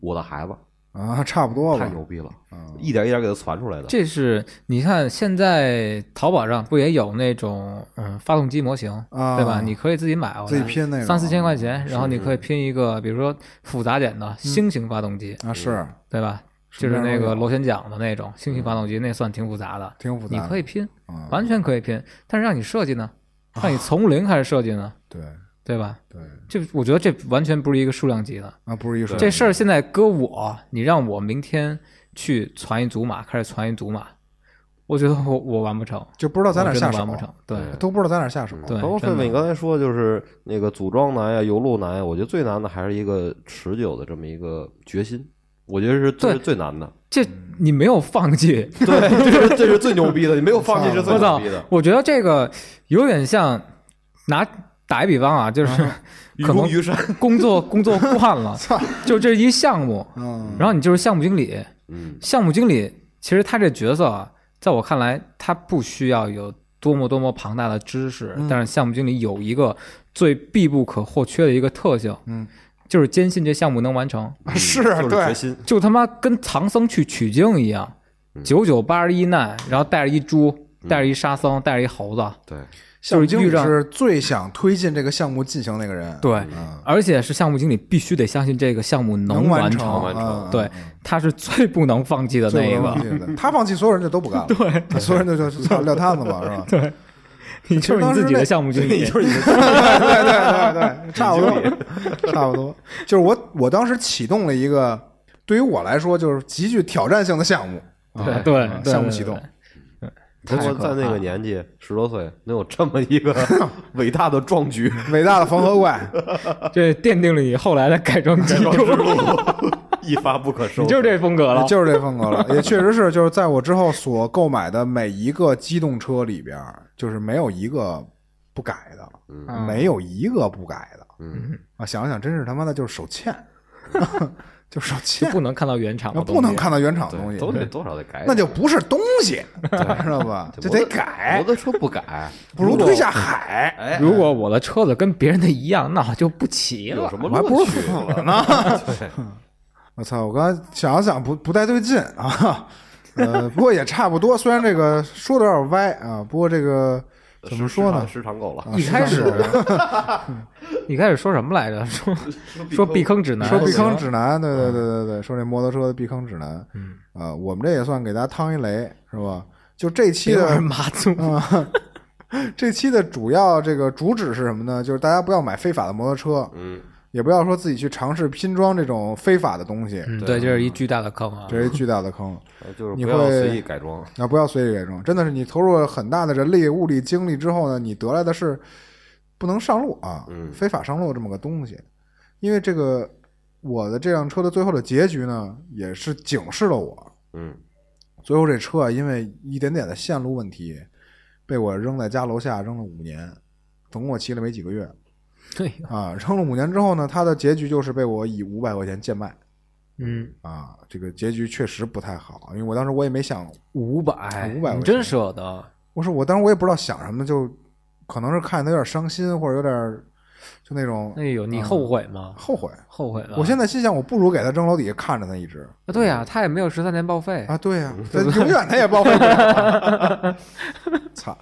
S3: 我的孩子，
S1: 啊，差不多
S3: 嗯太
S1: 了
S3: 牛逼了，
S1: 啊
S3: 一点一点给它传出来的。
S2: 这是你看现在淘宝上不也有那种嗯发动机模型，
S1: 啊
S2: 对吧？你可以自己买回来，
S1: 自己拼那种
S2: 三四千块钱，然后你可以拼一个，比如说复杂点的新型发动机，
S1: 啊，是
S2: 对吧？
S1: 嗯什
S2: 就
S1: 么样
S2: 是
S1: 都有
S2: 那个螺旋桨的那种新型发动机，那算挺复杂的，
S1: 挺啊嗯复杂
S2: 你
S1: 的。
S2: 可以拼，
S1: 啊，
S2: 完全可以拼，但是让你设计呢，让你从零开始设计呢，
S1: 对
S2: 对吧？
S1: 对
S2: 这我觉得这完全不是一个数量级的，
S1: 啊，不是一说
S2: 这事儿现在搁我，你让我明天去传一组码，开始传一组码，我觉得我我完不成，
S1: 就不知道哦咱俩
S2: 我真
S1: 下
S2: 的
S1: 手
S2: 完，不成。对，
S1: 都不知道咱俩下手。
S2: 对
S3: 包括
S2: 真
S3: 狒
S2: 的
S3: 狒，你刚才说就是那个组装难呀、油路难呀，我觉得最难的还是一个持久的这么一个决心，我觉得是这
S2: 对
S3: 是最难的。
S2: 这
S1: 嗯
S2: 你没有放弃，
S3: 对，这是这是最牛逼的，你没有放弃是最
S2: 我
S3: 牛
S2: 操
S3: 逼的。！
S2: 我觉得这个有点像拿打一比方啊，就是
S3: 愚
S2: <laughs> 可
S3: 公
S2: 能
S3: 移山，
S2: 工
S3: <laughs>
S2: 作工作惯了，
S1: 操，
S2: 就这一项目，
S1: 嗯，
S2: 然后你就是项目经理，
S1: <laughs>
S3: 嗯，
S2: 项目经理其实他这角色啊，在我看来，他不需要有多么多么庞大的知识，
S1: 嗯
S2: 但是项目经理有一个最必不可或缺的一个特性，
S1: 嗯，
S2: 就是坚信这项目能完成，
S1: 是
S3: 嗯就是
S1: 对
S3: 决心，
S2: 就他妈跟唐僧去取经一样，
S3: 嗯
S2: 九九八十一难，然后带着一猪，带着一沙僧，带着一猴子，
S3: 对，
S1: 项目经理
S2: 就是遇上
S1: 是最想推进这个项目进行那个人，
S2: 对，
S1: 嗯，
S2: 而且是项目经理必须得相信这个项目
S1: 能
S2: 完
S1: 成，
S3: 完成
S1: 嗯
S2: 对，他是最不能放弃的那
S1: 最
S2: 一
S1: 不
S2: 个
S1: 能，放弃的他放弃，所有人就都不
S2: <laughs>
S1: 干了，对，所有人就就操撂摊子嘛，是吧？对
S2: 你就是你自己的项目经理，
S3: 就是你的
S1: 对对对对， <laughs> 差不多， <laughs> 差不多。就是我我当时启动了一个对于我来说就是极具挑战性的项目，
S2: 对对
S1: 啊
S2: 对
S1: 项目
S2: 对
S1: 启动
S2: 对，
S3: 中国在那个年纪十多岁能有这么
S1: <laughs>
S3: 一个伟大的壮举，
S1: 伟大的缝合怪，
S2: 这奠定了你后来的改装制
S1: <laughs>
S2: 度，
S3: 一发不可收拾。
S2: 你就是这风格了。
S1: 就是这风格了。也确实是，就是在我之后所购买的每一个机动车里边儿，就是没有一个不改的，
S2: 嗯
S1: 没有一个不改的。
S3: 嗯
S1: 啊，想想真是他妈的，就是手欠， <laughs> 就手欠
S2: 就，不能看到原厂的
S1: 啊
S2: 东西，
S1: 不能看到原厂的东
S3: 对，
S1: 西，
S3: 都得多少得改改，
S1: 那就不是东西， <laughs> 知道吧？就得改
S3: 我，都说不改，
S1: 不如推下海。
S3: 哎，
S2: 如果我的车子跟别人的一样，那我就不骑
S3: 有
S2: 了
S3: 什。么
S1: 我还不
S3: 乐
S1: 是
S3: 趣啊
S1: 死？了呢！
S3: 对
S1: <laughs>
S3: <laughs>
S1: 我操！我刚才想了想，不不太对劲啊。 <laughs> 呃，不过也差不多，虽然这个说的有点歪啊，不过这个怎么说呢？
S3: 时长够了，
S1: 啊
S2: 一开始
S1: 时尚是啊
S2: <laughs> 一开始说什么来着？说说避坑指南，
S1: 说避坑指
S2: 嗯
S1: 南，对对对对对，说这摩托车的避坑指南。嗯，啊，我们这也算给大家趟一雷，是吧？就这
S2: <laughs>
S1: 期
S2: 别
S1: 的
S2: 玩马祖，
S1: 啊， <laughs> 这期的主要这个主旨是什么呢？就是大家不要买非法的摩托车，
S3: 嗯，
S1: 也不要说自己去尝试拼装这种非法的东西，
S2: 嗯，对，这是一巨大的坑啊。
S1: 这是一巨大的坑。
S3: 就是
S1: 你
S3: 不要
S1: 会
S3: 随意改装，
S1: 那啊不要随意改装，真的是你投入了很大的人力、物力、精力之后呢，你得来的是不能上路啊，
S3: 嗯
S1: 非法上路这么个东西。因为这个，我的这辆车的最后的结局呢，也是警示了我。
S3: 嗯
S1: 最后这车啊，因为一点点的线路问题，被我扔在家楼下扔了五年，总共我骑了没几个月
S2: 对，
S1: 啊。扔了五年之后呢，它的结局就是被我以五百块钱贱卖
S2: 嗯，
S1: 啊，这个结局确实不太好。因为我当时我也没想
S2: 五百，
S1: 500
S2: 你真舍得。
S1: 我说我当时我也不知道想什么，就可能是看他有点伤心，或者有点就那种
S2: 哎呦，你后悔吗？
S1: 后悔。
S2: 后悔了。
S1: 嗯我现
S2: 在
S1: 在心想，我不如给他扔楼底下看着他一直
S2: 对呀，他也没有十三年报废
S1: 啊，，对呀、他永远他也报废不了。 <laughs> 操！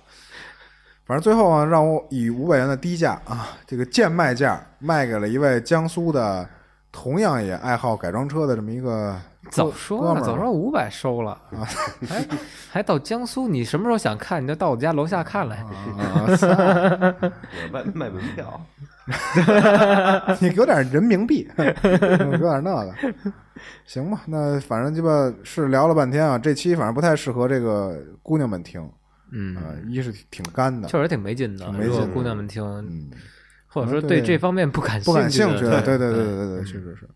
S1: 反正最后啊，让我以五百元的低价啊，这个贱卖价卖给了一位江苏的同样也爱好改装车的这么一个
S2: 早
S1: 哥
S2: 说
S1: 们
S2: 了，
S1: 儿啊
S2: 早说五百收了，啊还还到江苏，你什么时候想看你就到我家楼下看来。
S1: 啊，操
S3: 我卖卖门票，
S1: <laughs> 你给我点人民币， <laughs> 给我点那个，行吧？那反正鸡巴是聊了半天啊，这期反正不太适合这个姑娘们听
S2: 嗯
S1: 啊、，一是挺干的，
S2: 确实挺没劲的。
S1: 挺没劲
S2: 如
S1: 的
S2: 果姑娘们听，
S1: 嗯，
S2: 或者说
S1: 对
S2: 对这方面不感
S1: 不感兴趣
S2: 趣
S1: 的，对嗯对
S2: 对
S1: 对对对，确实是。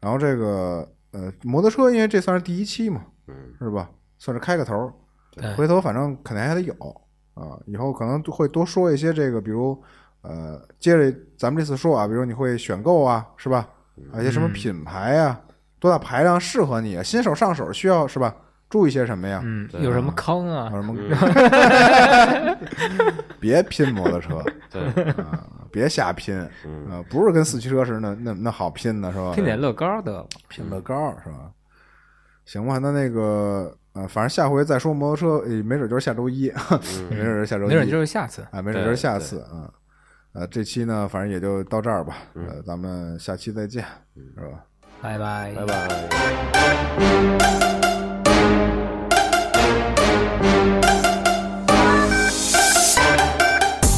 S1: 然后这个呃，摩托车因为这算是第一期嘛，
S3: 嗯，
S1: 是吧？算是开个头儿
S2: 对，
S1: 回头反正肯定还得有啊，以后可能会多说一些这个，比如呃，接着咱们这次说啊，比如你会选购啊，是吧？啊，一些什么
S2: 嗯
S1: 品牌啊，多大排量适合你啊？新手上手需要是吧？注意些什么呀？
S2: 嗯，
S3: 对
S2: 有什么坑
S1: 有
S2: 啊？
S1: 什么？
S3: 嗯
S2: 嗯
S1: <laughs> 别拼摩托车，
S3: 对，
S1: 啊，别瞎拼，
S3: 嗯
S1: 啊，不是跟四驱车似的那那那好拼的是吧？
S2: 拼点乐高得了。
S1: 拼乐高是吧？行吧，那那个呃，反正下回再说摩托车，诶没准就是下周
S2: <laughs>
S1: 一，没准就是下周一，
S2: 没准就是下次。
S1: 啊，没准就是下次啊。呃，这期呢，反正也就到这儿吧。
S2: 嗯
S1: 呃，咱们下期再见，是吧？
S2: 拜拜，
S3: 拜。拜。